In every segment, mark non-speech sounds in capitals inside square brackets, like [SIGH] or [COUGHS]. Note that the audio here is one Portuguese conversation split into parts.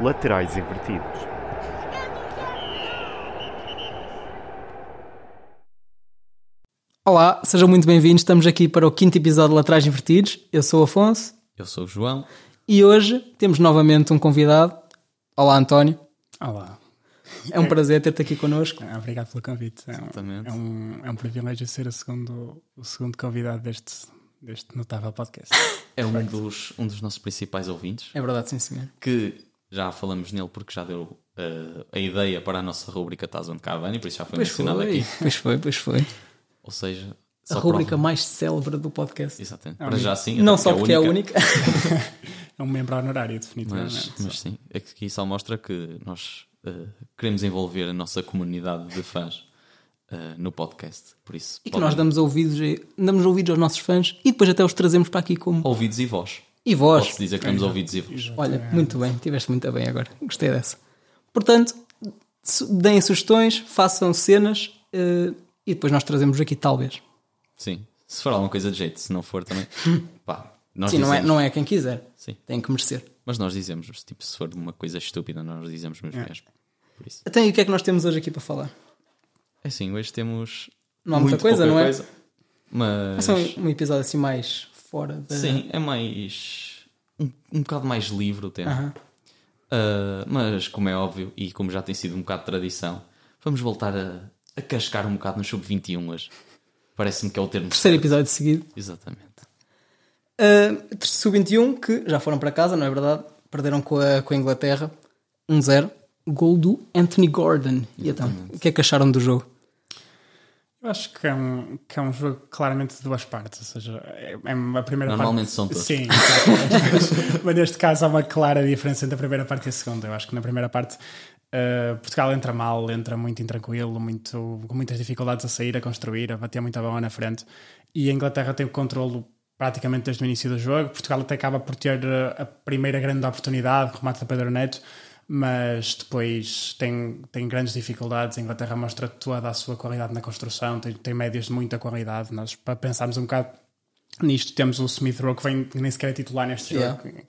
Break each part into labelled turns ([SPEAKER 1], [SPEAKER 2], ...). [SPEAKER 1] laterais invertidos.
[SPEAKER 2] Olá, sejam muito bem-vindos. Estamos aqui para o quinto episódio de Laterais Invertidos. Eu sou o Afonso
[SPEAKER 3] Eu sou o João.
[SPEAKER 2] e hoje temos novamente um convidado. Olá, António.
[SPEAKER 4] Olá,
[SPEAKER 2] É um prazer ter-te aqui connosco.
[SPEAKER 4] Ah, obrigado pelo convite. É um,
[SPEAKER 3] Exatamente.
[SPEAKER 4] é um, é um privilégio ser o segundo, o segundo convidado deste, deste notável
[SPEAKER 3] [LAUGHS]
[SPEAKER 4] podcast.
[SPEAKER 3] É um dos, um dos nossos principais ouvintes,
[SPEAKER 2] É verdade, sim, senhor.
[SPEAKER 3] que já falamos nele porque já deu eh, a ideia para a nossa rubrica Tazão de Cavani, por isso já foi
[SPEAKER 2] Pois
[SPEAKER 3] mencionado
[SPEAKER 2] foi,
[SPEAKER 3] aqui.
[SPEAKER 2] pois foi, pois foi.
[SPEAKER 3] Ou seja,
[SPEAKER 2] A
[SPEAKER 3] só
[SPEAKER 2] rubrica
[SPEAKER 3] prova-
[SPEAKER 2] mais célebre do podcast.
[SPEAKER 3] Exatamente. Para já sim.
[SPEAKER 2] Não
[SPEAKER 3] até
[SPEAKER 2] só porque é a única. é?
[SPEAKER 4] É um membro honorário, definitivamente.
[SPEAKER 3] Mas, mas sim, aqui só mostra que nós eh, queremos envolver a nossa comunidade de fãs eh, no podcast. Por isso,
[SPEAKER 2] E é que nós damos ouvidos, damos ouvidos aos nossos fãs e depois até os trazemos para aqui como.
[SPEAKER 3] ouvidos e voz.
[SPEAKER 2] E vós?
[SPEAKER 3] Posso dizer que temos ouvidos e voz.
[SPEAKER 2] Olha, muito bem, tiveste muito bem agora. Gostei dessa. Portanto, su- deem sugestões, façam cenas eh, e depois nós trazemos aqui, talvez.
[SPEAKER 3] Sim. Se for alguma coisa de jeito, se não for
[SPEAKER 2] [LAUGHS]
[SPEAKER 3] também. pá, nós
[SPEAKER 2] Sim, não é,
[SPEAKER 3] dizemos.
[SPEAKER 2] não é quem quiser.
[SPEAKER 3] Sim.
[SPEAKER 2] Tem que merecer.
[SPEAKER 3] Mas nós dizemos, tipo, se for uma coisa estúpida, nós dizemos mesmo.
[SPEAKER 2] É.
[SPEAKER 3] mesmo. Por isso.
[SPEAKER 2] Então, e o que é que nós temos hoje aqui para falar?
[SPEAKER 3] É assim, hoje temos.
[SPEAKER 2] Não há muita
[SPEAKER 3] muito
[SPEAKER 2] coisa,
[SPEAKER 3] pouca
[SPEAKER 2] não é? É
[SPEAKER 3] Mas.
[SPEAKER 2] só um- um episódio assim mais fora da.
[SPEAKER 3] Sim, é mais. Um, um bocado mais livre o tema.
[SPEAKER 2] Aham.
[SPEAKER 3] Ah, mas, como é óbvio, e como já tem sido um bocado de tradição, vamos voltar a, a cascar um bocado no sub-21 hoje. Parece-me que é o termo.
[SPEAKER 2] Terceiro episódio seguido.
[SPEAKER 3] Exatamente.
[SPEAKER 2] Uh, Sub-21, que já foram para casa, não é verdade? Perderam com a, com a Inglaterra 1-0. Gol do Anthony Gordon. E então, o que é que acharam do jogo?
[SPEAKER 4] Eu acho que é, um, que é um jogo claramente de duas partes. Ou seja, é, é a primeira
[SPEAKER 3] Normalmente
[SPEAKER 4] parte.
[SPEAKER 3] são todos.
[SPEAKER 4] Sim, [LAUGHS] mas, mas neste caso há uma clara diferença entre a primeira parte e a segunda. Eu acho que na primeira parte. eh, Portugal entra mal, entra muito intranquilo, muito, com muitas dificuldades a sair, a construir, a bater muita bola na frente. E a Inglaterra tem o controle praticamente desde o início do jogo. Portugal até acaba por ter eh, a primeira grande oportunidade, remate da Pedro Neto, mas depois tem, tem grandes dificuldades. A Inglaterra mostra toda a sua qualidade na construção, tem, tem médias de muita qualidade. Nós, para pensarmos um bocado nisto, temos o Smith Rowe que vem, que nem sequer é titular neste jogo.
[SPEAKER 2] Yeah.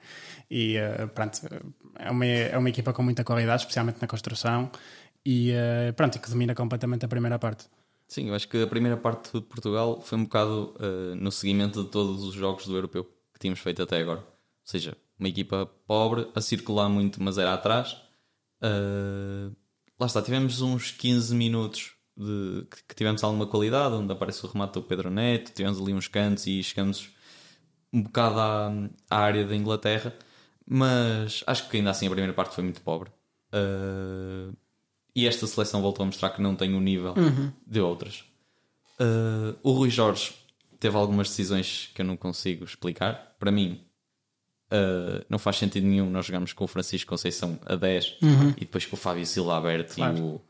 [SPEAKER 4] E eh, pronto, é uma, é uma equipa com muita qualidade, especialmente na construção, e eh, pronto, e que domina completamente a primeira parte.
[SPEAKER 3] Sim, eu acho que a primeira parte de Portugal foi um bocado eh, no seguimento de todos os jogos do europeu que tínhamos feito até agora. Ou seja, uma equipa pobre, a circular muito, mas era atrás. Eh, lá está, tivemos uns 15 minutos de, que, que tivemos alguma qualidade, onde aparece o remate do Pedro Neto, tivemos ali uns cantos e chegamos um bocado à, à área da Inglaterra, mas acho que ainda assim a primeira parte foi muito pobre. Eh, e esta seleção voltou a mostrar que não tem o nível de outras. Eh, o Rui Jorge teve algumas decisões que eu não consigo explicar. Para mim, eh, não faz sentido nenhum nós jogarmos com o Francisco Conceição a 10 e depois com o Fábio Silva aberto e, o,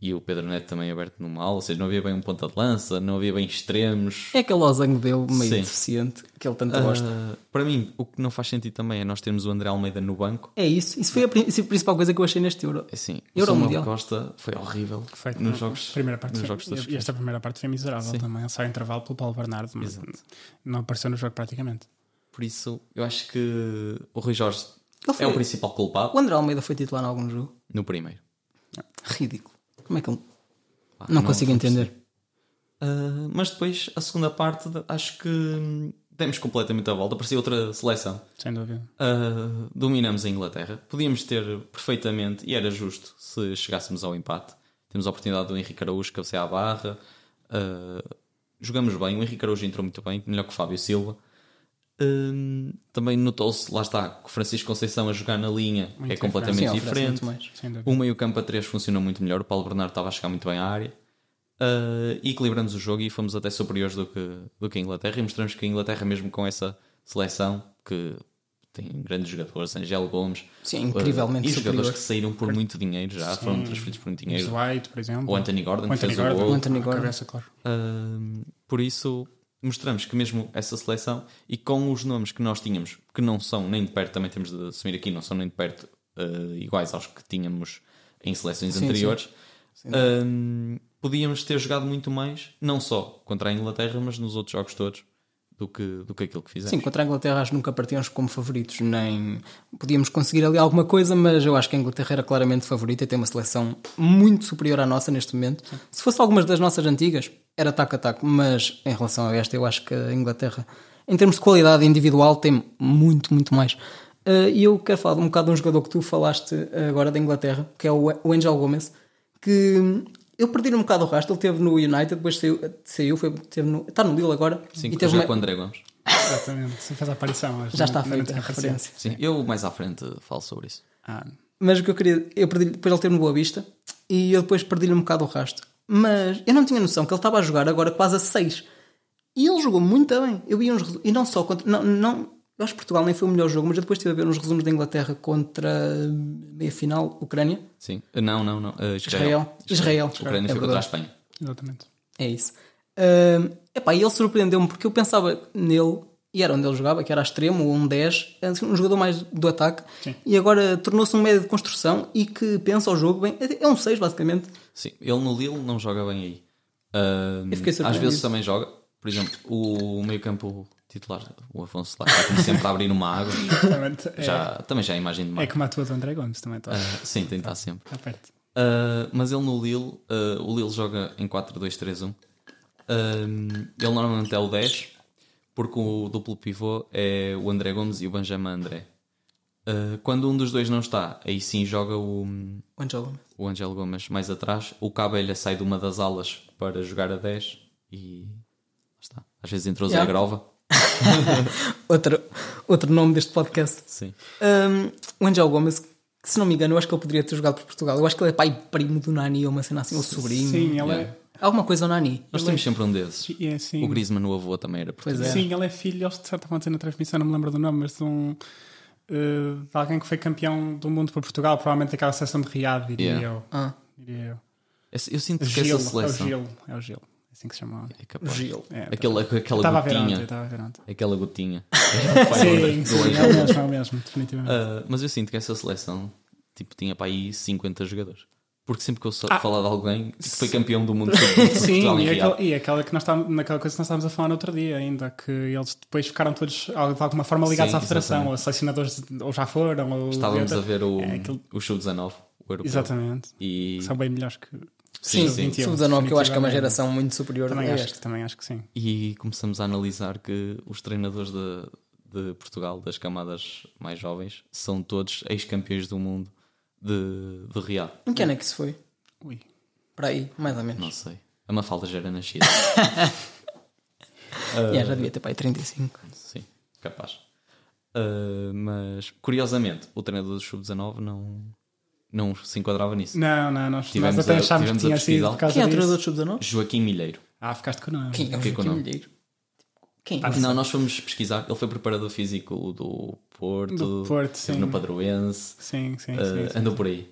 [SPEAKER 3] e o Pedro Neto também aberto numa ala. Ou seja, não havia bem um ponta de lança, não havia bem extremos.
[SPEAKER 2] É aquele losango dele meio
[SPEAKER 3] Sim.
[SPEAKER 2] deficiente que ele tanto
[SPEAKER 3] Ah,
[SPEAKER 2] gosta.
[SPEAKER 3] para mim, o que não faz sentido também é nós termos o André Almeida no banco.
[SPEAKER 2] É isso. Isso foi a, prin- isso é a principal coisa que eu achei neste Euro.
[SPEAKER 3] Assim,
[SPEAKER 2] É Euro
[SPEAKER 3] o Samuel
[SPEAKER 2] Mundial.
[SPEAKER 3] Costa foi horrível
[SPEAKER 4] Foi
[SPEAKER 3] nos jogos,
[SPEAKER 4] primeira parte
[SPEAKER 3] nos
[SPEAKER 4] foi-
[SPEAKER 3] jogos todos.
[SPEAKER 4] e esta primeira parte foi miserável também, só intervalo pelo Paulo Bernardo, mas não apareceu no jogo praticamente.
[SPEAKER 3] Por isso, eu acho que o Rui Jorge
[SPEAKER 2] Ele foi-
[SPEAKER 3] é o principal culpado
[SPEAKER 2] O André Almeida foi titular em algum jogo.
[SPEAKER 3] no primeiro.
[SPEAKER 2] Ridículo. Como é que ele.
[SPEAKER 3] Pá,
[SPEAKER 2] Não, consigo entender.
[SPEAKER 3] Ah, mas depois, a segunda parte, de- acho que hum, demos completamente a volta. Parecia outra seleção.
[SPEAKER 4] Sem dúvida.
[SPEAKER 3] Ah, dominamos a Inglaterra. Podíamos ter perfeitamente, e era justo, se chegássemos ao empate. Temos a oportunidade do Henrique Araújo cabecear à barra. Ah, jogamos bem. O Henrique Araújo entrou muito bem, melhor que o Fábio Silva. Hum, também notou-se, lá está, que o Francisco Conceição a jogar na linha é
[SPEAKER 2] Sim,
[SPEAKER 3] completamente
[SPEAKER 2] oferece
[SPEAKER 3] diferente.
[SPEAKER 2] muito mais.
[SPEAKER 4] Sem dúvida.
[SPEAKER 3] O meio campo a 3 funcionou muito melhor. O Paulo Bernardo estava a chegar muito bem à área. Ah, e equilibramos o jogo e fomos até superiores do que, do que a Inglaterra. E mostramos que a Inglaterra, mesmo com essa seleção, que tem grandes jogadores, Angelo Gomes,
[SPEAKER 2] Sim, incrivelmente
[SPEAKER 3] ah, e jogadores
[SPEAKER 2] superior.
[SPEAKER 3] que saíram por muito dinheiro já, foram transferidos por muito dinheiro.
[SPEAKER 4] Dwight, por exemplo.
[SPEAKER 3] O Anthony Gordon
[SPEAKER 4] O Anthony
[SPEAKER 3] fez o gol.
[SPEAKER 4] Gordon.
[SPEAKER 2] Anthony Gordon.
[SPEAKER 4] Cabeça, claro.
[SPEAKER 3] Ahm, por isso, mostramos que mesmo essa seleção e com os nomes que nós tínhamos, que não são nem de perto, também temos de assumir aqui, não são nem de perto ah, iguais aos que tínhamos em seleções
[SPEAKER 2] Sim,
[SPEAKER 3] anteriores, ahm, podíamos ter jogado muito mais, não só contra a Inglaterra, mas nos outros jogos todos. do que, do que aquilo que fizemos.
[SPEAKER 2] Sim, contra a Inglaterra acho que nunca partíamos como favoritos, nem podíamos conseguir ali alguma coisa, mas eu acho que a Inglaterra era claramente favorita e tem uma seleção muito superior à nossa neste momento. Se fosse algumas das nossas antigas, era taco a taco, mas em relação a esta, eu acho que a Inglaterra, em termos de qualidade individual, tem muito, muito mais. Eh, E eu quero falar um bocado de um jogador que tu falaste eh, agora da Inglaterra, que é o o Angel Gomes, que hum, eu perdi um bocado o rastro, ele teve no United, depois saiu, saiu foi, teve no, está no Lille agora.
[SPEAKER 3] Sim,
[SPEAKER 2] e
[SPEAKER 3] já
[SPEAKER 2] teve uma-
[SPEAKER 3] com o André Gomes.
[SPEAKER 4] Exatamente. Sim, Faz a aparição. hoje,
[SPEAKER 2] já
[SPEAKER 4] não-
[SPEAKER 2] está
[SPEAKER 4] ainda não
[SPEAKER 2] feita a
[SPEAKER 4] tinha aparecido.
[SPEAKER 2] é referência.
[SPEAKER 3] Sim, eu mais à frente falo sobre isso.
[SPEAKER 4] Ah,
[SPEAKER 2] Mas o que eu queria. Eu perdi depois ele teve no Boa Vista e eu depois perdi-lhe um bocado o rastro. Mas eu não tinha noção que ele estava a jogar agora quase a 6. E ele jogou muito bem. Eu vi uns resu- E não só contra. Não, não, eu acho que Portugal nem foi o melhor jogo, mas eu depois estive a ver uns resumos da Inglaterra contra meia final, Ucrânia,
[SPEAKER 3] Sim. Não, não, não. eh, Israel.
[SPEAKER 2] Israel. Israel.
[SPEAKER 3] A Ucrânia
[SPEAKER 2] É
[SPEAKER 3] ficou contra a
[SPEAKER 2] verdade.
[SPEAKER 3] Espanha.
[SPEAKER 4] exatamente.
[SPEAKER 3] [LAUGHS]
[SPEAKER 2] É isso. Ahm, epá, e ele surpreendeu-me porque eu pensava nele, e era onde ele jogava, que era extremo, ou um 10, assim, um jogador mais do ataque, e agora tornou-se um médio de construção e que pensa o jogo bem. É um 6, basicamente.
[SPEAKER 3] Sim, ele no Lille não joga bem aí. Ahm,
[SPEAKER 2] Eu fiquei
[SPEAKER 3] às
[SPEAKER 2] surpreendido.
[SPEAKER 3] vezes também joga. Por exemplo, o meio-campo titular, o Afonso lá, está como sempre a abrir uma água.
[SPEAKER 4] Exatamente. É,
[SPEAKER 3] Já, também já é a imagem de
[SPEAKER 4] é
[SPEAKER 3] marca.
[SPEAKER 4] como a tua do André Gomes também. tá? Está
[SPEAKER 3] Ah, sim, tem de estar sempre.
[SPEAKER 4] está Tá perto.
[SPEAKER 3] Ah, mas ele no Lille, ah, o Lille joga em 4-2-3-1. Ahm, um. Ah, ele normalmente é o 10, porque o duplo pivô é o André Gomes e o Benjamin André. Ah, quando um dos dois não está, aí sim joga o,
[SPEAKER 2] O Angelo.
[SPEAKER 3] o Angelo Gomes mais atrás, o Cabelha sai de uma das alas para jogar a 10 e lá está. Às vezes entrou o Zé
[SPEAKER 2] Yeah.
[SPEAKER 3] Grova.
[SPEAKER 2] Outro, outro nome deste podcast.
[SPEAKER 3] Sim.
[SPEAKER 2] Ahm, o Angel Gomes, que se não me engano, eu acho que ele poderia ter jogado por Portugal. Eu acho que ele é pai primo do Nani, ou uma cena assim, ou sobrinho.
[SPEAKER 4] Sim, ele
[SPEAKER 3] yeah.
[SPEAKER 4] é.
[SPEAKER 2] Alguma coisa ao Nani.
[SPEAKER 3] Nós temos sempre um desses.
[SPEAKER 4] e é assim-
[SPEAKER 3] O Griezmann, o avô, também era português.
[SPEAKER 2] Pois é.
[SPEAKER 4] Sim, ele é filho, eles de certa forma dizem na transmissão, não me lembro do nome, mas de um. eh, de alguém que foi campeão do mundo para Portugal, provavelmente daquela seleção de Riad, diria
[SPEAKER 3] Yeah.
[SPEAKER 4] eu.
[SPEAKER 2] Ah,
[SPEAKER 4] Diria eu.
[SPEAKER 3] Eu, eu sinto que
[SPEAKER 4] Gil,
[SPEAKER 3] essa
[SPEAKER 4] é o
[SPEAKER 3] seleção.
[SPEAKER 4] Gil, é o Gil, é assim que se chama.
[SPEAKER 3] É capaz.
[SPEAKER 2] Gil.
[SPEAKER 4] É,
[SPEAKER 3] Aquela, aquela
[SPEAKER 4] Estava a ver ontem,
[SPEAKER 3] gotinha.
[SPEAKER 4] estava a ver ontem.
[SPEAKER 3] aquela
[SPEAKER 4] [LAUGHS]
[SPEAKER 3] gotinha.
[SPEAKER 4] Sim, sim, é o mesmo, é o mesmo, definitivamente.
[SPEAKER 3] Ah, mas eu sinto que essa seleção tipo, tinha para aí 50 jogadores. Porque sempre que eu sou falar de alguém que foi campeão do mundo de Portugal
[SPEAKER 4] Ah. [LAUGHS] Sim,
[SPEAKER 3] em
[SPEAKER 4] e,
[SPEAKER 3] Real.
[SPEAKER 4] aquela, e aquela que nós estávamos, naquela coisa que nós estávamos a falar no outro dia ainda, que eles depois ficaram todos de alguma forma ligados
[SPEAKER 3] Sim,
[SPEAKER 4] à federação,
[SPEAKER 3] exatamente.
[SPEAKER 4] ou selecionadores, ou já foram, ou.
[SPEAKER 3] Estávamos a ver o,
[SPEAKER 4] É aquilo-
[SPEAKER 3] o show 19, o europeu.
[SPEAKER 4] Exatamente.
[SPEAKER 3] E,
[SPEAKER 4] São bem melhores que.
[SPEAKER 2] sim,
[SPEAKER 3] Sim, sim.
[SPEAKER 2] sub-19, que eu acho que é uma
[SPEAKER 4] definitivamente.
[SPEAKER 2] geração muito superior
[SPEAKER 4] Também
[SPEAKER 2] a
[SPEAKER 4] acho, que-
[SPEAKER 2] esta.
[SPEAKER 4] também acho que sim.
[SPEAKER 3] e começamos a analisar que os treinadores de, de Portugal, das camadas mais jovens, são todos ex-campeões do mundo de, de Real.
[SPEAKER 2] Em que ano é que isso foi?
[SPEAKER 4] Ui.
[SPEAKER 2] Para aí, mais ou menos.
[SPEAKER 3] Não sei. A Mafalda já era
[SPEAKER 4] [LAUGHS]
[SPEAKER 3] nascida.
[SPEAKER 2] Yeah, é, já devia ter para aí 35.
[SPEAKER 3] sim, capaz. Ah, mas, curiosamente, o treinador do Sub-19 não, não se enquadrava nisso.
[SPEAKER 4] Não, não, nós,
[SPEAKER 3] Tivemos
[SPEAKER 4] nós até
[SPEAKER 3] a-
[SPEAKER 4] achámos que
[SPEAKER 3] tivemos a
[SPEAKER 4] tinha sido
[SPEAKER 3] pesquisá-lo.
[SPEAKER 4] por causa
[SPEAKER 2] Quem é o
[SPEAKER 4] disso.
[SPEAKER 2] treinador do Sub-19?
[SPEAKER 3] Joaquim Milheiro.
[SPEAKER 4] Ah, ficaste com o nome.
[SPEAKER 2] Quem é o
[SPEAKER 3] Fico
[SPEAKER 2] Joaquim
[SPEAKER 3] não.
[SPEAKER 2] Milheiro? Quem? é?
[SPEAKER 4] Ah,
[SPEAKER 3] Não, nós fomos pesquisar. Ele foi preparador físico do Porto,
[SPEAKER 4] Do Porto,
[SPEAKER 3] esteve
[SPEAKER 4] sim.
[SPEAKER 3] no Padroense,
[SPEAKER 4] Sim, sim,
[SPEAKER 3] ah,
[SPEAKER 4] sim. sim.
[SPEAKER 3] andou por aí.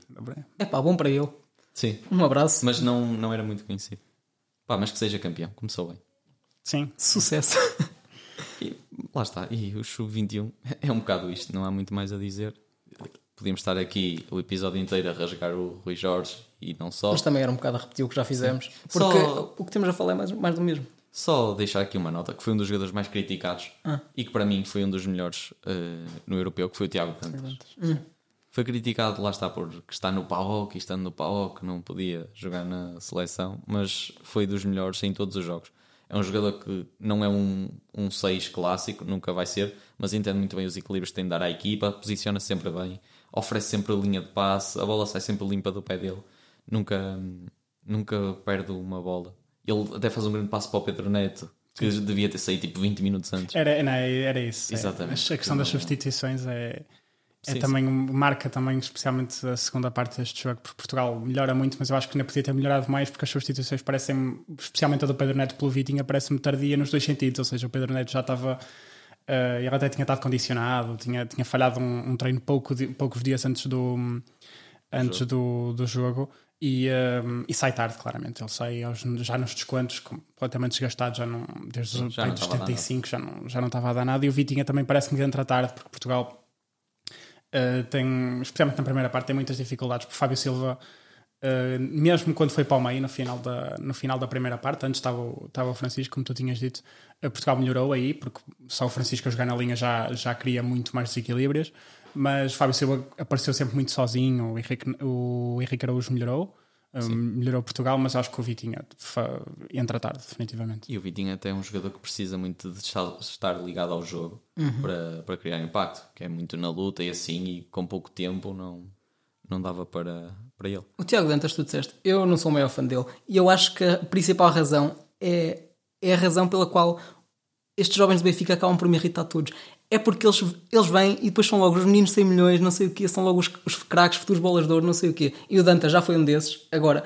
[SPEAKER 2] É pá, bom para ele.
[SPEAKER 3] Sim.
[SPEAKER 2] Um abraço.
[SPEAKER 3] Mas não, não era muito conhecido. Pá, mas que seja campeão, começou bem.
[SPEAKER 4] Sim.
[SPEAKER 2] Sucesso. [LAUGHS]
[SPEAKER 3] E lá está, e o Sub-21 é um [LAUGHS] bocado isto, não há muito mais a dizer. Podíamos estar aqui o episódio inteiro a rasgar o Rui Jorge e não só.
[SPEAKER 2] Mas também era um bocado a repetir o que já fizemos.
[SPEAKER 3] Só-
[SPEAKER 2] Porque o que temos a falar é mais, mais do mesmo.
[SPEAKER 3] Só deixar aqui uma nota que foi um dos jogadores mais criticados e que para mim foi um dos melhores eh, no europeu, que foi o Tiago Dantas. Foi criticado, lá está, por que está no PAOK e estando no PAOK não podia jogar na seleção, mas foi dos melhores em todos os jogos. É um jogador que não é um, um 6 clássico, nunca vai ser, mas entende muito bem os equilíbrios que tem de dar à equipa, posiciona sempre bem, oferece sempre a linha de passe, a bola sai sempre limpa do pé dele, nunca, hum, nunca perde uma bola. Ele até faz um grande passo para o Pedro Neto, que devia ter saído tipo 20 minutos antes.
[SPEAKER 4] Era, não, era isso. é.
[SPEAKER 3] Exatamente.
[SPEAKER 4] Mas A questão das substituições é, é
[SPEAKER 3] Sim,
[SPEAKER 4] também um- marca também especialmente a segunda parte deste jogo, porque Portugal melhora muito, mas eu acho que ainda podia ter melhorado mais porque as substituições parecem, especialmente a do Pedro Neto pelo Vitinha, parece-me tardia nos dois sentidos, ou seja, o Pedro Neto já estava eh, ele até tinha estado condicionado, tinha, tinha falhado um, um treino pouco di- poucos dias antes do antes do, do jogo e, eh, e sai tarde, claramente. Ele sai aos- já nos descontos, completamente desgastado, já não, desde os
[SPEAKER 3] já não
[SPEAKER 4] já dos
[SPEAKER 3] estava a dar nada.
[SPEAKER 4] 75 já não, já não estava a dar nada. E o Vitinha também parece-me que entra tarde, porque Portugal eh, tem, especialmente na primeira parte, tem muitas dificuldades, porque Fábio Silva eh, Uh, mesmo quando foi para o meio, no final da, no final da primeira parte, antes estava, o- estava o Francisco, como tu tinhas dito, uh, Portugal melhorou aí, porque só o Francisco a jogar na linha já, já cria muito mais desequilíbrios, mas Fábio Silva apareceu sempre muito sozinho, o Henrique, o Henrique Araújo melhorou, uh, melhorou Portugal, mas acho que o Vitinha fa- entra tarde, definitivamente.
[SPEAKER 3] E o Vitinho até é um jogador que precisa muito de estar- estar ligado ao jogo
[SPEAKER 2] Uhum.
[SPEAKER 3] para, para criar impacto, que é muito na luta e assim, e com pouco tempo não, não dava para, para ele.
[SPEAKER 2] O Tiago Dantas, tu disseste, eu não sou o maior fã dele. E eu acho que a principal razão é, é a razão pela qual estes jovens do Benfica acabam por me irritar todos. É porque eles, eles vêm e depois são logo os meninos 100 milhões, não sei o quê, são logo os, os craques, futuros bolas de ouro, não sei o quê. E o Dantas já foi um desses. Agora,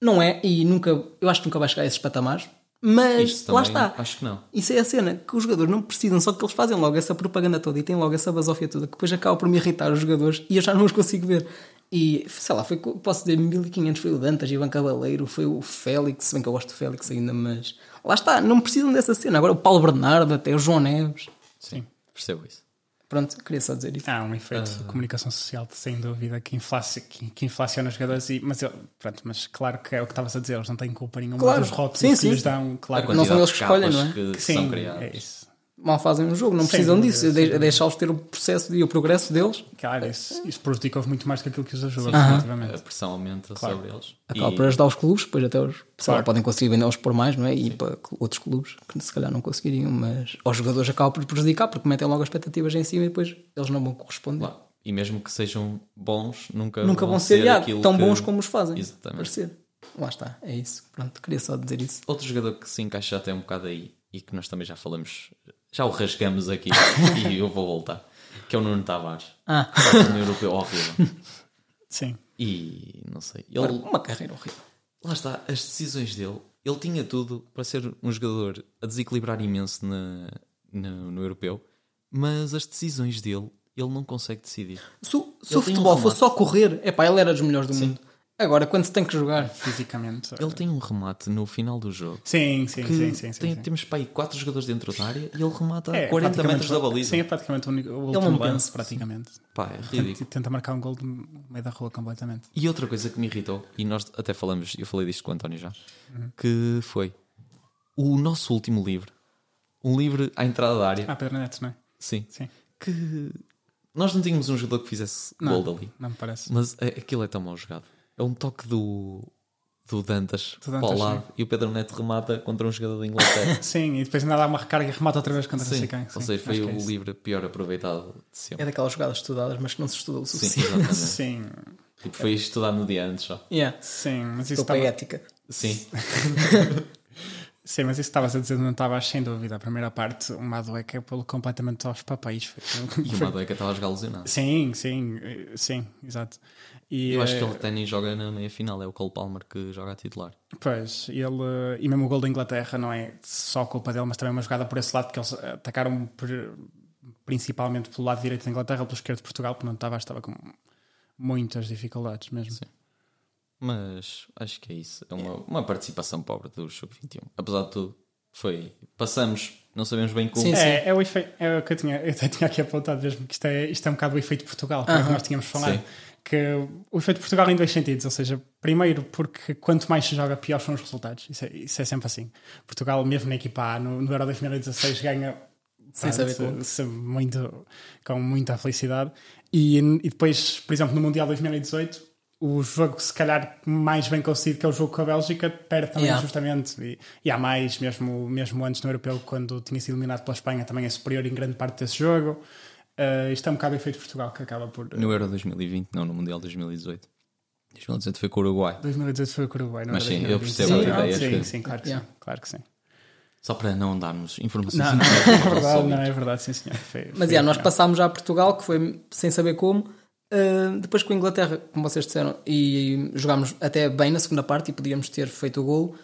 [SPEAKER 2] não é, e nunca, eu acho que nunca vai chegar a esses patamares. Mas
[SPEAKER 3] Isso
[SPEAKER 2] lá
[SPEAKER 3] também
[SPEAKER 2] está.
[SPEAKER 3] acho que não.
[SPEAKER 2] Isso é a cena que os jogadores não precisam, só que eles fazem logo essa propaganda toda e têm logo essa basófia toda que depois acaba por me irritar os jogadores e eu já não os consigo ver. E sei lá, foi, co- posso dizer 1500: foi o Dantas, Ivan Cavaleiro, foi o Félix, se bem que eu gosto do Félix ainda, mas lá está, não precisam dessa cena. Agora o Paulo Bernardo, até o João Neves.
[SPEAKER 3] Sim, percebo isso.
[SPEAKER 2] Pronto, queria só dizer isso.
[SPEAKER 4] Há um efeito
[SPEAKER 2] Ah.
[SPEAKER 4] de comunicação social, sem dúvida, que, inflaci- que- que inflaciona os jogadores. E, mas, eu- pronto, mas claro que é o que estavas a dizer, eles não têm culpa nenhuma
[SPEAKER 2] Claro.
[SPEAKER 4] dos rótulos
[SPEAKER 2] Sim,
[SPEAKER 4] que
[SPEAKER 2] sim.
[SPEAKER 4] lhes dão. Claro,
[SPEAKER 2] quantidade- Não são eles que
[SPEAKER 3] de capas
[SPEAKER 2] escolhem, não é?
[SPEAKER 3] Que,
[SPEAKER 4] que
[SPEAKER 3] são
[SPEAKER 4] sim,
[SPEAKER 3] criadas.
[SPEAKER 4] é isso.
[SPEAKER 2] Mal fazem o jogo, não
[SPEAKER 4] Sem
[SPEAKER 2] precisam
[SPEAKER 4] dúvida,
[SPEAKER 2] disso,
[SPEAKER 4] sem
[SPEAKER 2] de- deixá-los ter o processo e o progresso deles.
[SPEAKER 4] Claro, isso, isso prejudicou muito mais do que aquilo que os ajuda,
[SPEAKER 3] A
[SPEAKER 4] definitivamente.
[SPEAKER 3] pressão aumenta sobre eles.
[SPEAKER 2] Acaba
[SPEAKER 3] E-
[SPEAKER 2] por ajudar os clubes, depois até os sei lá,
[SPEAKER 4] Claro.
[SPEAKER 2] podem conseguir vendê-los por mais, não é? E para cl- outros clubes que se calhar não conseguiriam, mas aos jogadores acaba por prejudicar porque metem logo as expectativas em cima e depois eles não vão corresponder.
[SPEAKER 3] Claro. E mesmo que sejam bons, nunca,
[SPEAKER 2] Nunca vão ser, já,
[SPEAKER 3] aquilo
[SPEAKER 2] tão
[SPEAKER 3] que-
[SPEAKER 2] bons como os fazem.
[SPEAKER 3] Exatamente.
[SPEAKER 2] Parecer. Lá está, é isso. Pronto, queria só dizer isso.
[SPEAKER 3] Outro jogador que se encaixa até um bocado aí e que nós também já falamos, já o
[SPEAKER 2] [LAUGHS]
[SPEAKER 3] rasgamos aqui e eu vou voltar, que é o Nuno Tavares.
[SPEAKER 2] Ah.
[SPEAKER 3] Um europeu horrível.
[SPEAKER 4] Sim.
[SPEAKER 3] E não sei. Ele,
[SPEAKER 2] Uma carreira horrível.
[SPEAKER 3] lá está, as decisões dele. Ele tinha tudo para ser um jogador a desequilibrar imenso na, na- no europeu, mas as decisões dele, ele não consegue decidir.
[SPEAKER 2] Se, o- se o
[SPEAKER 3] tem um
[SPEAKER 2] futebol fosse
[SPEAKER 3] remate.
[SPEAKER 2] só correr, é pá, ele era dos melhores do mundo. Agora, quando se tem que jogar,
[SPEAKER 4] Fisicamente.
[SPEAKER 3] Ele tem um remate no final do jogo.
[SPEAKER 4] Sim, sim,
[SPEAKER 3] que
[SPEAKER 4] sim, sim. sim,
[SPEAKER 3] tem-
[SPEAKER 4] sim.
[SPEAKER 3] Temos para aí 4 jogadores dentro da área e ele remata a
[SPEAKER 4] É,
[SPEAKER 3] 40
[SPEAKER 4] praticamente
[SPEAKER 3] metros da
[SPEAKER 4] o-
[SPEAKER 3] baliza.
[SPEAKER 4] Sim, é praticamente o, único, o
[SPEAKER 2] não
[SPEAKER 4] último
[SPEAKER 2] pensa,
[SPEAKER 4] lance, praticamente.
[SPEAKER 3] Pá, é ridículo.
[SPEAKER 4] Tenta, tenta marcar um gol do meio da rua completamente.
[SPEAKER 3] E outra coisa que me irritou, e nós até falamos, eu falei disto com o António já,
[SPEAKER 4] Uhum.
[SPEAKER 3] que foi o nosso último livre, um livre à entrada da área,
[SPEAKER 4] Ah, Pedro Neto, não é?
[SPEAKER 3] sim,
[SPEAKER 4] Sim.
[SPEAKER 3] que nós não tínhamos um jogador que fizesse
[SPEAKER 4] Não,
[SPEAKER 3] gol ali,
[SPEAKER 4] não me parece.
[SPEAKER 3] mas é- aquilo é tão mal jogado. É um toque do, do Dantas
[SPEAKER 4] Do
[SPEAKER 3] para o
[SPEAKER 4] Dantas,
[SPEAKER 3] lado e o Pedro Neto remata contra um jogador da
[SPEAKER 4] [LAUGHS]
[SPEAKER 3] Inglaterra.
[SPEAKER 4] Sim, e depois ainda dá uma recarga e remata outra vez contra
[SPEAKER 3] sim,
[SPEAKER 4] não sei quem.
[SPEAKER 3] ou
[SPEAKER 4] sim,
[SPEAKER 3] seja, foi
[SPEAKER 4] acho que
[SPEAKER 3] o
[SPEAKER 4] é isso.
[SPEAKER 3] livre pior aproveitado de
[SPEAKER 2] é
[SPEAKER 3] sempre.
[SPEAKER 2] daquelas jogadas estudadas, mas que não se estudou o
[SPEAKER 3] Sim,
[SPEAKER 2] suficiente.
[SPEAKER 3] exatamente.
[SPEAKER 4] É [LAUGHS] Sim,
[SPEAKER 3] Tipo, foi estudar no dia antes só.
[SPEAKER 2] Yeah.
[SPEAKER 4] sim, mas isso
[SPEAKER 2] Estou para a
[SPEAKER 4] estava
[SPEAKER 2] ética.
[SPEAKER 3] Sim,
[SPEAKER 4] Sim, mas isso que estavas a dizer não estava sem dúvida. A primeira parte, o Madueca pelo completamente aos papéis. Foi-
[SPEAKER 3] e o Madueca estava a jogar lesionado.
[SPEAKER 4] sim, sim, eh, sim, exato. E,
[SPEAKER 3] Eu acho que
[SPEAKER 4] eh,
[SPEAKER 3] ele até nem joga na meia final, é o Cole Palmer que joga a titular.
[SPEAKER 4] Pois, ele, e mesmo o gol da Inglaterra não é só culpa dele, mas também é uma jogada por esse lado, porque eles atacaram por- principalmente pelo lado direito da Inglaterra, pelo esquerdo de Portugal, porque não estava, estava com muitas dificuldades mesmo.
[SPEAKER 3] Mas acho que é isso. É uma, uma participação pobre do Sub-21. Apesar de tudo, foi. Passamos, não sabemos bem como.
[SPEAKER 2] Sim, sim.
[SPEAKER 4] É, é o efeito, é o que eu tinha, eu até tinha aqui apontado mesmo, que isto é, isto é um bocado o efeito de Portugal, que é o que nós tínhamos falado.
[SPEAKER 3] Sim.
[SPEAKER 4] Que o efeito de Portugal é em dois sentidos, ou seja, primeiro porque quanto mais se joga, pior são os resultados. Isso é, isso é sempre assim. Portugal, mesmo na equipa A, no, no Euro 2016, ganha
[SPEAKER 2] Sem
[SPEAKER 4] pá,
[SPEAKER 2] saber
[SPEAKER 3] é
[SPEAKER 4] se-
[SPEAKER 2] como.
[SPEAKER 4] se- muito, com muita felicidade. E, e depois, por exemplo, no Mundial 2018, o jogo se calhar mais bem conseguido, que é o jogo com a Bélgica, perde também
[SPEAKER 2] Yeah.
[SPEAKER 4] justamente. E, e há mais, mesmo, mesmo antes no Europeu, quando tinha sido eliminado pela Espanha, também é superior em grande parte desse jogo. Eh, isto é um bocado efeito de Portugal, que acaba por.
[SPEAKER 3] No Euro 2020, não, no Mundial 2018. 2018 foi com o Uruguai.
[SPEAKER 4] 2018 foi o Uruguai, não
[SPEAKER 3] Mas
[SPEAKER 4] era
[SPEAKER 3] sim, eu
[SPEAKER 4] 2016.
[SPEAKER 3] percebo
[SPEAKER 2] a
[SPEAKER 4] Sim,
[SPEAKER 3] ideia,
[SPEAKER 4] Sim,
[SPEAKER 3] acho que-
[SPEAKER 4] sim, claro que
[SPEAKER 2] Yeah.
[SPEAKER 4] sim. Claro que sim.
[SPEAKER 3] Só para não darmos informações.
[SPEAKER 4] Não, não,
[SPEAKER 3] incorretas
[SPEAKER 4] é
[SPEAKER 3] aos
[SPEAKER 4] verdade,
[SPEAKER 3] nossos
[SPEAKER 4] não, é
[SPEAKER 3] ouvintes.
[SPEAKER 4] verdade, sim, é. senhor. Foi-
[SPEAKER 2] Mas
[SPEAKER 4] foi-
[SPEAKER 2] já, nós passámos já a Portugal, que foi sem saber como. Ah, depois com a Inglaterra, como vocês disseram, e jogámos até bem na segunda parte e podíamos ter feito o golo,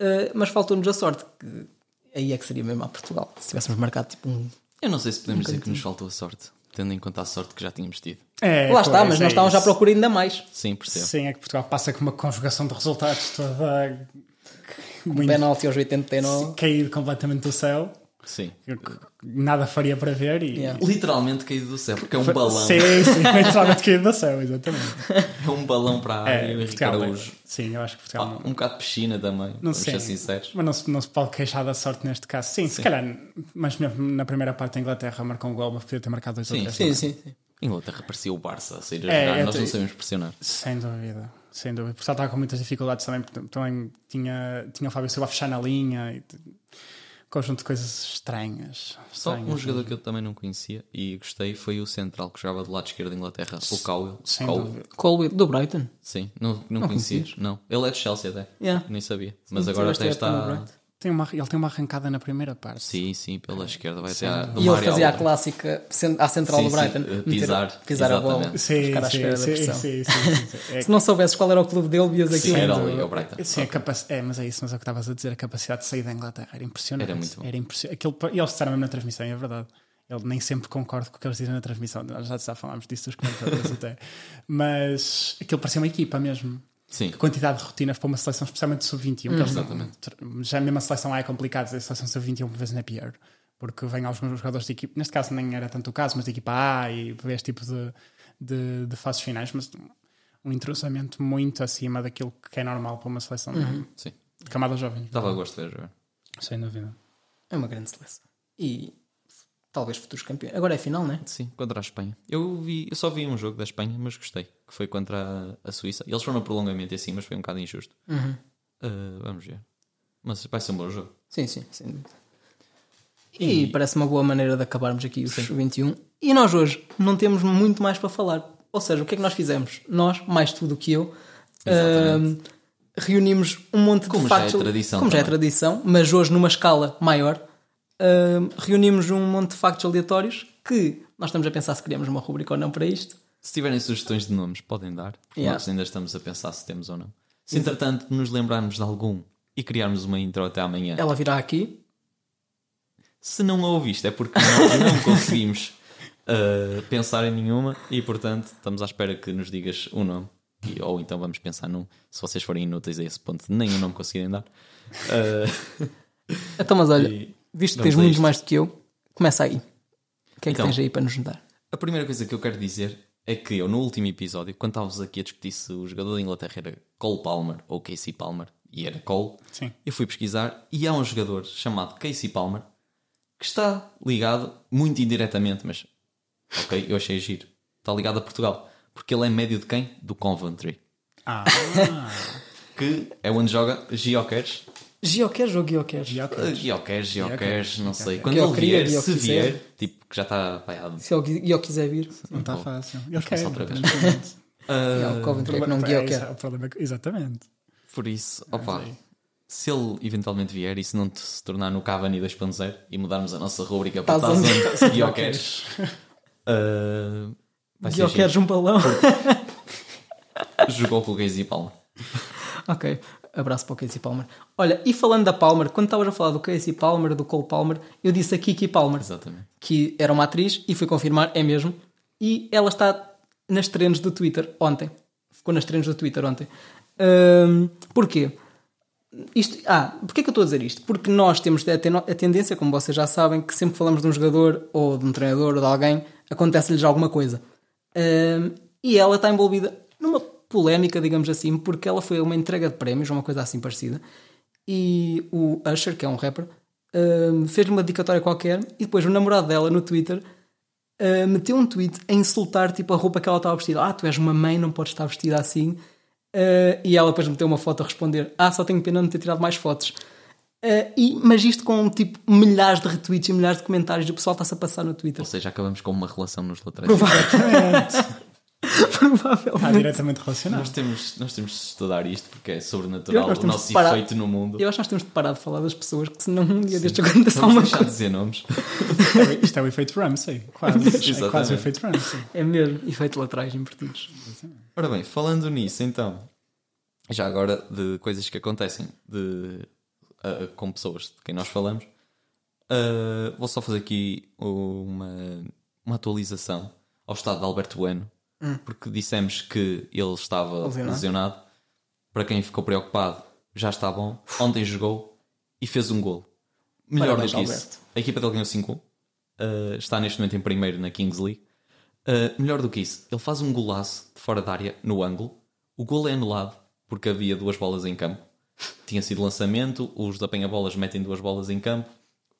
[SPEAKER 2] Ah, mas faltou-nos a sorte, que aí é que seria mesmo a Portugal, se tivéssemos marcado tipo um.
[SPEAKER 3] Eu não sei se podemos dizer que nos faltou a sorte, tendo em conta a sorte que já tínhamos tido.
[SPEAKER 4] É,
[SPEAKER 2] Lá está,
[SPEAKER 4] pois,
[SPEAKER 2] mas
[SPEAKER 4] é
[SPEAKER 2] nós estávamos já à
[SPEAKER 4] isso.
[SPEAKER 2] procura ainda mais.
[SPEAKER 3] Sim, percebo.
[SPEAKER 4] Sim, é que Portugal passa com uma conjugação de resultados toda
[SPEAKER 2] Um penalti aos 89.
[SPEAKER 4] caído completamente do céu.
[SPEAKER 3] Sim.
[SPEAKER 4] Eu c- nada faria para ver e.
[SPEAKER 2] Yeah.
[SPEAKER 3] Literalmente caído do céu, porque é um balão.
[SPEAKER 4] Sim, sim, [LAUGHS] foi totalmente caído do céu, exatamente.
[SPEAKER 3] É um balão para a área e o Henrique
[SPEAKER 4] Portugal,
[SPEAKER 3] Araújo.
[SPEAKER 4] sim, eu acho que
[SPEAKER 3] Ah,
[SPEAKER 4] Portugal
[SPEAKER 3] um
[SPEAKER 4] não.
[SPEAKER 3] bocado de piscina também,
[SPEAKER 4] Não
[SPEAKER 3] vamos
[SPEAKER 4] sei.
[SPEAKER 3] ser sinceros.
[SPEAKER 4] Mas não se, não se pode queixar da sorte neste caso. Sim, se calhar, mas na- na primeira parte a Inglaterra marcou um gol, mas podia ter marcado dois ou
[SPEAKER 3] Sim,
[SPEAKER 4] três.
[SPEAKER 2] Sim, sim, sim.
[SPEAKER 3] Inglaterra parecia o Barça a sair a
[SPEAKER 4] É,
[SPEAKER 3] jogar,
[SPEAKER 4] é,
[SPEAKER 3] nós
[SPEAKER 4] tem-
[SPEAKER 3] não sabemos pressionar.
[SPEAKER 4] Sem dúvida, sem dúvida. Portugal estava com muitas dificuldades também, porque também tinha, tinha o Fábio Silva a fechar na linha e t- um conjunto de coisas estranhas.
[SPEAKER 3] Só
[SPEAKER 4] estranhas.
[SPEAKER 3] um jogador que eu também não conhecia e gostei foi o central que jogava do lado esquerdo da Inglaterra, o Cowell.
[SPEAKER 4] Sem
[SPEAKER 3] Cowell.
[SPEAKER 4] dúvida.
[SPEAKER 2] Colwill, do Brighton.
[SPEAKER 3] Sim, não, não, conhecias? Não. Ele é de Chelsea até.
[SPEAKER 2] Yeah.
[SPEAKER 3] Nem sabia. Mas
[SPEAKER 2] Sim,
[SPEAKER 3] agora
[SPEAKER 2] tiveste
[SPEAKER 3] até
[SPEAKER 2] a época no
[SPEAKER 3] está.
[SPEAKER 2] Brighton.
[SPEAKER 4] Tem uma, ele tem uma arrancada na primeira parte.
[SPEAKER 3] Sim, sim, pela esquerda vai até à- de
[SPEAKER 2] E
[SPEAKER 3] uma
[SPEAKER 2] ele
[SPEAKER 3] área à
[SPEAKER 2] fazia a
[SPEAKER 3] outra.
[SPEAKER 2] clássica cen- à central
[SPEAKER 3] Sim,
[SPEAKER 2] do
[SPEAKER 3] sim,
[SPEAKER 2] Brighton.
[SPEAKER 3] eh,
[SPEAKER 2] meter-
[SPEAKER 3] pisar,
[SPEAKER 2] pisar a bola.
[SPEAKER 3] exatamente.
[SPEAKER 4] Sim,
[SPEAKER 2] ficar à espera da
[SPEAKER 4] sim, sim,
[SPEAKER 2] pressão.
[SPEAKER 4] sim, sim, sim, sim.
[SPEAKER 3] [LAUGHS]
[SPEAKER 4] É
[SPEAKER 2] Se não soubesses qual era o clube dele, vias um
[SPEAKER 3] Sim,
[SPEAKER 2] aquilo.
[SPEAKER 3] era ali, é o Brighton.
[SPEAKER 4] Sim, a capac... é, mas é isso, mas é o que estavas a dizer, a capacidade de sair da Inglaterra era impressionante.
[SPEAKER 3] Era muito bom.
[SPEAKER 4] Era impression... Aquilo... E eles disseram mesmo na transmissão, é verdade. Eu nem sempre concordo com o que eles dizem na transmissão, nós já, já falámos disso dos comentadores até.
[SPEAKER 3] [LAUGHS]
[SPEAKER 4] Mas aquilo parecia uma equipa mesmo.
[SPEAKER 3] Sim.
[SPEAKER 4] Que quantidade de rotinas para uma seleção, especialmente sub-21. que eles não- Já mesmo a seleção A é complicada, a seleção sub-21 por vezes não é pior. Porque vêm alguns jogadores de equipa, neste caso nem era tanto o caso, mas de equipa A e este tipo de, de, de fases finais, mas um entrosamento muito acima daquilo que é normal para uma seleção
[SPEAKER 3] Sim.
[SPEAKER 4] de camada jovem.
[SPEAKER 3] Dava gosto de ver jogar.
[SPEAKER 4] Sem dúvida.
[SPEAKER 2] É uma grande seleção. E talvez futuros campeões. Agora é final, não é?
[SPEAKER 3] Sim, contra a Espanha. Eu, vi, eu só vi um jogo da Espanha, mas gostei, que foi contra a, a Suíça. Eles foram a prolongamento e assim, mas foi um bocado injusto. Ah, vamos ver. Mas vai ser um bom jogo.
[SPEAKER 2] Sim, sim, sem dúvida. E, parece uma boa maneira de acabarmos aqui os 21. E nós hoje não temos muito mais para falar. Ou seja, o que é que nós fizemos? Nós, mais tu do que eu,
[SPEAKER 3] Exatamente.
[SPEAKER 2] ah, reunimos um monte
[SPEAKER 3] Como
[SPEAKER 2] de
[SPEAKER 3] já é
[SPEAKER 2] factos.
[SPEAKER 3] tradição
[SPEAKER 2] Como já é
[SPEAKER 3] também.
[SPEAKER 2] tradição, mas hoje numa escala maior, ah, reunimos um monte de factos aleatórios que nós estamos a pensar se criamos uma rubrica ou não para isto.
[SPEAKER 3] Se tiverem sugestões de nomes, podem dar, porque
[SPEAKER 2] Yeah.
[SPEAKER 3] nós ainda estamos a pensar se temos ou não. Se entretanto nos lembrarmos de algum e criarmos uma intro até amanhã,
[SPEAKER 2] Ela virá aqui.
[SPEAKER 3] se não a ouviste é porque nós não conseguimos ah, pensar em nenhuma e portanto estamos à espera que nos digas um nome. E- ou então vamos pensar num, se vocês forem inúteis a esse ponto, nem o nome conseguirem dar.
[SPEAKER 2] Então, mas olha,
[SPEAKER 3] E
[SPEAKER 2] visto que tens
[SPEAKER 3] vamos a
[SPEAKER 2] muito
[SPEAKER 3] isto.
[SPEAKER 2] mais do que eu, começa aí. O que é que
[SPEAKER 3] Então.
[SPEAKER 2] tens aí para nos dar?
[SPEAKER 3] A primeira coisa que eu quero dizer é que eu, no último episódio, quando estávamos aqui a discutir se o jogador da Inglaterra era Cole Palmer ou Casey Palmer, e era Cole,
[SPEAKER 4] Sim.
[SPEAKER 3] eu fui pesquisar e há um jogador chamado Casey Palmer que está ligado, muito indiretamente, mas ok, eu achei giro, está ligado a Portugal, porque ele é médio de quem? Do Coventry,
[SPEAKER 4] Ah,
[SPEAKER 3] que é onde joga Gioqueres,
[SPEAKER 2] Geocache ou Geocache?
[SPEAKER 4] já ok.
[SPEAKER 3] Ah, Gioqueres, Gioqueres, não sei, quando ele
[SPEAKER 2] Gioqueria,
[SPEAKER 3] vier, se
[SPEAKER 2] Gioqueres.
[SPEAKER 3] vier, tipo, que já está pá, há-
[SPEAKER 2] Se eu, eu quiser vir,
[SPEAKER 4] não está fácil. Eu
[SPEAKER 3] começar
[SPEAKER 4] quero,
[SPEAKER 3] outra vez.
[SPEAKER 4] aparentemente.
[SPEAKER 2] é o [LAUGHS] Coventry é que não
[SPEAKER 4] É,
[SPEAKER 2] guia o que
[SPEAKER 4] exa-
[SPEAKER 2] é.
[SPEAKER 4] o problema é que- Exatamente.
[SPEAKER 3] Por isso, opa, se ele eventualmente vier e se não te se tornar no Cavani 2.0 e mudarmos a nossa rúbrica para
[SPEAKER 2] Tazan.
[SPEAKER 3] Tazan
[SPEAKER 2] [LAUGHS]
[SPEAKER 3] Guioqueres, uh, vai ser giro.
[SPEAKER 2] Geocache um balão.
[SPEAKER 3] jogou com o Casey Palmer.
[SPEAKER 2] [LAUGHS] ok, abraço para o Casey Palmer. Olha, e falando da Palmer, quando estavas a falar do Casey Palmer, do Cole Palmer, eu disse a Kiki Palmer,
[SPEAKER 3] Exatamente.
[SPEAKER 2] que era uma atriz, e fui confirmar, é mesmo. E ela está nas trends do Twitter ontem. Ficou nas trends do Twitter ontem. Hum, porquê? Isto, ah, porquê que eu estou a dizer isto? Porque nós temos a, ten- a tendência, como vocês já sabem, que sempre que falamos de um jogador ou de um treinador ou de alguém, acontece-lhes alguma coisa. Hum, e ela está envolvida numa polémica, digamos assim, porque ela foi a uma entrega de prémios, uma coisa assim parecida, e o Usher, que é um rapper, hum, fez-lhe uma dedicatória qualquer e depois o namorado dela no Twitter Uh, meteu um tweet a insultar tipo a roupa que ela estava vestida. Ah, tu és uma mãe, não podes estar vestida assim. Uh, e ela depois meteu uma foto a responder: Ah, só tenho pena de não ter tirado mais fotos. Uh, e, mas isto com tipo milhares de retweets e milhares de comentários e o pessoal está-se a passar no Twitter.
[SPEAKER 3] Ou [LAUGHS] seja, acabamos com uma relação nos laterais.
[SPEAKER 4] Está
[SPEAKER 2] Provavelmente.
[SPEAKER 4] diretamente relacionado.
[SPEAKER 3] Nós temos, nós temos de estudar isto porque é sobrenatural
[SPEAKER 2] Eu- nós
[SPEAKER 3] o
[SPEAKER 2] temos
[SPEAKER 3] nosso
[SPEAKER 2] de parar.
[SPEAKER 3] efeito no mundo.
[SPEAKER 2] Eu acho que nós temos de parar de falar das pessoas que senão um dia deste acontecer
[SPEAKER 3] Vamos
[SPEAKER 2] alguma
[SPEAKER 3] deixar de
[SPEAKER 2] coisa.
[SPEAKER 3] dizer nomes.
[SPEAKER 4] Isto é o- Isto é o efeito Ramsey. Quase. É quase
[SPEAKER 3] Exatamente.
[SPEAKER 4] o efeito Ramsey.
[SPEAKER 2] É mesmo, efeito laterais invertidos.
[SPEAKER 3] Ora bem, falando nisso então, já agora de coisas que acontecem de, ah, com pessoas de quem nós falamos, ah, vou só fazer aqui uma, uma atualização ao estado de Alberto Bueno, porque dissemos que ele estava
[SPEAKER 2] Hum. Lesionado.
[SPEAKER 3] lesionado. Para quem ficou preocupado, já está bom. Ontem jogou e fez um golo. Melhor
[SPEAKER 2] Parabéns,
[SPEAKER 3] do que isso. A equipa dele ganhou 5 uh, está neste momento em primeiro na Kings League. Uh, melhor do que isso, ele faz um golaço de fora da área, no ângulo. O gol é anulado porque havia duas bolas em campo. Tinha sido lançamento, os da penha-bolas metem duas bolas em campo.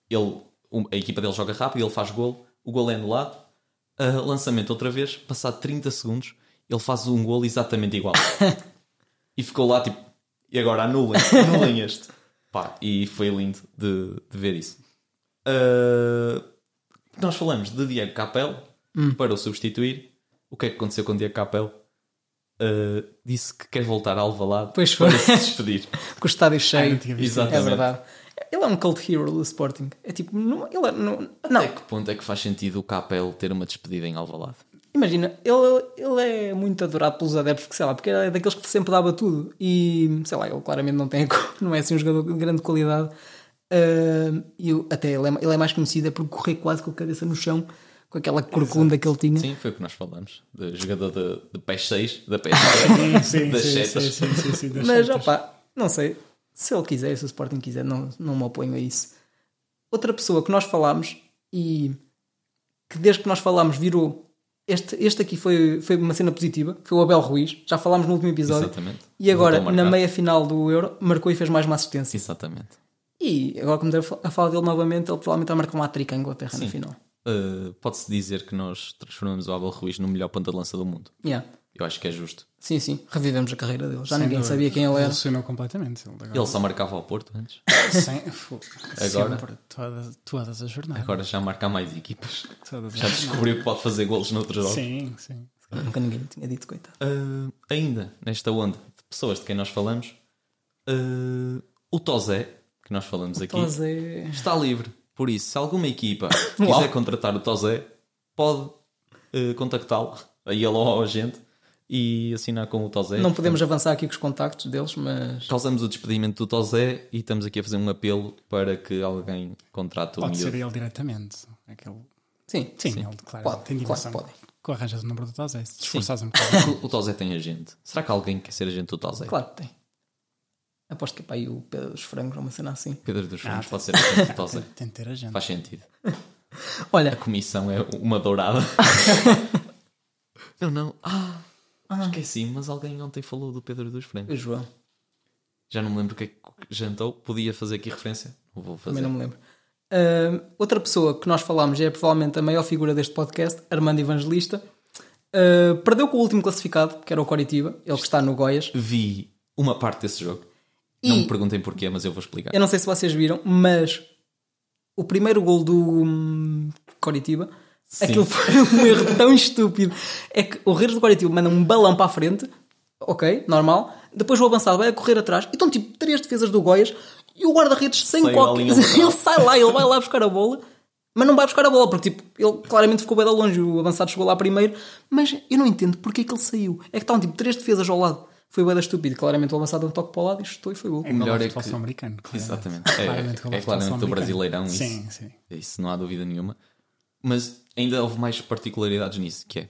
[SPEAKER 3] Ele, um- a equipa dele joga rápido, ele faz gol, o gol é anulado. Uh, lançamento outra vez, passado 30 segundos, ele faz um gol exatamente
[SPEAKER 2] [LAUGHS]
[SPEAKER 3] igual. E ficou lá tipo, e agora anulem, anulem
[SPEAKER 2] [LAUGHS]
[SPEAKER 3] este. Pá, e foi lindo de, de ver isso. Ah, nós falamos de Diego Capel
[SPEAKER 2] Hum.
[SPEAKER 3] para o substituir. O que é que aconteceu com Diego Capel? Ah, disse que quer voltar a Alvalade
[SPEAKER 2] Pois
[SPEAKER 3] para
[SPEAKER 2] foi.
[SPEAKER 3] se despedir.
[SPEAKER 2] [LAUGHS] Com o estádio
[SPEAKER 4] Ai,
[SPEAKER 2] cheio.
[SPEAKER 4] não tinha visto.
[SPEAKER 2] É
[SPEAKER 3] Exatamente.
[SPEAKER 2] verdade. Ele é um cult hero do Sporting. É tipo, não, ele é- não, não.
[SPEAKER 3] Até que ponto é que faz sentido o Capel ter uma despedida em Alvalade?
[SPEAKER 2] Imagina, ele, ele é muito adorado pelos adeptos, porque sei lá, porque é daqueles que sempre dava tudo. E sei lá, ele claramente não, tem, [LAUGHS] não é assim um jogador de grande qualidade. Ah, e eu- até ele é, ele é mais conhecido é por correr quase com a cabeça no chão, com aquela corcunda que ele tinha.
[SPEAKER 3] Sim, foi o que nós falamos. De jogador de, de PES 6, da
[SPEAKER 4] [LAUGHS]
[SPEAKER 3] PES 7,
[SPEAKER 4] Sim,
[SPEAKER 3] das
[SPEAKER 4] sim, sim,
[SPEAKER 3] setas.
[SPEAKER 4] sim, sim, sim, das
[SPEAKER 2] Mas,
[SPEAKER 4] setas.
[SPEAKER 2] opá, não sei. Se ele quiser, se o Sporting quiser, não, não me oponho a isso. Outra pessoa que nós falámos e que desde que nós falámos virou. Este, este aqui foi, foi uma cena positiva, foi o Abel Ruiz. Já falámos no último episódio.
[SPEAKER 3] Exatamente.
[SPEAKER 2] E agora,
[SPEAKER 3] Voltou a
[SPEAKER 2] na
[SPEAKER 3] marcar.
[SPEAKER 2] meia final do Euro, marcou e fez mais uma assistência.
[SPEAKER 3] Exatamente.
[SPEAKER 2] E agora, como estamos a falar dele novamente, ele provavelmente vai marcar uma trica em Inglaterra na final.
[SPEAKER 3] Uh, Pode-se dizer que nós transformamos o Abel Ruiz no melhor ponta de lança do mundo.
[SPEAKER 2] Yeah.
[SPEAKER 3] Eu acho que é justo.
[SPEAKER 2] Sim, sim, revivemos a carreira dele. Já
[SPEAKER 4] Sem
[SPEAKER 2] ninguém
[SPEAKER 4] dúvida.
[SPEAKER 2] sabia quem ele era.
[SPEAKER 4] Evolucionou completamente. Ele agora,
[SPEAKER 3] Ele só marcava ao Porto antes.
[SPEAKER 4] sem, fu-
[SPEAKER 3] Agora?
[SPEAKER 4] sempre, todas, todas as jornadas.
[SPEAKER 3] Agora já marca a mais equipas.
[SPEAKER 4] Todas as
[SPEAKER 3] Já descobriu que pode fazer golos noutros jogos.
[SPEAKER 4] Sim, sim.
[SPEAKER 2] Nunca ninguém lhe tinha dito, coitado.
[SPEAKER 3] Uh, ainda nesta onda de pessoas de quem nós falamos, uh, o Tozé, que nós falamos aqui,
[SPEAKER 2] Mas é.
[SPEAKER 3] está livre. Por isso, se alguma equipa quiser contratar o Tozé, pode uh, contactá-lo, a ele ou ao agente, e assinar com o Tozé.
[SPEAKER 2] Não podemos avançar aqui com os contactos deles, mas.
[SPEAKER 3] Causamos o despedimento do Tozé e estamos aqui a fazer um apelo para que alguém contrate o
[SPEAKER 4] Pode ser
[SPEAKER 3] miúdo.
[SPEAKER 4] ele diretamente. Aquele...
[SPEAKER 2] Sim,
[SPEAKER 4] Sim, é um ele, claro,
[SPEAKER 2] Pode,
[SPEAKER 4] tem dimensão.
[SPEAKER 2] claro, pode.
[SPEAKER 4] Com arranjas o número do Tazé, se te
[SPEAKER 3] Sim.
[SPEAKER 4] esforçares um bocado.
[SPEAKER 3] [COUGHS] O Tozé tem agente. Será que alguém quer ser agente do Tozé?
[SPEAKER 2] claro que tem. Aposto que é para aí o Pedro dos Frangos ou uma cena assim.
[SPEAKER 3] Pedro dos Fundos pode ser agente do
[SPEAKER 4] [LAUGHS]
[SPEAKER 3] Tozé.
[SPEAKER 4] Tem de ter agenda.
[SPEAKER 3] Faz sentido.
[SPEAKER 2] Olha,
[SPEAKER 3] A comissão é uma dourada. não, não. Ah, esqueci, mas alguém ontem falou do Pedro dos
[SPEAKER 2] o
[SPEAKER 3] Frangos.
[SPEAKER 2] João,
[SPEAKER 3] Já não me lembro o que é que jantou. Podia fazer aqui referência? Não vou fazer.
[SPEAKER 2] também não me lembro. Ah, outra pessoa que nós falámos e é provavelmente a maior figura deste podcast, Armando Evangelista, ah, perdeu com o último classificado, que era o Coritiba, ele que está no Goias.
[SPEAKER 3] Vi uma parte desse jogo. Não
[SPEAKER 2] E-
[SPEAKER 3] me perguntem porquê, mas eu vou explicar.
[SPEAKER 2] Eu não sei se vocês viram, mas o primeiro gol do hum, Coritiba, aquilo foi
[SPEAKER 3] [LAUGHS]
[SPEAKER 2] um erro tão estúpido. É que o Reis do Coritiba manda um balão para a frente, ok, normal. Depois o avançado vai a correr atrás e estão tipo três defesas do Goiás e o guarda-redes sem
[SPEAKER 3] Saiu
[SPEAKER 2] qualquer.
[SPEAKER 3] ali, ele vai lá.
[SPEAKER 2] [LAUGHS] Ele sai lá, ele vai lá buscar a bola. Mas não vai buscar a bola, porque tipo, ele claramente ficou bem da longe, o avançado chegou lá primeiro, mas eu não entendo porque é que ele saiu. É que estavam tipo três defesas ao lado. Foi bem da estúpido, claramente o avançado deu um toque para o lado e chutou e foi gol.
[SPEAKER 3] O melhor
[SPEAKER 4] Como
[SPEAKER 3] é
[SPEAKER 4] futebol
[SPEAKER 3] que-
[SPEAKER 4] sul-americano, claramente.
[SPEAKER 3] Exatamente. É,
[SPEAKER 4] Claramente como
[SPEAKER 3] é,
[SPEAKER 4] futebol
[SPEAKER 3] claramente do
[SPEAKER 4] sul-americano.
[SPEAKER 3] Brasileirão. Isso,
[SPEAKER 4] Sim, sim.
[SPEAKER 3] isso não há dúvida nenhuma. Mas ainda houve mais particularidades nisso, que é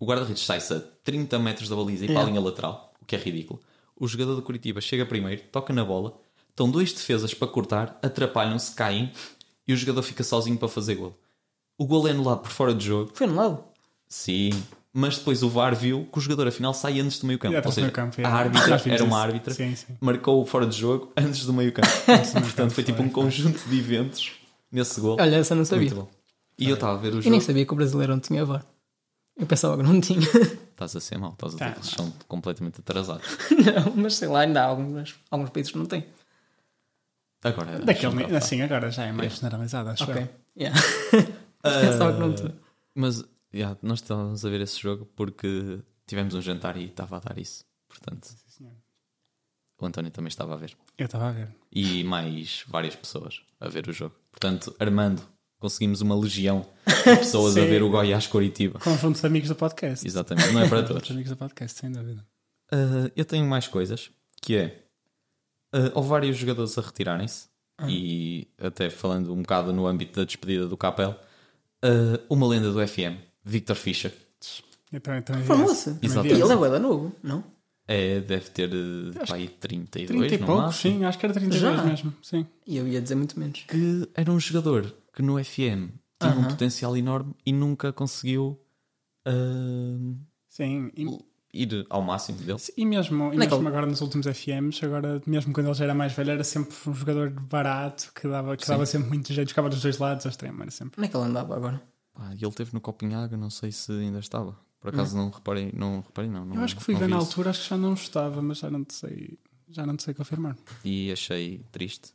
[SPEAKER 3] o guarda-redes sai-se a 30 metros da baliza e para a linha lateral, o que é ridículo. O jogador do Curitiba chega primeiro, toca na bola, estão dois defesas para cortar, atrapalham-se, caem e o jogador fica sozinho para fazer gol. O gol é anulado por fora de jogo,
[SPEAKER 2] Foi no lado.
[SPEAKER 3] sim, mas depois o VAR viu que o jogador afinal sai antes do meio campo.
[SPEAKER 4] E
[SPEAKER 3] Ou
[SPEAKER 4] atrás do
[SPEAKER 3] seja,
[SPEAKER 4] meio-campo, é.
[SPEAKER 3] a
[SPEAKER 4] [LAUGHS]
[SPEAKER 3] árbitra
[SPEAKER 4] Nós vimos
[SPEAKER 3] era uma
[SPEAKER 4] isso.
[SPEAKER 3] árbitra,
[SPEAKER 4] Sim, sim.
[SPEAKER 3] marcou o fora de jogo [LAUGHS] antes do meio campo. Portanto, foi tipo um conjunto de eventos nesse gol.
[SPEAKER 2] Olha, essa eu não sabia.
[SPEAKER 3] Muito bom. E eu estava a ver o
[SPEAKER 2] Eu nem
[SPEAKER 3] jogo.
[SPEAKER 2] sabia que o brasileiro não tinha VAR. Eu pensava que não tinha.
[SPEAKER 3] Estás a ser mal, estás a dizer
[SPEAKER 4] Tá.
[SPEAKER 3] que eles são completamente atrasados.
[SPEAKER 2] [LAUGHS] não, mas sei lá, ainda há alguns, alguns países que não têm.
[SPEAKER 3] Agora, acho um
[SPEAKER 4] Daquele,
[SPEAKER 3] bocado
[SPEAKER 4] assim, agora já é mais generalizado, acho
[SPEAKER 2] Ok. Eh,
[SPEAKER 4] eu.
[SPEAKER 2] Yeah. [LAUGHS] Mas pensava que não tinha.
[SPEAKER 3] Mas yeah, nós estávamos a ver esse jogo porque tivemos um jantar e estava a dar isso. Portanto,
[SPEAKER 4] senhor.
[SPEAKER 3] o António também estava a ver.
[SPEAKER 4] Eu estava a ver.
[SPEAKER 3] E mais várias pessoas a ver o jogo. Portanto, Armando, conseguimos uma legião de
[SPEAKER 4] [LAUGHS]
[SPEAKER 3] pessoas a
[SPEAKER 4] Sim.
[SPEAKER 3] ver o Goiás Coritiba.
[SPEAKER 4] Conjunto de amigos do podcast.
[SPEAKER 3] Exatamente, não é para todos.
[SPEAKER 4] Conjunto de amigos do podcast, sem dúvida.
[SPEAKER 3] Uh, eu tenho mais coisas, que é uh, houve vários jogadores a retirarem-se
[SPEAKER 4] Hum.
[SPEAKER 3] e até falando um bocado no âmbito da despedida do Capel, uh, uma lenda do FM, Victor Fischer.
[SPEAKER 4] Eu também, também vi esse.
[SPEAKER 2] Famoso.
[SPEAKER 3] Exato.
[SPEAKER 2] E ele é bué da novo, não?
[SPEAKER 3] É, deve ter eh, pá, aí 32,
[SPEAKER 4] 30 e
[SPEAKER 3] no
[SPEAKER 4] pouco,
[SPEAKER 3] máximo.
[SPEAKER 4] sim, acho que era 32
[SPEAKER 2] Já?
[SPEAKER 4] mesmo. Sim.
[SPEAKER 2] E eu ia dizer muito menos.
[SPEAKER 3] Que era um jogador que no FM tinha um potencial enorme e nunca conseguiu ah,
[SPEAKER 4] Sim. E,
[SPEAKER 3] ir ao máximo dele.
[SPEAKER 4] e mesmo, e
[SPEAKER 2] Onde é que
[SPEAKER 4] mesmo
[SPEAKER 2] ele-
[SPEAKER 4] agora nos últimos FMs, agora, mesmo quando ele já era mais velho, era sempre um jogador barato que dava, que dava sempre muito jeito, jogava dos dois lados ao extremo, era sempre.
[SPEAKER 2] Onde é que ele andava agora?
[SPEAKER 3] Pá, e ele teve no Copenhague, não sei se ainda estava. Por acaso não reparei, não reparei não.
[SPEAKER 4] Hum. Eu
[SPEAKER 3] não-
[SPEAKER 4] acho que fui
[SPEAKER 3] não
[SPEAKER 4] ver
[SPEAKER 3] vi
[SPEAKER 4] na
[SPEAKER 3] isso.
[SPEAKER 4] altura, acho que já não estava, mas já não te sei, já não te sei confirmar.
[SPEAKER 3] e achei triste.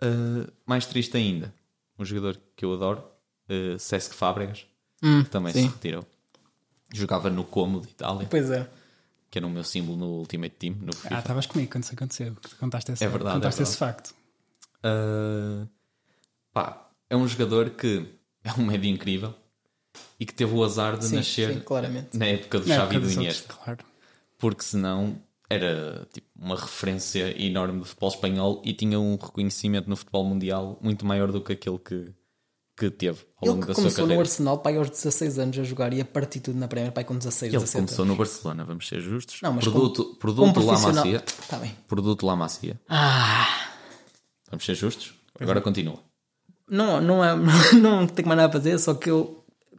[SPEAKER 3] Uh, mais triste ainda, um jogador que eu adoro, uh, Cesc Fábregas,
[SPEAKER 4] Hum,
[SPEAKER 3] que também se
[SPEAKER 2] sim.
[SPEAKER 3] retirou. Jogava no Como de Itália,
[SPEAKER 2] Pois é.
[SPEAKER 3] que era o meu símbolo no Ultimate Team, no FIFA.
[SPEAKER 4] Ah, estavas comigo quando isso aconteceu, que contaste esse,
[SPEAKER 3] É verdade,
[SPEAKER 4] contaste
[SPEAKER 3] é
[SPEAKER 4] esse facto.
[SPEAKER 3] Uh, pá, é um jogador que [LAUGHS] é um médio incrível e que teve o azar de
[SPEAKER 2] Sim,
[SPEAKER 3] nascer
[SPEAKER 2] sim, claramente.
[SPEAKER 3] na época do
[SPEAKER 4] Na
[SPEAKER 3] Xavi
[SPEAKER 4] época
[SPEAKER 3] e do
[SPEAKER 4] É, dos outros,
[SPEAKER 3] Iniesta.
[SPEAKER 4] Claro.
[SPEAKER 3] porque senão era tipo, uma referência enorme do futebol espanhol e tinha um reconhecimento no futebol mundial muito maior do que aquele que, que teve ao
[SPEAKER 2] Ele
[SPEAKER 3] longo
[SPEAKER 2] que
[SPEAKER 3] da sua
[SPEAKER 2] começou no
[SPEAKER 3] carreira.
[SPEAKER 2] Arsenal pai aos 16 anos a jogar e a partir tudo na Premier pai com 16,
[SPEAKER 3] Ele
[SPEAKER 2] 17
[SPEAKER 3] começou
[SPEAKER 2] anos.
[SPEAKER 3] no Barcelona, vamos ser justos.
[SPEAKER 2] Não, mas
[SPEAKER 3] produto
[SPEAKER 2] como-
[SPEAKER 3] produto
[SPEAKER 2] como
[SPEAKER 3] La
[SPEAKER 2] profissional-
[SPEAKER 3] Macia.
[SPEAKER 2] Tá bem.
[SPEAKER 3] Produto La Macia.
[SPEAKER 2] Ah,
[SPEAKER 3] Vamos ser justos.
[SPEAKER 2] é.
[SPEAKER 3] Agora continua.
[SPEAKER 2] Não, não, é, [LAUGHS] não tenho mais nada a fazer, só que ele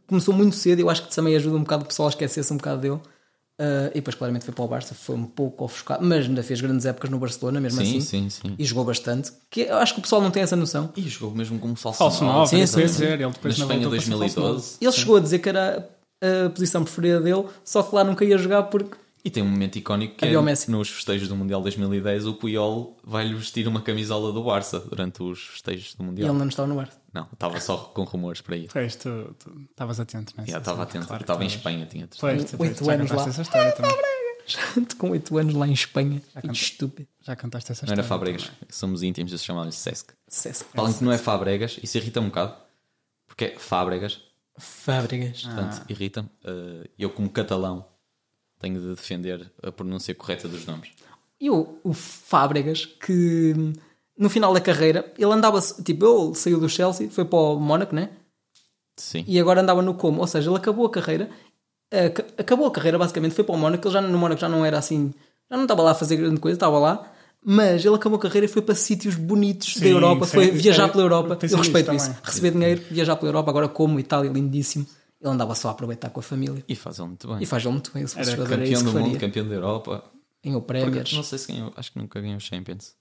[SPEAKER 2] começou muito cedo e eu acho que também ajuda um bocado o pessoal a esquecer-se um bocado dele. Ah, e depois claramente foi para o Barça, foi um pouco ofuscado, mas ainda fez grandes épocas no Barcelona, mesmo
[SPEAKER 3] Sim,
[SPEAKER 2] assim.
[SPEAKER 3] sim, sim.
[SPEAKER 2] E jogou bastante. Que eu acho que o pessoal não tem essa noção.
[SPEAKER 3] E jogou mesmo como falso,
[SPEAKER 4] Falso
[SPEAKER 3] nove,
[SPEAKER 4] nove,
[SPEAKER 2] sim,
[SPEAKER 3] exatamente.
[SPEAKER 4] sim, sim. Ele depois
[SPEAKER 3] na
[SPEAKER 4] na
[SPEAKER 3] Espanha
[SPEAKER 4] volta passou
[SPEAKER 3] 2012.
[SPEAKER 4] falso
[SPEAKER 2] Ele chegou a dizer que era a posição preferida dele, só que lá nunca ia jogar porque.
[SPEAKER 3] E tem um momento icónico que
[SPEAKER 2] Adeus,
[SPEAKER 3] é
[SPEAKER 2] Messi.
[SPEAKER 3] nos festejos do Mundial 2010 o Puyol vai-lhe vestir uma camisola do Barça durante os festejos do
[SPEAKER 2] E
[SPEAKER 3] Mundial.
[SPEAKER 2] ele não estava no Barça. [LAUGHS]
[SPEAKER 3] Não, estava só com rumores para ir.
[SPEAKER 4] Pois, tu tu estavas atento nessa.
[SPEAKER 3] Já estava atento.
[SPEAKER 4] Claro que
[SPEAKER 3] estava em
[SPEAKER 4] estavas.
[SPEAKER 3] Espanha, tinha testado.
[SPEAKER 4] Pois, tu- tu-
[SPEAKER 2] Oito
[SPEAKER 4] já
[SPEAKER 2] anos
[SPEAKER 4] contaste
[SPEAKER 2] lá.
[SPEAKER 4] essa história também.
[SPEAKER 2] Com 8 anos lá em Espanha.
[SPEAKER 4] canta-
[SPEAKER 2] Filho estúpido.
[SPEAKER 4] Já contaste essa
[SPEAKER 3] Não
[SPEAKER 4] história.
[SPEAKER 3] era Fabregas, somos íntimos, eles chamavam-lhe Sesc.
[SPEAKER 2] Cesc.
[SPEAKER 3] Falam que não é Fabregas, isso irrita um bocado, porque é Fábregas,
[SPEAKER 2] Fábricas.
[SPEAKER 4] Ah.
[SPEAKER 3] portanto, irrita-me. Eh, eu, como catalão, tenho de defender a pronúncia correta dos nomes.
[SPEAKER 2] E o, o Fábregas, que hum, no final da carreira, ele andava, tipo, ele saiu do Chelsea, foi para o Mónaco, né?
[SPEAKER 3] Sim.
[SPEAKER 2] E agora andava no Como, ou seja, ele acabou a carreira, ac- acabou a carreira basicamente, foi para o Mónaco, ele já no Mónaco já não era assim, já não estava lá a fazer grande coisa, estava lá, mas ele acabou a carreira e foi para sítios bonitos da
[SPEAKER 4] Sim,
[SPEAKER 2] Europa,
[SPEAKER 4] sim,
[SPEAKER 2] foi
[SPEAKER 4] isso
[SPEAKER 2] viajar
[SPEAKER 4] é-
[SPEAKER 2] pela Europa,
[SPEAKER 4] pensei
[SPEAKER 2] eu respeito
[SPEAKER 4] nisso
[SPEAKER 2] isso,
[SPEAKER 4] também.
[SPEAKER 2] receber dinheiro, viajar pela Europa, agora Como, Itália, lindíssimo, ele andava só a aproveitar com a família.
[SPEAKER 3] E fazem muito bem.
[SPEAKER 2] E faz ele muito bem, se fosse
[SPEAKER 4] Era
[SPEAKER 2] jogador, era
[SPEAKER 3] campeão
[SPEAKER 2] isso que
[SPEAKER 3] do mundo,
[SPEAKER 2] faria.
[SPEAKER 3] campeão da Europa.
[SPEAKER 2] Ganhou prémios.
[SPEAKER 3] Não sei se ganhou, acho que nunca ganhou Champions.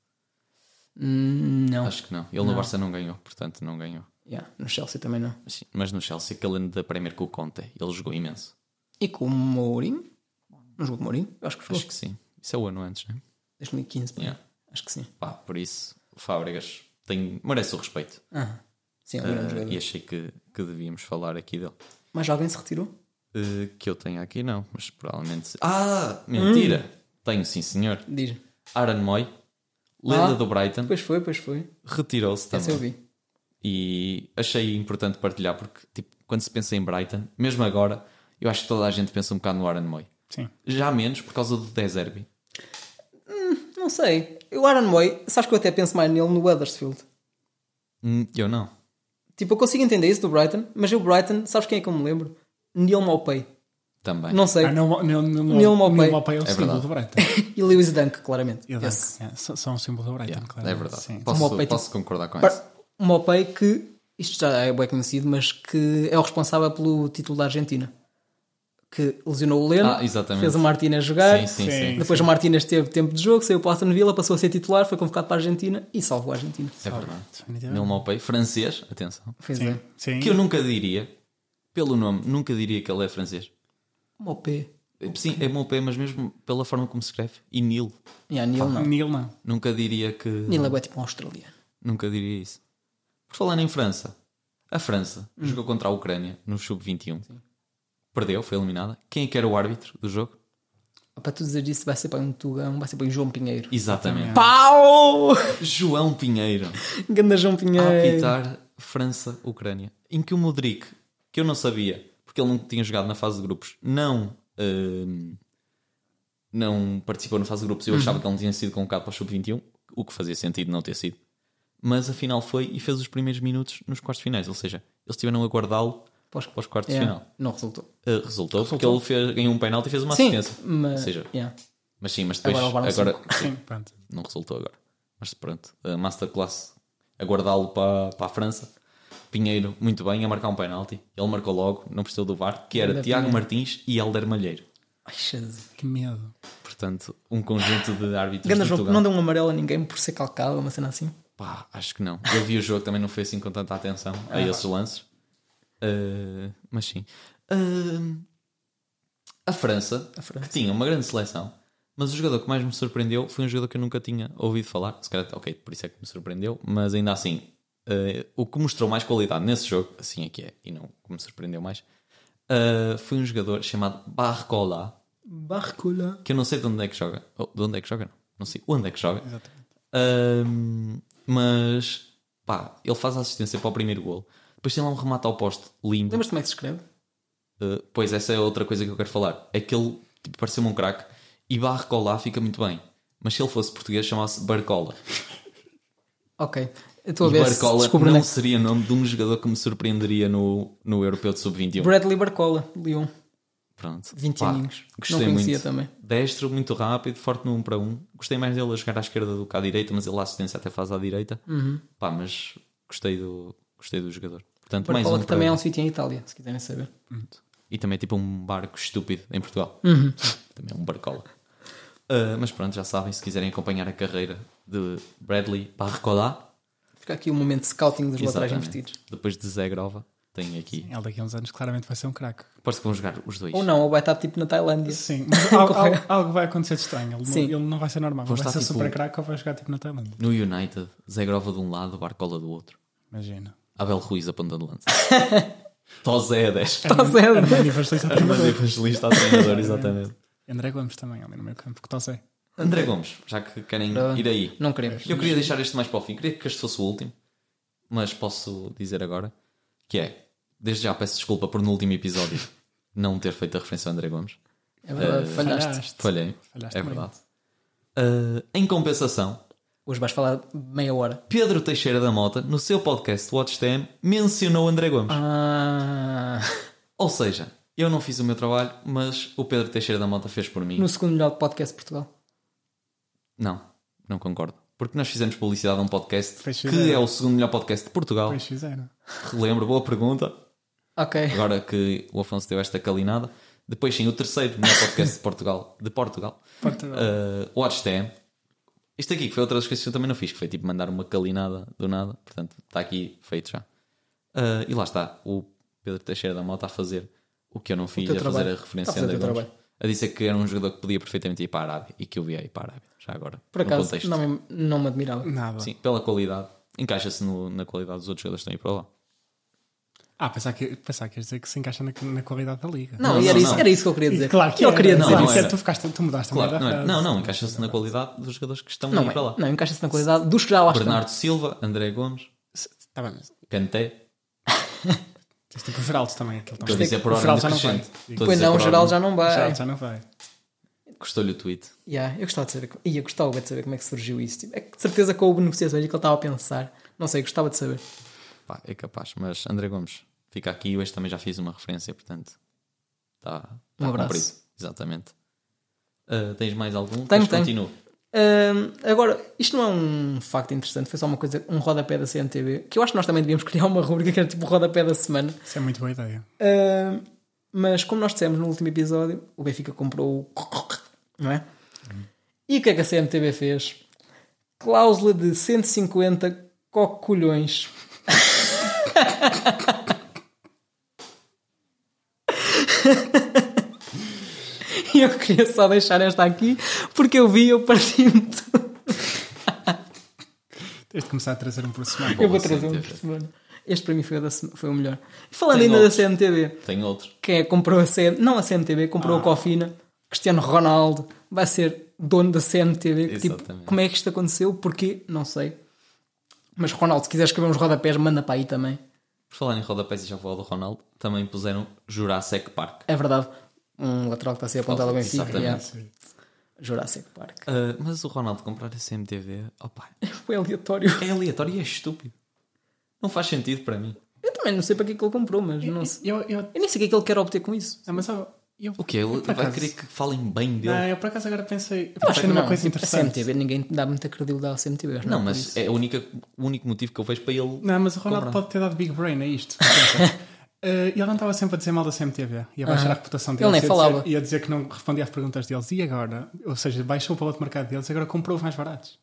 [SPEAKER 2] Hum, Não,
[SPEAKER 3] Acho que não. Ele no Barça não ganhou, portanto, não ganhou.
[SPEAKER 2] Yeah, no Chelsea também não.
[SPEAKER 3] Mas, sim, mas no Chelsea, aquele ano da Premier com o Conte, ele jogou imenso.
[SPEAKER 2] E com o Mourinho? Não jogou com o Mourinho? Eu acho que jogou.
[SPEAKER 3] Acho que sim. Isso é o ano antes, não é?
[SPEAKER 2] 2015, por aí.
[SPEAKER 3] Yeah.
[SPEAKER 2] acho que sim.
[SPEAKER 3] Pá, por isso, o Fábregas tem, merece o respeito.
[SPEAKER 2] Ah, sim, é um grande
[SPEAKER 3] Ah,
[SPEAKER 2] jogador.
[SPEAKER 3] e achei que, que devíamos falar aqui dele.
[SPEAKER 2] Mas alguém se retirou?
[SPEAKER 3] Eh, que eu tenho aqui, não, mas provavelmente. Ah, mentira! Tenho, sim, senhor.
[SPEAKER 2] Diz.
[SPEAKER 3] Aaron Moy, lenda
[SPEAKER 2] Ah,
[SPEAKER 3] do Brighton,
[SPEAKER 2] Pois foi, pois foi.
[SPEAKER 3] retirou-se
[SPEAKER 2] Essa eu
[SPEAKER 3] também.
[SPEAKER 2] vi.
[SPEAKER 3] E achei importante partilhar, porque tipo, quando se pensa em Brighton, mesmo agora, eu acho que toda a gente pensa um bocado no Aaron Moy.
[SPEAKER 4] Sim.
[SPEAKER 3] Já menos por causa do Deserbi.
[SPEAKER 2] Não sei. O Aaron Moy, sabes que eu até penso mais nele no Weathersfield.
[SPEAKER 3] Hum, eu não.
[SPEAKER 2] Tipo, eu consigo entender isso do Brighton, mas o Brighton, sabes quem é que eu me lembro? Neil Maupay.
[SPEAKER 3] Também.
[SPEAKER 2] Não sei.
[SPEAKER 4] Ah, não, não, não,
[SPEAKER 2] Neil Maupay.
[SPEAKER 4] Neil Maupay é o símbolo
[SPEAKER 3] verdade.
[SPEAKER 4] do Brighton.
[SPEAKER 2] [LAUGHS] E Lewis Dunk, claramente.
[SPEAKER 4] Ele
[SPEAKER 2] Esse.
[SPEAKER 4] é, só, só um símbolo do Brighton,
[SPEAKER 3] Yeah,
[SPEAKER 4] claro.
[SPEAKER 3] é verdade.
[SPEAKER 4] Sim.
[SPEAKER 2] Uma
[SPEAKER 3] Posso,
[SPEAKER 2] peito-
[SPEAKER 3] posso concordar com
[SPEAKER 2] Par-
[SPEAKER 3] isso.
[SPEAKER 2] O Mopei que, isto já é bem conhecido, mas que é o responsável pelo título da Argentina. Que lesionou o Leno,
[SPEAKER 3] Ah, exatamente.
[SPEAKER 2] fez o Martínez jogar,
[SPEAKER 3] Sim, sim,
[SPEAKER 4] Sim.
[SPEAKER 3] sim. É
[SPEAKER 2] depois o Martínez teve tempo de jogo, saiu para o Aston Villa, passou a ser titular, foi convocado para a Argentina e salvou a Argentina.
[SPEAKER 3] É verdade.
[SPEAKER 4] Definitivamente.
[SPEAKER 3] Neil Maupay, francês, atenção.
[SPEAKER 2] Fez
[SPEAKER 4] Sim.
[SPEAKER 2] bem.
[SPEAKER 4] Sim.
[SPEAKER 3] Que eu nunca diria, pelo nome, nunca diria que ele é francês.
[SPEAKER 2] um Mopé.
[SPEAKER 3] Sim, é Maupay, mas mesmo pela forma como se escreve. E Neil.
[SPEAKER 2] Yeah, Neil não.
[SPEAKER 4] Neil não.
[SPEAKER 3] Nunca diria que.
[SPEAKER 2] Neil é bué tipo um australiano.
[SPEAKER 3] Nunca diria isso. Por falar em França, a França jogou contra a Ucrânia no sub-21. Perdeu, foi eliminada. Quem é que era o árbitro do jogo?
[SPEAKER 2] Ah, Para tu dizer isso, vai ser para um Tugão, vai ser para um João Pinheiro.
[SPEAKER 3] Exatamente.
[SPEAKER 2] Pau! [LAUGHS]
[SPEAKER 3] João Pinheiro.
[SPEAKER 2] Ganda João
[SPEAKER 3] A
[SPEAKER 2] Pinheiro.
[SPEAKER 3] apitar França-Ucrânia. Em que o Modric, que eu não sabia, porque ele não tinha jogado na fase de grupos, não. hum, não participou na fase de grupos. Eu
[SPEAKER 2] Uhum.
[SPEAKER 3] achava que ele não tinha sido convocado para o sub-21, o que fazia sentido não ter sido. Mas afinal foi e fez os primeiros minutos nos quartos finais. Ou seja, eles tiveram a guardá-lo
[SPEAKER 2] Pós-
[SPEAKER 3] para os quartos de
[SPEAKER 2] Yeah,
[SPEAKER 3] final. Eh,
[SPEAKER 2] Não É. resultou.
[SPEAKER 3] Uh, resultou, porque ele fez, ganhou um penalti e fez uma
[SPEAKER 2] Sim,
[SPEAKER 3] assistência.
[SPEAKER 2] mas.
[SPEAKER 3] Ou seja,
[SPEAKER 2] yeah.
[SPEAKER 3] Mas sim, mas depois.
[SPEAKER 2] Agora levaram
[SPEAKER 3] Agora,
[SPEAKER 4] Sim, pronto.
[SPEAKER 3] não resultou agora. Mas pronto, a masterclass a guardá-lo para, para a França. Pinheiro, muito bem, a marcar um penalti. Ele marcou logo, não precisou do VAR, que era
[SPEAKER 2] Ainda
[SPEAKER 3] Tiago
[SPEAKER 2] Pinheiro.
[SPEAKER 3] Martins e Helder Malheiro.
[SPEAKER 2] Ai, Jesus.
[SPEAKER 4] Que medo.
[SPEAKER 3] Portanto, um conjunto de árbitros
[SPEAKER 2] Ganda
[SPEAKER 3] de
[SPEAKER 2] jogo,
[SPEAKER 3] Portugal.
[SPEAKER 2] não deu um amarelo a ninguém por ser calcado, uma cena assim.
[SPEAKER 3] Pá, acho que não. Eu vi o jogo, também não foi assim com tanta atenção a esses lances. Ah, mas sim. Ah, a, França,
[SPEAKER 2] A França.
[SPEAKER 3] que tinha uma grande seleção, mas o jogador que mais me surpreendeu foi um jogador que eu nunca tinha ouvido falar. Se calhar, ok, por isso é que me surpreendeu, mas ainda assim, ah, o que mostrou mais qualidade nesse jogo, assim é que é, e não o que me surpreendeu mais, ah, foi um jogador chamado Barcola,
[SPEAKER 2] Barcola.
[SPEAKER 3] que eu não sei de onde é que joga. Ou, de onde é que joga? Não, não sei onde é que joga. Ahm, mas pá, ele faz a assistência para o primeiro gol. Depois tem lá um remate ao poste lindo.
[SPEAKER 2] Lembras-te como é que se escreve?
[SPEAKER 3] Uh, pois essa é outra coisa que eu quero falar. É que ele tipo, pareceu-me um craque e Barcola fica muito bem. Mas se ele fosse português, chamava-se Barcola.
[SPEAKER 2] Ok. Eu estou a
[SPEAKER 3] E
[SPEAKER 2] ver se
[SPEAKER 3] Barcola
[SPEAKER 2] descubro
[SPEAKER 3] não
[SPEAKER 2] onde é que...
[SPEAKER 3] seria o nome de um jogador que me surpreenderia no, no Europeu de Sub-21.
[SPEAKER 2] Bradley Barcola, Lyon.
[SPEAKER 3] Pronto.
[SPEAKER 2] 20
[SPEAKER 3] Pá,
[SPEAKER 2] aninhos.
[SPEAKER 3] Gostei
[SPEAKER 2] Não conhecia
[SPEAKER 3] muito.
[SPEAKER 2] também.
[SPEAKER 3] Destro, muito rápido, forte no 1 para 1. Gostei mais dele a jogar à esquerda do que à direita, mas ele a assistência até faz à direita.
[SPEAKER 2] Uhum.
[SPEAKER 3] Pá, mas gostei do, gostei do jogador. Portanto, mais
[SPEAKER 2] Barcola
[SPEAKER 3] um
[SPEAKER 2] que
[SPEAKER 3] para
[SPEAKER 2] também é
[SPEAKER 3] um.
[SPEAKER 2] um sítio em Itália, se quiserem saber.
[SPEAKER 3] E também é tipo um barco estúpido em Portugal.
[SPEAKER 2] Uhum.
[SPEAKER 3] [LAUGHS] Também é um barcola. Ah, mas pronto, já sabem, se quiserem acompanhar a carreira de Bradley Barcola,
[SPEAKER 2] Fica aqui o momento de scouting dos laterais
[SPEAKER 3] exatamente,
[SPEAKER 2] invertidos.
[SPEAKER 3] depois de Zé Grova, tem aqui.
[SPEAKER 4] Ele daqui a uns anos claramente vai ser um craque.
[SPEAKER 3] Parece que vão jogar os dois.
[SPEAKER 2] Ou não, ou vai estar tipo na Tailândia. [LAUGHS]
[SPEAKER 4] Sim, mas algo,
[SPEAKER 2] Correio.
[SPEAKER 4] algo- algo vai acontecer de estranho. Ele,
[SPEAKER 2] Sim.
[SPEAKER 4] Não, ele não vai ser normal. Ou vai
[SPEAKER 3] estar,
[SPEAKER 4] ser
[SPEAKER 3] tipo,
[SPEAKER 4] super craque ou vai jogar tipo na Tailândia.
[SPEAKER 3] No United, Zé Grova de um lado, Barcola do outro.
[SPEAKER 4] Imagina.
[SPEAKER 3] Abel Ruiz apontando lança. [LAUGHS] Tozé a 10.
[SPEAKER 2] Está Tá certo.
[SPEAKER 4] Armando Evangelista
[SPEAKER 3] Mas
[SPEAKER 4] a treinador.
[SPEAKER 3] evangelista a treinador, exatamente.
[SPEAKER 4] André Gomes também ali no meu campo, que tal sei.
[SPEAKER 3] André Gomes, já que querem ir aí.
[SPEAKER 2] Não queremos.
[SPEAKER 3] Eu queria deixar este mais para o fim. Queria que este fosse o último, mas posso dizer agora que é, desde já peço desculpa por no último episódio [LAUGHS] não ter feito a referência ao André Gomes.
[SPEAKER 2] É verdade,
[SPEAKER 3] eh,
[SPEAKER 2] falhaste.
[SPEAKER 4] Falhaste.
[SPEAKER 3] Falhei,
[SPEAKER 4] Falhaste
[SPEAKER 3] é
[SPEAKER 4] muito.
[SPEAKER 3] verdade. Ah, em compensação,
[SPEAKER 2] Hoje vais falar meia hora.
[SPEAKER 3] Pedro Teixeira da Mota, no seu podcast Watch TM, mencionou André Gomes.
[SPEAKER 2] Ah,
[SPEAKER 3] Ou seja, eu não fiz o meu trabalho, mas o Pedro Teixeira da Mota fez por mim.
[SPEAKER 2] no segundo melhor podcast de Portugal.
[SPEAKER 3] Não, não concordo. Porque nós fizemos publicidade a um podcast
[SPEAKER 4] Pois
[SPEAKER 3] que
[SPEAKER 4] fizeram.
[SPEAKER 3] é o segundo melhor podcast de Portugal.
[SPEAKER 4] Pois fizeram.
[SPEAKER 3] Relembro, boa pergunta.
[SPEAKER 2] Ok.
[SPEAKER 3] Agora que o Afonso deu esta calinada. Depois sim, o terceiro melhor podcast de Portugal. De Portugal.
[SPEAKER 4] Portugal.
[SPEAKER 3] Uh, Watch TM. Isto aqui que foi outra das coisas que eu também não fiz, que foi tipo mandar uma calinada do nada. Portanto, está aqui feito já. Uh, e lá está, o Pedro Teixeira da Mota a fazer o que eu não fiz,
[SPEAKER 2] teu
[SPEAKER 3] a fazer
[SPEAKER 2] trabalho.
[SPEAKER 3] a referência
[SPEAKER 2] Está a fazer o teu
[SPEAKER 3] Gomes. A dizer que era um jogador que podia perfeitamente ir para a Arábia e que eu ia ir para a Arábia, já agora.
[SPEAKER 2] Por
[SPEAKER 3] no
[SPEAKER 2] acaso,
[SPEAKER 3] contexto.
[SPEAKER 2] não me, não me admirava.
[SPEAKER 4] Nada.
[SPEAKER 3] Sim, pela qualidade. Encaixa-se no- na qualidade dos outros jogadores que estão aí para lá.
[SPEAKER 4] Ah, pensar que, pensar que ias dizer que se encaixa na, na qualidade da liga.
[SPEAKER 2] Não,
[SPEAKER 3] Não,
[SPEAKER 2] e era,
[SPEAKER 3] não,
[SPEAKER 2] isso,
[SPEAKER 3] não.
[SPEAKER 2] era isso que eu queria
[SPEAKER 4] E
[SPEAKER 2] dizer.
[SPEAKER 4] claro que
[SPEAKER 2] eu
[SPEAKER 4] era,
[SPEAKER 2] queria
[SPEAKER 4] não,
[SPEAKER 2] dizer
[SPEAKER 4] não
[SPEAKER 2] isso.
[SPEAKER 4] era.
[SPEAKER 3] era.
[SPEAKER 4] Tu, ficaste, tu mudaste
[SPEAKER 3] Claro,
[SPEAKER 4] a
[SPEAKER 3] não,
[SPEAKER 4] frase.
[SPEAKER 3] é- não, não, encaixa-se na qualidade dos jogadores que estão
[SPEAKER 2] Não,
[SPEAKER 3] aí para lá.
[SPEAKER 2] é, não encaixa-se na qualidade dos que já lá estão.
[SPEAKER 3] Bernardo Silva, André Gomes,
[SPEAKER 4] Tá bem, mas
[SPEAKER 3] Canté.
[SPEAKER 4] tens tipo o Geraldo também. Aquele
[SPEAKER 3] Estou a
[SPEAKER 4] também.
[SPEAKER 3] dizer por
[SPEAKER 4] O
[SPEAKER 3] ordem
[SPEAKER 4] Geraldo já não
[SPEAKER 3] decrescente.
[SPEAKER 4] vai.
[SPEAKER 3] Estou a
[SPEAKER 2] Pois
[SPEAKER 3] dizer
[SPEAKER 2] não, o
[SPEAKER 3] por
[SPEAKER 2] geral
[SPEAKER 3] ordem-
[SPEAKER 2] já não
[SPEAKER 4] O
[SPEAKER 2] vai.
[SPEAKER 4] Geraldo já não vai.
[SPEAKER 3] Gostou-lhe o tweet.
[SPEAKER 2] Yeah, eu gostava de saber. co- Ia, gostava de saber como é que surgiu isso. Tipo, é que de certeza que houve negociações e que ele estava a pensar. Não sei, gostava de saber.
[SPEAKER 3] Pá, é capaz. Mas André Gomes fica aqui. Eu este também já fiz uma referência, portanto. Está
[SPEAKER 2] Um abraço.
[SPEAKER 3] Exatamente. Ah, tens mais algum?
[SPEAKER 2] Tenho,
[SPEAKER 3] Mas
[SPEAKER 2] tenho.
[SPEAKER 3] Continuo.
[SPEAKER 2] Hum, agora, isto não é um facto interessante, foi só uma coisa, um rodapé da CNTV, que eu acho que nós também devíamos [LAUGHS] criar uma rubrica que era tipo o rodapé da semana.
[SPEAKER 4] Isso é muito boa ideia.
[SPEAKER 2] Hum, mas como nós dissemos no último episódio, o Benfica comprou o [LAUGHS] não é? E o que é que a CNTV fez? Cláusula de 150 cocolhões. [LAUGHS] E eu queria só deixar esta aqui porque eu vi, eu parti-me tudo.
[SPEAKER 4] Tens de começar a trazer um por semana.
[SPEAKER 2] Eu vou
[SPEAKER 3] da
[SPEAKER 2] trazer um
[SPEAKER 3] CMTV.
[SPEAKER 2] por semana. Este para mim foi o, da sema- foi o melhor. E falando
[SPEAKER 3] Tem
[SPEAKER 2] ainda
[SPEAKER 3] outros.
[SPEAKER 2] da CMTV,
[SPEAKER 3] Tenho outro.
[SPEAKER 2] quem é que comprou a CM, não a CMTV, comprou
[SPEAKER 3] Ah.
[SPEAKER 2] a Cofina, Cristiano Ronaldo vai ser dono da CMTV. que, tipo,
[SPEAKER 3] Exatamente.
[SPEAKER 2] como é que isto aconteceu? Porquê? Não sei. Mas Ronaldo, se quiser escrever uns rodapés, manda para aí também.
[SPEAKER 3] Por falar em rodapés e já vou ao do Ronaldo, também puseram Jurassic Park.
[SPEAKER 2] É verdade. Um lateral que está a ser apontado ao Benfica.
[SPEAKER 3] Exatamente.
[SPEAKER 2] Yeah.
[SPEAKER 4] Sim.
[SPEAKER 2] Jurassic Park. [LAUGHS]
[SPEAKER 3] Ah, mas o Ronaldo comprar a CMTV, opa,
[SPEAKER 2] Foi aleatório.
[SPEAKER 3] é aleatório e é estúpido. Não faz sentido para mim.
[SPEAKER 2] Eu também não sei para que é que ele comprou, mas não sei.
[SPEAKER 4] Eu, eu,
[SPEAKER 2] Eu nem sei o que é que ele quer obter com isso.
[SPEAKER 4] Ah, mas há- Eu,
[SPEAKER 3] O quê? Ele
[SPEAKER 4] eu, por
[SPEAKER 3] vai
[SPEAKER 4] acaso-
[SPEAKER 3] querer que falem bem dele?
[SPEAKER 4] Não, é eu por acaso agora pensei.
[SPEAKER 2] Eu
[SPEAKER 4] Eu
[SPEAKER 3] é
[SPEAKER 4] acho que É uma coisa
[SPEAKER 2] tipo, A
[SPEAKER 4] interessante.
[SPEAKER 2] CMTV, ninguém dá muita credibilidade ao CMTV.
[SPEAKER 3] Não, mas é a única- o único motivo que eu vejo para ele.
[SPEAKER 4] Não, mas o Ronaldo
[SPEAKER 3] Comprar.
[SPEAKER 4] pode ter dado big brain a isto. Pensa. [LAUGHS] Eh, ele não estava sempre a dizer mal da CMTV. Ia baixar
[SPEAKER 2] Aham.
[SPEAKER 4] a reputação
[SPEAKER 2] Ele
[SPEAKER 4] dele.
[SPEAKER 2] nem
[SPEAKER 4] ia
[SPEAKER 2] falava.
[SPEAKER 4] Dizer, ia dizer que não respondia às perguntas deles. E agora? Ou seja, baixou o valor de mercado deles agora comprou mais baratos.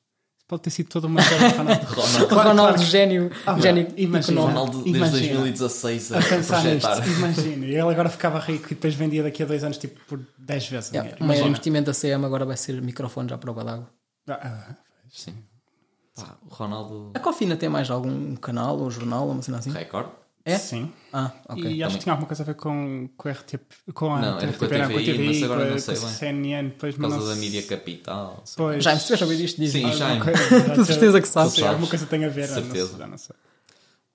[SPEAKER 4] Pode ter sido toda uma [LAUGHS] história do Ronaldo.
[SPEAKER 3] Ronaldo.
[SPEAKER 2] O Ronaldo, gênio, gênio
[SPEAKER 4] Ah, imagina.
[SPEAKER 2] económico.
[SPEAKER 3] Ronaldo desde
[SPEAKER 4] Imagina.
[SPEAKER 3] 2016 a, [LAUGHS]
[SPEAKER 4] A pensar nisto,
[SPEAKER 3] projetar.
[SPEAKER 4] imagina. Ele agora ficava rico e depois vendia daqui a dois anos tipo por 10 vezes. o
[SPEAKER 2] Yeah,
[SPEAKER 4] dinheiro.
[SPEAKER 2] o maior
[SPEAKER 4] Imagina.
[SPEAKER 2] investimento da CM agora vai ser microfones à prova d'água.
[SPEAKER 4] Ah, ah,
[SPEAKER 3] Sim. Pá, o Ronaldo.
[SPEAKER 2] A Cofina tem mais algum canal ou jornal ou uma cena assim?
[SPEAKER 3] Record?
[SPEAKER 2] É?
[SPEAKER 4] Sim.
[SPEAKER 2] Ah, ok.
[SPEAKER 4] e acho que tinha alguma coisa a ver com, com, RTP, com a
[SPEAKER 3] tá Não, era com a
[SPEAKER 4] não, com a
[SPEAKER 3] TVI, mas agora
[SPEAKER 4] com a-
[SPEAKER 3] não sei
[SPEAKER 4] com a
[SPEAKER 3] bem.
[SPEAKER 4] CNN, depois
[SPEAKER 3] Por causa da mídia capital. sei lá.
[SPEAKER 4] Pois.
[SPEAKER 2] Já me tu já ouvir isto? Diz.
[SPEAKER 3] Sim, já.
[SPEAKER 2] Tu de certeza que
[SPEAKER 4] Não
[SPEAKER 2] sabes.
[SPEAKER 4] sei, alguma coisa tem a ver, eu não sei,
[SPEAKER 3] Certeza.
[SPEAKER 4] já não sei.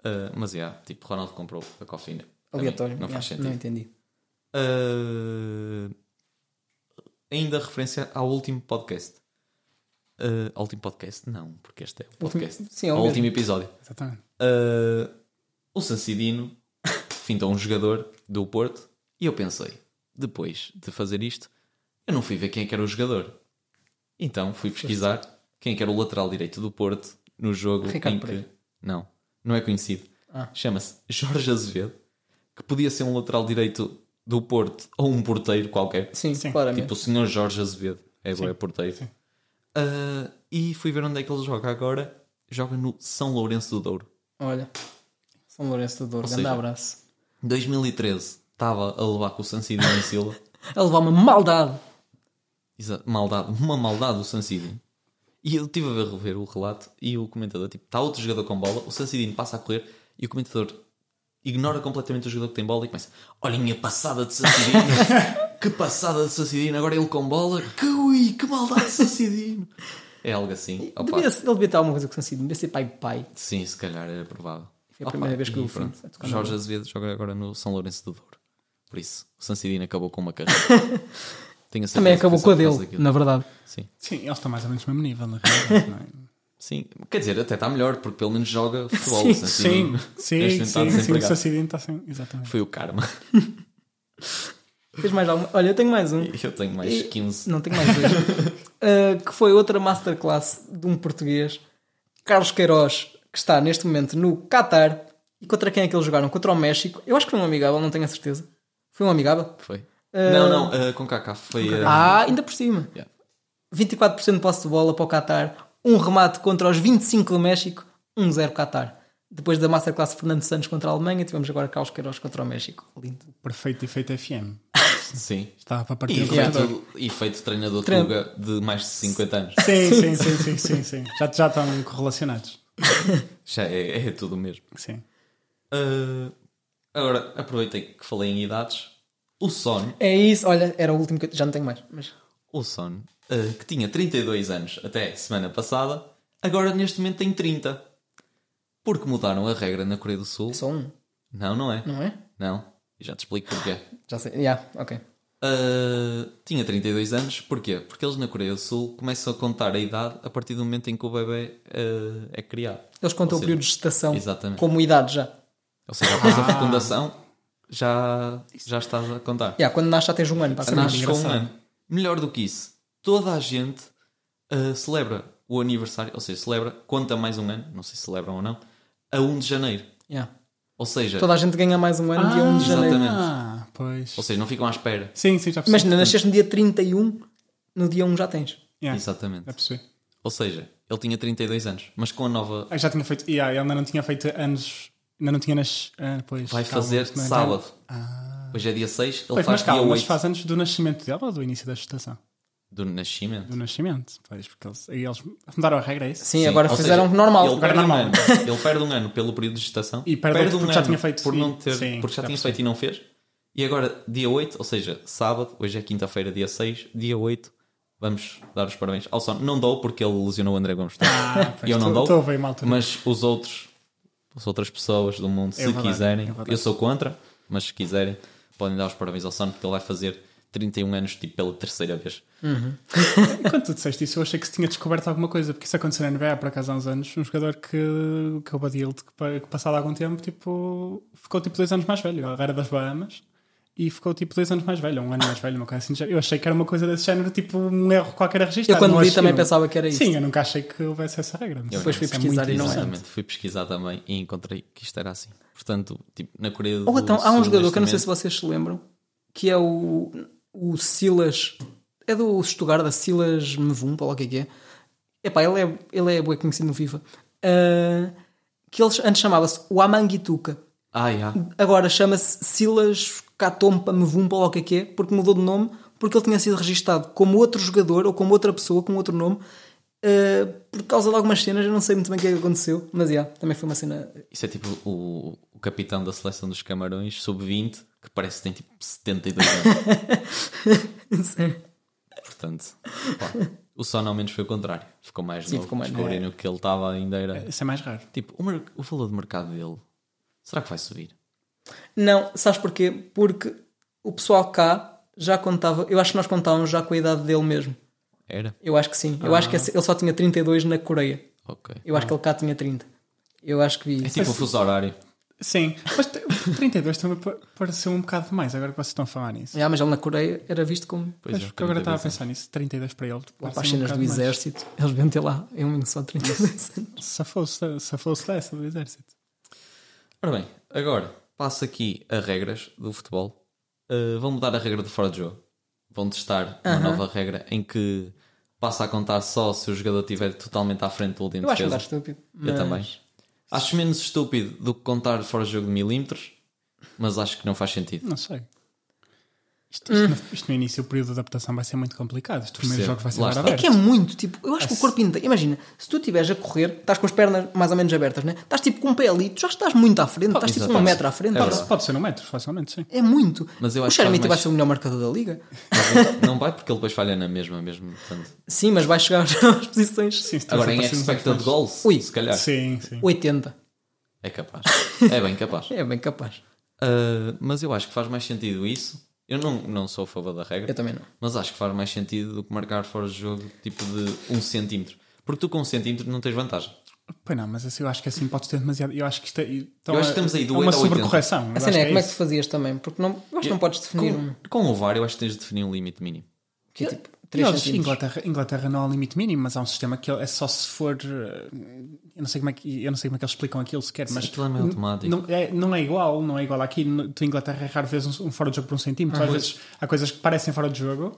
[SPEAKER 3] Ah, mas é, tipo, Ronaldo comprou a Cofina. Para mim,
[SPEAKER 2] Aleatório.
[SPEAKER 3] Não faz
[SPEAKER 2] yeah,
[SPEAKER 3] sentido.
[SPEAKER 2] Não entendi.
[SPEAKER 3] Ah, ainda referência ao último podcast. Ah, ao último podcast? Não, porque este é o podcast.
[SPEAKER 2] Sim, é o
[SPEAKER 3] ao
[SPEAKER 2] mesmo.
[SPEAKER 3] último episódio.
[SPEAKER 4] Exatamente.
[SPEAKER 3] Ah, o Sancidino fintou um jogador do Porto e eu pensei, depois de fazer isto, eu não fui ver quem é que era o jogador. Então fui pesquisar quem é que era o lateral direito do Porto no jogo
[SPEAKER 2] Ricardo
[SPEAKER 3] em que.
[SPEAKER 2] Pereira. Ah.
[SPEAKER 3] Não, não é conhecido. Chama-se Jorge Azevedo, que podia ser um lateral direito do Porto ou um porteiro qualquer.
[SPEAKER 2] Sim,
[SPEAKER 4] Sim.
[SPEAKER 2] claramente.
[SPEAKER 3] Tipo o senhor Jorge Azevedo, é o porteiro. Ah, e fui ver onde é que ele joga agora. Joga no São Lourenço do Douro.
[SPEAKER 2] Olha. São Lourenço do Douro, grande
[SPEAKER 3] Tipo- seja-
[SPEAKER 2] abraço.
[SPEAKER 3] 2013 estava a levar com o Sancidinho em Silva.
[SPEAKER 2] A levar uma maldade.
[SPEAKER 3] Exa- Maldade, uma maldade do Sancidinho. E eu estive a ver, rever o relato e o comentador, tipo, está outro jogador com bola, o Sancidinho passa a correr e o comentador ignora completamente o jogador que tem bola e começa: Olha a minha passada de Sancidinho! que passada de Sancidinho! Agora ele com bola, que ui, que maldade de Sancidinho! É algo assim. Opa,
[SPEAKER 2] Devia, ele devia ter alguma coisa com o Sancido. Devia ser pai de pai.
[SPEAKER 3] Sim, se calhar era provável.
[SPEAKER 2] Foi É a primeira vez que eu
[SPEAKER 3] e
[SPEAKER 2] o
[SPEAKER 3] pronto.
[SPEAKER 2] fiz, a tocar na
[SPEAKER 3] Jorge
[SPEAKER 2] bola.
[SPEAKER 3] Azevedo joga agora no São Lourenço do Douro. Por isso, o Sancidino acabou com
[SPEAKER 2] [LAUGHS]
[SPEAKER 3] uma carreira. Tenho a certeza
[SPEAKER 2] Também
[SPEAKER 3] que
[SPEAKER 2] acabou
[SPEAKER 3] foi
[SPEAKER 2] com a
[SPEAKER 3] só por causa
[SPEAKER 2] dele,
[SPEAKER 3] daquilo.
[SPEAKER 2] na verdade.
[SPEAKER 3] Sim.
[SPEAKER 4] Sim, eles estão mais ou menos no mesmo nível, na realidade, não é?
[SPEAKER 3] Sim, quer dizer, até está melhor, porque pelo menos joga futebol.
[SPEAKER 2] Sim,
[SPEAKER 3] o Sancidino. [LAUGHS]
[SPEAKER 4] Sim, sim,
[SPEAKER 3] Tá assim Neste momento está
[SPEAKER 4] sim, sim, o
[SPEAKER 3] desempregado.
[SPEAKER 4] seu acidente está assim, exatamente.
[SPEAKER 3] Foi o karma. [LAUGHS]
[SPEAKER 2] Tens mais alguma? Olha, eu tenho mais um.
[SPEAKER 3] Eu tenho mais
[SPEAKER 2] E-
[SPEAKER 3] 15.
[SPEAKER 2] Não tenho mais [LAUGHS] dois. Uh, que foi outra masterclass de um português, Carlos Queiroz, que está neste momento no Qatar. E contra quem é que eles jogaram? Contra o México. Eu acho que foi um amigável, não tenho a certeza. Foi um amigável?
[SPEAKER 3] Foi. Não, não, eh, com Kaká foi. eh,
[SPEAKER 2] Ah, ainda por cima.
[SPEAKER 3] yeah.
[SPEAKER 2] 24% de posse de bola para o Qatar, um remate contra os 25 do México, 1-0 Qatar. Depois da masterclass de Fernando Santos contra a Alemanha, tivemos agora Carlos Queiroz contra o México. Lindo.
[SPEAKER 4] Perfeito efeito FM.
[SPEAKER 3] Sim.
[SPEAKER 4] Estava para
[SPEAKER 3] E
[SPEAKER 4] partir do
[SPEAKER 3] feito,
[SPEAKER 4] computador.
[SPEAKER 3] e feito treinador
[SPEAKER 2] Treino.
[SPEAKER 3] Tuga de mais de 50 anos.
[SPEAKER 4] Sim, sim, sim, sim, sim, sim. Já, já estão correlacionados.
[SPEAKER 3] Já é, é tudo o mesmo.
[SPEAKER 4] Sim.
[SPEAKER 3] Eh, agora, aproveitei que falei em idades. O Son
[SPEAKER 2] É isso, olha, era o último que eu... Já não tenho mais. Mas...
[SPEAKER 3] o Son, eh, que tinha 32 anos até semana passada, agora neste momento tem 30. Porque mudaram a regra na Coreia do Sul.
[SPEAKER 2] Só um,
[SPEAKER 3] Não, não é?
[SPEAKER 2] não é?
[SPEAKER 3] Não. E Já te explico porquê.
[SPEAKER 2] Já sei. Yeah, ok.
[SPEAKER 3] Eh, tinha 32 anos, porquê? Porque eles na Coreia do Sul começam a contar a idade a partir do momento em que o bebê eh, é criado.
[SPEAKER 2] Eles contam o
[SPEAKER 3] Ou seja,
[SPEAKER 2] período de gestação
[SPEAKER 3] exatamente.
[SPEAKER 2] como idade já.
[SPEAKER 3] Ou seja, após
[SPEAKER 2] Ah.
[SPEAKER 3] a fecundação, já, já estás a contar.
[SPEAKER 2] Yeah, quando nasce já tens um ano para
[SPEAKER 3] Se
[SPEAKER 2] ser
[SPEAKER 3] nasces com um
[SPEAKER 2] engraçado.
[SPEAKER 3] ano. Melhor do que isso, toda a gente ah, celebra o aniversário, ou seja, celebra, conta mais um ano, não sei se celebram ou não, a 1 de janeiro.
[SPEAKER 2] Yeah.
[SPEAKER 3] Ou seja,
[SPEAKER 2] Toda a gente ganha mais um ano dia 1 de janeiro.
[SPEAKER 3] exatamente.
[SPEAKER 4] Ah, pois.
[SPEAKER 3] ou seja, não ficam à espera.
[SPEAKER 4] Sim, sim, já percebi.
[SPEAKER 2] Imagina, nasceste no dia 31, no dia 1 já tens.
[SPEAKER 4] Yeah, Já
[SPEAKER 3] Exatamente.
[SPEAKER 4] percebi.
[SPEAKER 3] Ou seja, ele tinha 32 anos, mas com a nova.
[SPEAKER 4] Ah, já tinha feito. Yeah, ele ainda não tinha feito anos. Ainda não tinha nas. ah, pois,
[SPEAKER 3] Vai
[SPEAKER 4] calma,
[SPEAKER 3] fazer
[SPEAKER 4] não é? Ah.
[SPEAKER 3] sábado. Hoje é dia 6, ele
[SPEAKER 4] Pois,
[SPEAKER 3] faz
[SPEAKER 4] mas calma,
[SPEAKER 3] dia
[SPEAKER 4] mas
[SPEAKER 3] 8
[SPEAKER 4] faz antes do nascimento dela ou do início da gestação?
[SPEAKER 3] do nascimento.
[SPEAKER 4] Do nascimento. Pois, porque eles, aí eles mudaram a regra, é isso?
[SPEAKER 2] Sim, agora
[SPEAKER 3] ou
[SPEAKER 2] fizeram
[SPEAKER 3] seja,
[SPEAKER 2] normal.
[SPEAKER 3] Ele perde,
[SPEAKER 4] normal.
[SPEAKER 3] Um ano, ele perde um ano pelo período de gestação
[SPEAKER 4] E perde outro porque já tinha feito,
[SPEAKER 3] por
[SPEAKER 4] sim.
[SPEAKER 3] não ter,
[SPEAKER 4] Sim,
[SPEAKER 3] porque já,
[SPEAKER 4] já
[SPEAKER 3] tinha
[SPEAKER 4] percebi.
[SPEAKER 3] feito e não fez. E agora, dia 8, ou seja, sábado, hoje é quinta-feira, dia 6, dia 8, vamos dar os parabéns ao Son. Não dou porque ele lesionou o André Gomes.
[SPEAKER 4] Ah, pois,
[SPEAKER 3] eu não
[SPEAKER 4] tô-
[SPEAKER 3] dou,
[SPEAKER 4] tô a ver mal tudo.
[SPEAKER 3] mas os outros, as outras pessoas do mundo, se
[SPEAKER 4] verdade, é
[SPEAKER 3] quiserem,
[SPEAKER 4] verdade.
[SPEAKER 3] eu sou contra, mas se quiserem, podem dar os parabéns ao Son porque ele vai fazer 31 anos tipo, pela terceira vez.
[SPEAKER 4] Quando tu disseste isso, eu achei que se tinha descoberto alguma coisa, porque isso aconteceu na NBA por acaso há uns anos. Um jogador que, que é o Badilt, que, pa- que passado algum tempo, tipo, ficou tipo dois anos mais velho. Ele era das Bahamas e ficou tipo dois anos mais velho, um ano mais velho, uma coisa assim. do género. Eu achei que era uma coisa desse género, tipo um erro qualquer registrado.
[SPEAKER 2] Eu quando
[SPEAKER 4] não
[SPEAKER 2] li
[SPEAKER 4] achei-
[SPEAKER 2] também pensava que era isso.
[SPEAKER 4] Sim, eu nunca achei que houvesse essa regra. mas
[SPEAKER 2] Depois fui
[SPEAKER 4] isso é
[SPEAKER 2] pesquisar
[SPEAKER 4] muito
[SPEAKER 2] e não
[SPEAKER 4] interessante.
[SPEAKER 3] Exatamente, fui pesquisar também e encontrei que isto era assim. Portanto, tipo, na Coreia do
[SPEAKER 2] Ou então, há um
[SPEAKER 3] Sul,
[SPEAKER 2] jogador que eu não
[SPEAKER 3] neste
[SPEAKER 2] sei se vocês se lembram, que é o, o Silas. É do Stuttgart, da Silas Mevum, para lá o que é que é. Epá, ele é, ele é bué conhecido no FIFA. Ah, que eles antes chamava-se o Amangituka.
[SPEAKER 3] momento- Ah, yeah.
[SPEAKER 2] Agora chama-se Silas Katompa Mevum, para lá o que é que é, porque mudou de nome, porque ele tinha sido registado como outro jogador ou como outra pessoa, com outro nome. ah, por causa de algumas cenas, eu não sei muito bem o que é que aconteceu, mas yeah, também foi uma
[SPEAKER 3] [LAUGHS]
[SPEAKER 2] cena
[SPEAKER 3] Isso é tipo o, o capitão da seleção dos Camarões, sub-20, que parece que tem tipo 72
[SPEAKER 2] [LAUGHS]
[SPEAKER 3] anos. Portanto, pá, o Son ao menos foi o contrário. Ficou mais novo.
[SPEAKER 2] ficou mais novo. é.
[SPEAKER 3] Descobriram que ele estava ainda era.
[SPEAKER 4] Isso é mais raro.
[SPEAKER 3] Tipo, o, mer- o valor de mercado dele, será que vai subir?
[SPEAKER 2] Não, sabes porquê? Porque o pessoal cá já contava, eu acho que nós contávamos já com a idade dele mesmo.
[SPEAKER 3] Era?
[SPEAKER 2] Eu acho que sim. Eu
[SPEAKER 3] Ah.
[SPEAKER 2] acho que esse- ele só tinha 32 na Coreia.
[SPEAKER 3] Ok.
[SPEAKER 2] Eu acho que ele cá tinha 30. Eu acho que vi.
[SPEAKER 3] Ah. É
[SPEAKER 2] isso.
[SPEAKER 3] tipo o fuso horário.
[SPEAKER 4] Sim, mas t- 32 também pa- pareceu um bocado demais, agora que vocês estão a falar nisso.
[SPEAKER 2] Ah, mas ele na Coreia era visto como
[SPEAKER 3] Pois
[SPEAKER 4] Mas
[SPEAKER 3] é,
[SPEAKER 4] porque eu agora estava a
[SPEAKER 3] 32 anos.
[SPEAKER 4] pensar nisso, 32 para ele.
[SPEAKER 2] lá
[SPEAKER 4] pareceu
[SPEAKER 2] para as
[SPEAKER 4] um
[SPEAKER 2] cenas
[SPEAKER 4] bocado
[SPEAKER 2] do
[SPEAKER 4] demais.
[SPEAKER 2] exército. [LAUGHS] Eles vêm ter lá em um só 32 anos.
[SPEAKER 4] Safou-se safou dessa do exército.
[SPEAKER 3] Ora bem, agora passo aqui a regras do futebol. Uh, vão mudar a regra do fora de jogo. Vão testar uma nova regra em que passa a contar só se o jogador estiver totalmente à frente do último
[SPEAKER 2] Eu acho um
[SPEAKER 3] defesa.
[SPEAKER 2] bocado estúpido.
[SPEAKER 3] Eu
[SPEAKER 2] mas-
[SPEAKER 3] também. Acho menos estúpido do que contar fora de jogo de milímetros, mas acho que não faz sentido.
[SPEAKER 4] Não sei. Isto,
[SPEAKER 2] Hum.
[SPEAKER 4] isto no, isto no início, o período de adaptação vai ser muito complicado. Este primeiro
[SPEAKER 3] Percebo.
[SPEAKER 4] jogo vai ser
[SPEAKER 3] Lá
[SPEAKER 4] agora
[SPEAKER 3] está.
[SPEAKER 2] É
[SPEAKER 4] aberto.
[SPEAKER 2] que é muito, tipo, eu acho que o corpo inteiro. Imagina, se tu estiveres a correr, estás com as pernas mais ou menos abertas, né? Estás tipo com um pé ali, tu já estás muito à frente, estás tipo
[SPEAKER 3] exato.
[SPEAKER 2] um metro à frente.
[SPEAKER 3] É
[SPEAKER 2] estás-
[SPEAKER 3] verdade.
[SPEAKER 4] Pode ser um metro, facilmente, sim.
[SPEAKER 2] É muito.
[SPEAKER 3] Mas eu
[SPEAKER 2] o
[SPEAKER 3] acho que faz
[SPEAKER 2] Charmity vai
[SPEAKER 3] mais-
[SPEAKER 2] ser o melhor marcador da liga.
[SPEAKER 3] Mas não vai porque ele depois falha na mesma mesmo. Portanto.
[SPEAKER 2] Sim, mas vai chegar [LAUGHS] às posições
[SPEAKER 4] sim isto
[SPEAKER 3] Agora
[SPEAKER 4] vai
[SPEAKER 3] em
[SPEAKER 4] ser parecido
[SPEAKER 3] expected
[SPEAKER 4] mais-
[SPEAKER 3] goals,
[SPEAKER 2] Ui.
[SPEAKER 3] se calhar.
[SPEAKER 4] Sim, sim.
[SPEAKER 2] 80.
[SPEAKER 3] É capaz. É bem capaz.
[SPEAKER 2] É bem capaz.
[SPEAKER 3] Uh, mas eu acho que faz mais sentido isso. Eu não, não sou a favor da regra.
[SPEAKER 2] Eu também não.
[SPEAKER 3] Mas acho que faz mais sentido do que marcar fora de jogo tipo de um centímetro. Porque tu com um centímetro não tens vantagem.
[SPEAKER 4] Pois não, mas assim, eu acho que assim pode ter demasiado. Eu acho que isto é. Então,
[SPEAKER 3] Eu acho que estamos aí do
[SPEAKER 4] é uma
[SPEAKER 3] 8 ao 80.
[SPEAKER 4] sobrecorreção.
[SPEAKER 2] A
[SPEAKER 4] Eu acho
[SPEAKER 2] cena
[SPEAKER 4] que
[SPEAKER 2] é,
[SPEAKER 4] é
[SPEAKER 2] como é que
[SPEAKER 4] isso.
[SPEAKER 2] tu fazias também? Porque não, eu acho que não podes definir um.
[SPEAKER 3] Com, com o VAR eu acho que tens de definir um limite mínimo.
[SPEAKER 2] Que é tipo
[SPEAKER 4] E
[SPEAKER 2] 3
[SPEAKER 4] eles,
[SPEAKER 2] centímetros.
[SPEAKER 4] Inglaterra, Inglaterra não há limite mínimo, mas há um sistema que é só se for. eh, Eu não sei como é que, eu não sei como é que eles explicam aquilo sequer, mas.
[SPEAKER 3] aquilo é meio automático.
[SPEAKER 4] Não é, não é igual, não é igual aqui. No- Tu, Inglaterra, é raro vezes um, um fora de jogo por um
[SPEAKER 2] Ah,
[SPEAKER 4] centímetro. Às vezes há coisas que parecem fora de jogo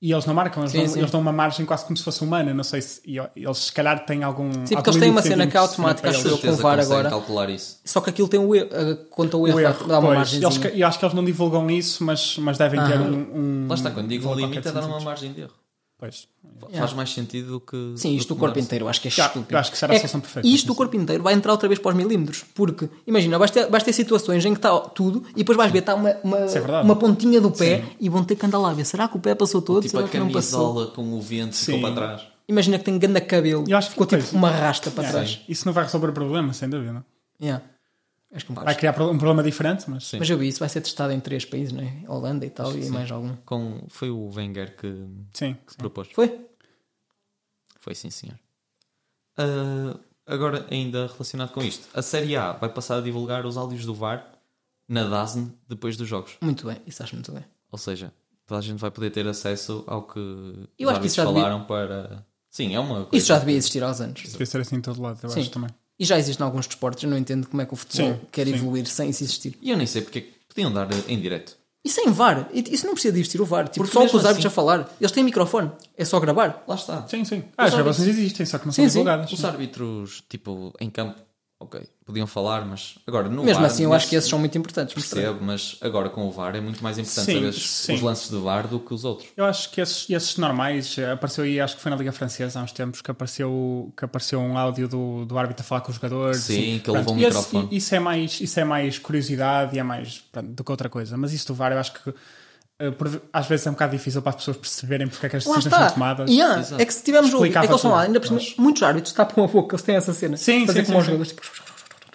[SPEAKER 4] e eles não marcam, eles,
[SPEAKER 2] Sim,
[SPEAKER 4] dão,
[SPEAKER 2] sim.
[SPEAKER 4] eles dão uma margem quase como se fosse humana. Não sei se. e Eles se calhar têm algum.
[SPEAKER 2] Sim, porque
[SPEAKER 4] algum
[SPEAKER 2] eles têm uma
[SPEAKER 4] limite de
[SPEAKER 2] cena que é
[SPEAKER 4] centímetros
[SPEAKER 2] automática,
[SPEAKER 4] para
[SPEAKER 2] acho
[SPEAKER 4] eles.
[SPEAKER 2] eu. com o VAR
[SPEAKER 3] consegue
[SPEAKER 2] agora.
[SPEAKER 3] calcular isso.
[SPEAKER 2] Só que aquilo tem o erro, eh, conta o erro,
[SPEAKER 4] O erro,
[SPEAKER 2] dá uma
[SPEAKER 4] pois.
[SPEAKER 2] margem.
[SPEAKER 4] Eles, ca- eu acho que eles não divulgam isso, mas, mas devem ter um, um.
[SPEAKER 3] Lá está, quando
[SPEAKER 2] Hum.
[SPEAKER 3] digo um
[SPEAKER 4] valor
[SPEAKER 3] limite é dar
[SPEAKER 4] qualquer de
[SPEAKER 3] uma
[SPEAKER 4] centímetros.
[SPEAKER 3] margem de erro.
[SPEAKER 4] Pois.
[SPEAKER 3] Faz mais sentido do que.
[SPEAKER 2] Sim, isto
[SPEAKER 3] do
[SPEAKER 2] o
[SPEAKER 3] que
[SPEAKER 2] corpo
[SPEAKER 3] mudar-se.
[SPEAKER 2] inteiro, eu acho que é
[SPEAKER 4] Já,
[SPEAKER 2] estúpido.
[SPEAKER 4] eu acho que será a
[SPEAKER 2] É
[SPEAKER 4] solução perfeita,
[SPEAKER 2] E isto
[SPEAKER 4] sim,
[SPEAKER 2] o corpo inteiro vai entrar outra vez para os milímetros, porque, imagina, vais ter, vais ter situações em que está tudo e depois vais ver, está uma, uma,
[SPEAKER 4] é verdade.
[SPEAKER 2] uma pontinha do pé e vão ter que andar lá a ver, será que o pé passou todo?
[SPEAKER 3] Tipo
[SPEAKER 2] será
[SPEAKER 3] a
[SPEAKER 2] que não passou?
[SPEAKER 3] camisola com o vento ficou
[SPEAKER 4] Sim.
[SPEAKER 3] para trás.
[SPEAKER 2] Imagina que tem ganda cabelo,
[SPEAKER 4] Eu acho que
[SPEAKER 2] ficou tipo
[SPEAKER 4] depois-
[SPEAKER 2] uma rasta para
[SPEAKER 4] Yeah.
[SPEAKER 2] trás.
[SPEAKER 4] É, Isso não vai resolver o problema, sem dúvida. é?
[SPEAKER 2] Yeah. Acho que não
[SPEAKER 4] Vai
[SPEAKER 2] vai.
[SPEAKER 4] criar pro- um problema diferente, mas.
[SPEAKER 2] Mas eu vi, isso vai ser testado em três países, não é? Holanda e tal, e mais algum.
[SPEAKER 3] Com, foi o Wenger que,
[SPEAKER 4] Sim.
[SPEAKER 3] que propôs.
[SPEAKER 2] Foi?
[SPEAKER 3] Foi sim, senhor. Ah, agora, ainda relacionado com isto, a Série A vai passar a divulgar os áudios do VAR na DAZN depois dos jogos.
[SPEAKER 2] Muito bem, isso acho muito bem.
[SPEAKER 3] Ou seja, toda a gente vai poder ter acesso ao que
[SPEAKER 2] Eu
[SPEAKER 3] os
[SPEAKER 2] acho que isso
[SPEAKER 3] árbitros
[SPEAKER 2] já devia-
[SPEAKER 3] falaram para. Sim, é uma coisa.
[SPEAKER 2] Isso já devia existir aos anos.
[SPEAKER 4] Devia ser assim em todo lado, eu
[SPEAKER 2] Sim.
[SPEAKER 4] acho também.
[SPEAKER 2] E já existe em alguns desportos, eu não entendo como é que o futebol
[SPEAKER 4] Sim,
[SPEAKER 2] quer
[SPEAKER 4] sim.
[SPEAKER 2] evoluir sem isso existir.
[SPEAKER 3] E eu nem sei porque é que podiam dar em direto.
[SPEAKER 2] E sem VAR, E- isso não precisa de existir o VAR. Tipo,
[SPEAKER 3] Porque
[SPEAKER 2] só
[SPEAKER 3] mesmo
[SPEAKER 2] com os árbitros
[SPEAKER 3] assim-
[SPEAKER 2] a falar. Eles têm microfone, é só gravar.
[SPEAKER 3] Lá está.
[SPEAKER 4] Sim, sim. Ah, as
[SPEAKER 2] Os
[SPEAKER 4] gravações existem, só que não
[SPEAKER 2] Sim,
[SPEAKER 4] são
[SPEAKER 2] sim.
[SPEAKER 4] divulgadas.
[SPEAKER 3] Os árbitros, tipo, em campo, ok, podiam falar, mas agora no
[SPEAKER 2] Mesmo
[SPEAKER 3] VAR,
[SPEAKER 2] assim, eu
[SPEAKER 3] nesse-
[SPEAKER 2] acho que esses são muito importantes. por estranho.
[SPEAKER 3] Percebo, mas agora com o VAR é muito mais importante
[SPEAKER 4] Sim,
[SPEAKER 3] saber
[SPEAKER 4] sim.
[SPEAKER 3] os lances do VAR do que os outros.
[SPEAKER 4] Eu acho que esses, esses normais, eh, apareceu aí, acho que foi na Liga Francesa há uns tempos, que apareceu, que apareceu um áudio do, do árbitro a falar com os jogadores.
[SPEAKER 3] Sim,
[SPEAKER 4] e-
[SPEAKER 3] que ele levou um
[SPEAKER 4] e esse-
[SPEAKER 3] microfone.
[SPEAKER 4] e- isso, é mais, isso é mais curiosidade e é mais pronto, do que outra coisa. Mas isso do VAR, eu acho que eh, por- às vezes é um bocado difícil para as pessoas perceberem porque é que as
[SPEAKER 2] Lá
[SPEAKER 4] decisões
[SPEAKER 2] está.
[SPEAKER 4] são tomadas.
[SPEAKER 2] E há,
[SPEAKER 3] Exato.
[SPEAKER 2] é que se tivermos o. É que
[SPEAKER 4] Explicava
[SPEAKER 2] eles estão lá,
[SPEAKER 4] tudo,
[SPEAKER 2] ainda por cima, muitos árbitros tapam a boca, eles têm essa cena.
[SPEAKER 4] Sim,
[SPEAKER 2] Fazer
[SPEAKER 4] sim,
[SPEAKER 2] como
[SPEAKER 4] sim,
[SPEAKER 2] aos jogadores. tipo,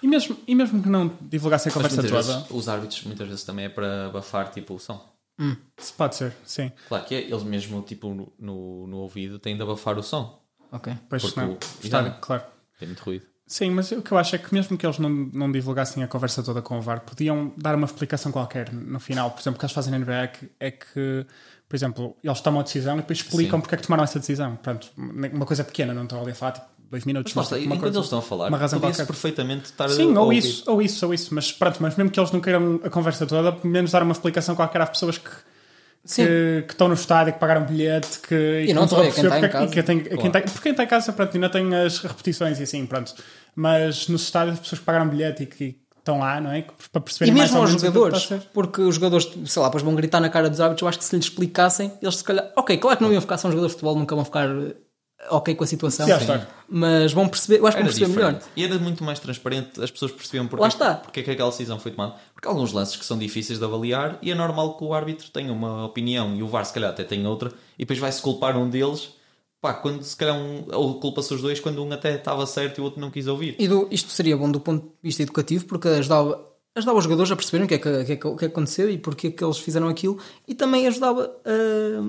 [SPEAKER 4] E mesmo, e mesmo que não divulgassem a
[SPEAKER 3] Mas
[SPEAKER 4] conversa
[SPEAKER 3] muitas
[SPEAKER 4] toda,
[SPEAKER 3] vezes, os árbitros muitas vezes também é para abafar tipo, o som.
[SPEAKER 4] se pode ser, sim.
[SPEAKER 3] Claro que é, eles mesmo tipo, no, no, no ouvido têm de abafar o som.
[SPEAKER 2] Ok.
[SPEAKER 4] Pois
[SPEAKER 3] Porque
[SPEAKER 4] não.
[SPEAKER 3] o-
[SPEAKER 4] Está,
[SPEAKER 3] Exato.
[SPEAKER 4] claro.
[SPEAKER 3] Tem muito ruído.
[SPEAKER 4] Sim, mas o que eu acho é que mesmo que eles não, não divulgassem a conversa toda com o VAR, podiam dar uma explicação qualquer no final. Por exemplo, o que eles fazem na NBA é que, é que, por exemplo, eles tomam a decisão e depois explicam
[SPEAKER 3] Sim.
[SPEAKER 4] porque é que tomaram essa decisão. Pronto, uma coisa pequena, não estão ali a falar tipo dois minutos.
[SPEAKER 3] Mas lá está,
[SPEAKER 4] tipo, uma
[SPEAKER 3] enquanto
[SPEAKER 4] coisa-
[SPEAKER 3] eles estão a falar,
[SPEAKER 4] uma razão
[SPEAKER 3] podia-se
[SPEAKER 4] qualquer.
[SPEAKER 3] perfeitamente estar
[SPEAKER 4] Sim,
[SPEAKER 3] a
[SPEAKER 4] ou
[SPEAKER 3] ouvir.
[SPEAKER 4] isso, ou isso, ou isso. Mas pronto, mas mesmo que eles não queiram a conversa toda, pelo menos dar uma explicação qualquer às pessoas que,
[SPEAKER 2] Sim.
[SPEAKER 4] que, que estão no estádio, que pagaram um bilhete, que que
[SPEAKER 2] não
[SPEAKER 4] não
[SPEAKER 2] estão a ver
[SPEAKER 4] perceber
[SPEAKER 2] quem está em
[SPEAKER 4] porque-
[SPEAKER 2] casa.
[SPEAKER 4] e quem tem- quem
[SPEAKER 3] Claro.
[SPEAKER 4] está- porque quem está em casa, pronto, ainda tem as repetições e assim, pronto. Mas nos estádios, as pessoas que pagaram um bilhete e que estão lá, não é? Que- Para
[SPEAKER 2] E
[SPEAKER 4] perceberem mais
[SPEAKER 2] mesmo
[SPEAKER 4] ou
[SPEAKER 2] aos
[SPEAKER 4] menos aquilo que
[SPEAKER 2] jogadores,
[SPEAKER 4] está a ser.
[SPEAKER 2] porque os jogadores, sei lá, depois vão gritar na cara dos árbitros, eu acho que se lhes explicassem, eles se calhar, ok, claro que não iam ficar, são jogadores de futebol, nunca vão ficar eh, ok com a situação,
[SPEAKER 4] Sim, claro.
[SPEAKER 2] mas vão perceber, eu acho que
[SPEAKER 3] Era
[SPEAKER 2] vão perceber
[SPEAKER 3] diferente.
[SPEAKER 2] melhor.
[SPEAKER 3] E era muito mais transparente, as pessoas percebiam porque,
[SPEAKER 2] Lá está.
[SPEAKER 3] porque é que aquela decisão foi tomada. Porque há alguns lances que são difíceis de avaliar e é normal que o árbitro tenha uma opinião e o VAR se calhar até tenha outra e depois vai-se culpar um deles. Pá, quando se calhar um, ou culpa-se os dois quando um até estava certo e o outro não quis ouvir.
[SPEAKER 2] E do- isto seria bom do ponto de vista educativo, porque ajudava, ajudava os jogadores a perceberem o que é que, o que, é que- o que é que aconteceu e porque é que eles fizeram aquilo, e também ajudava eh,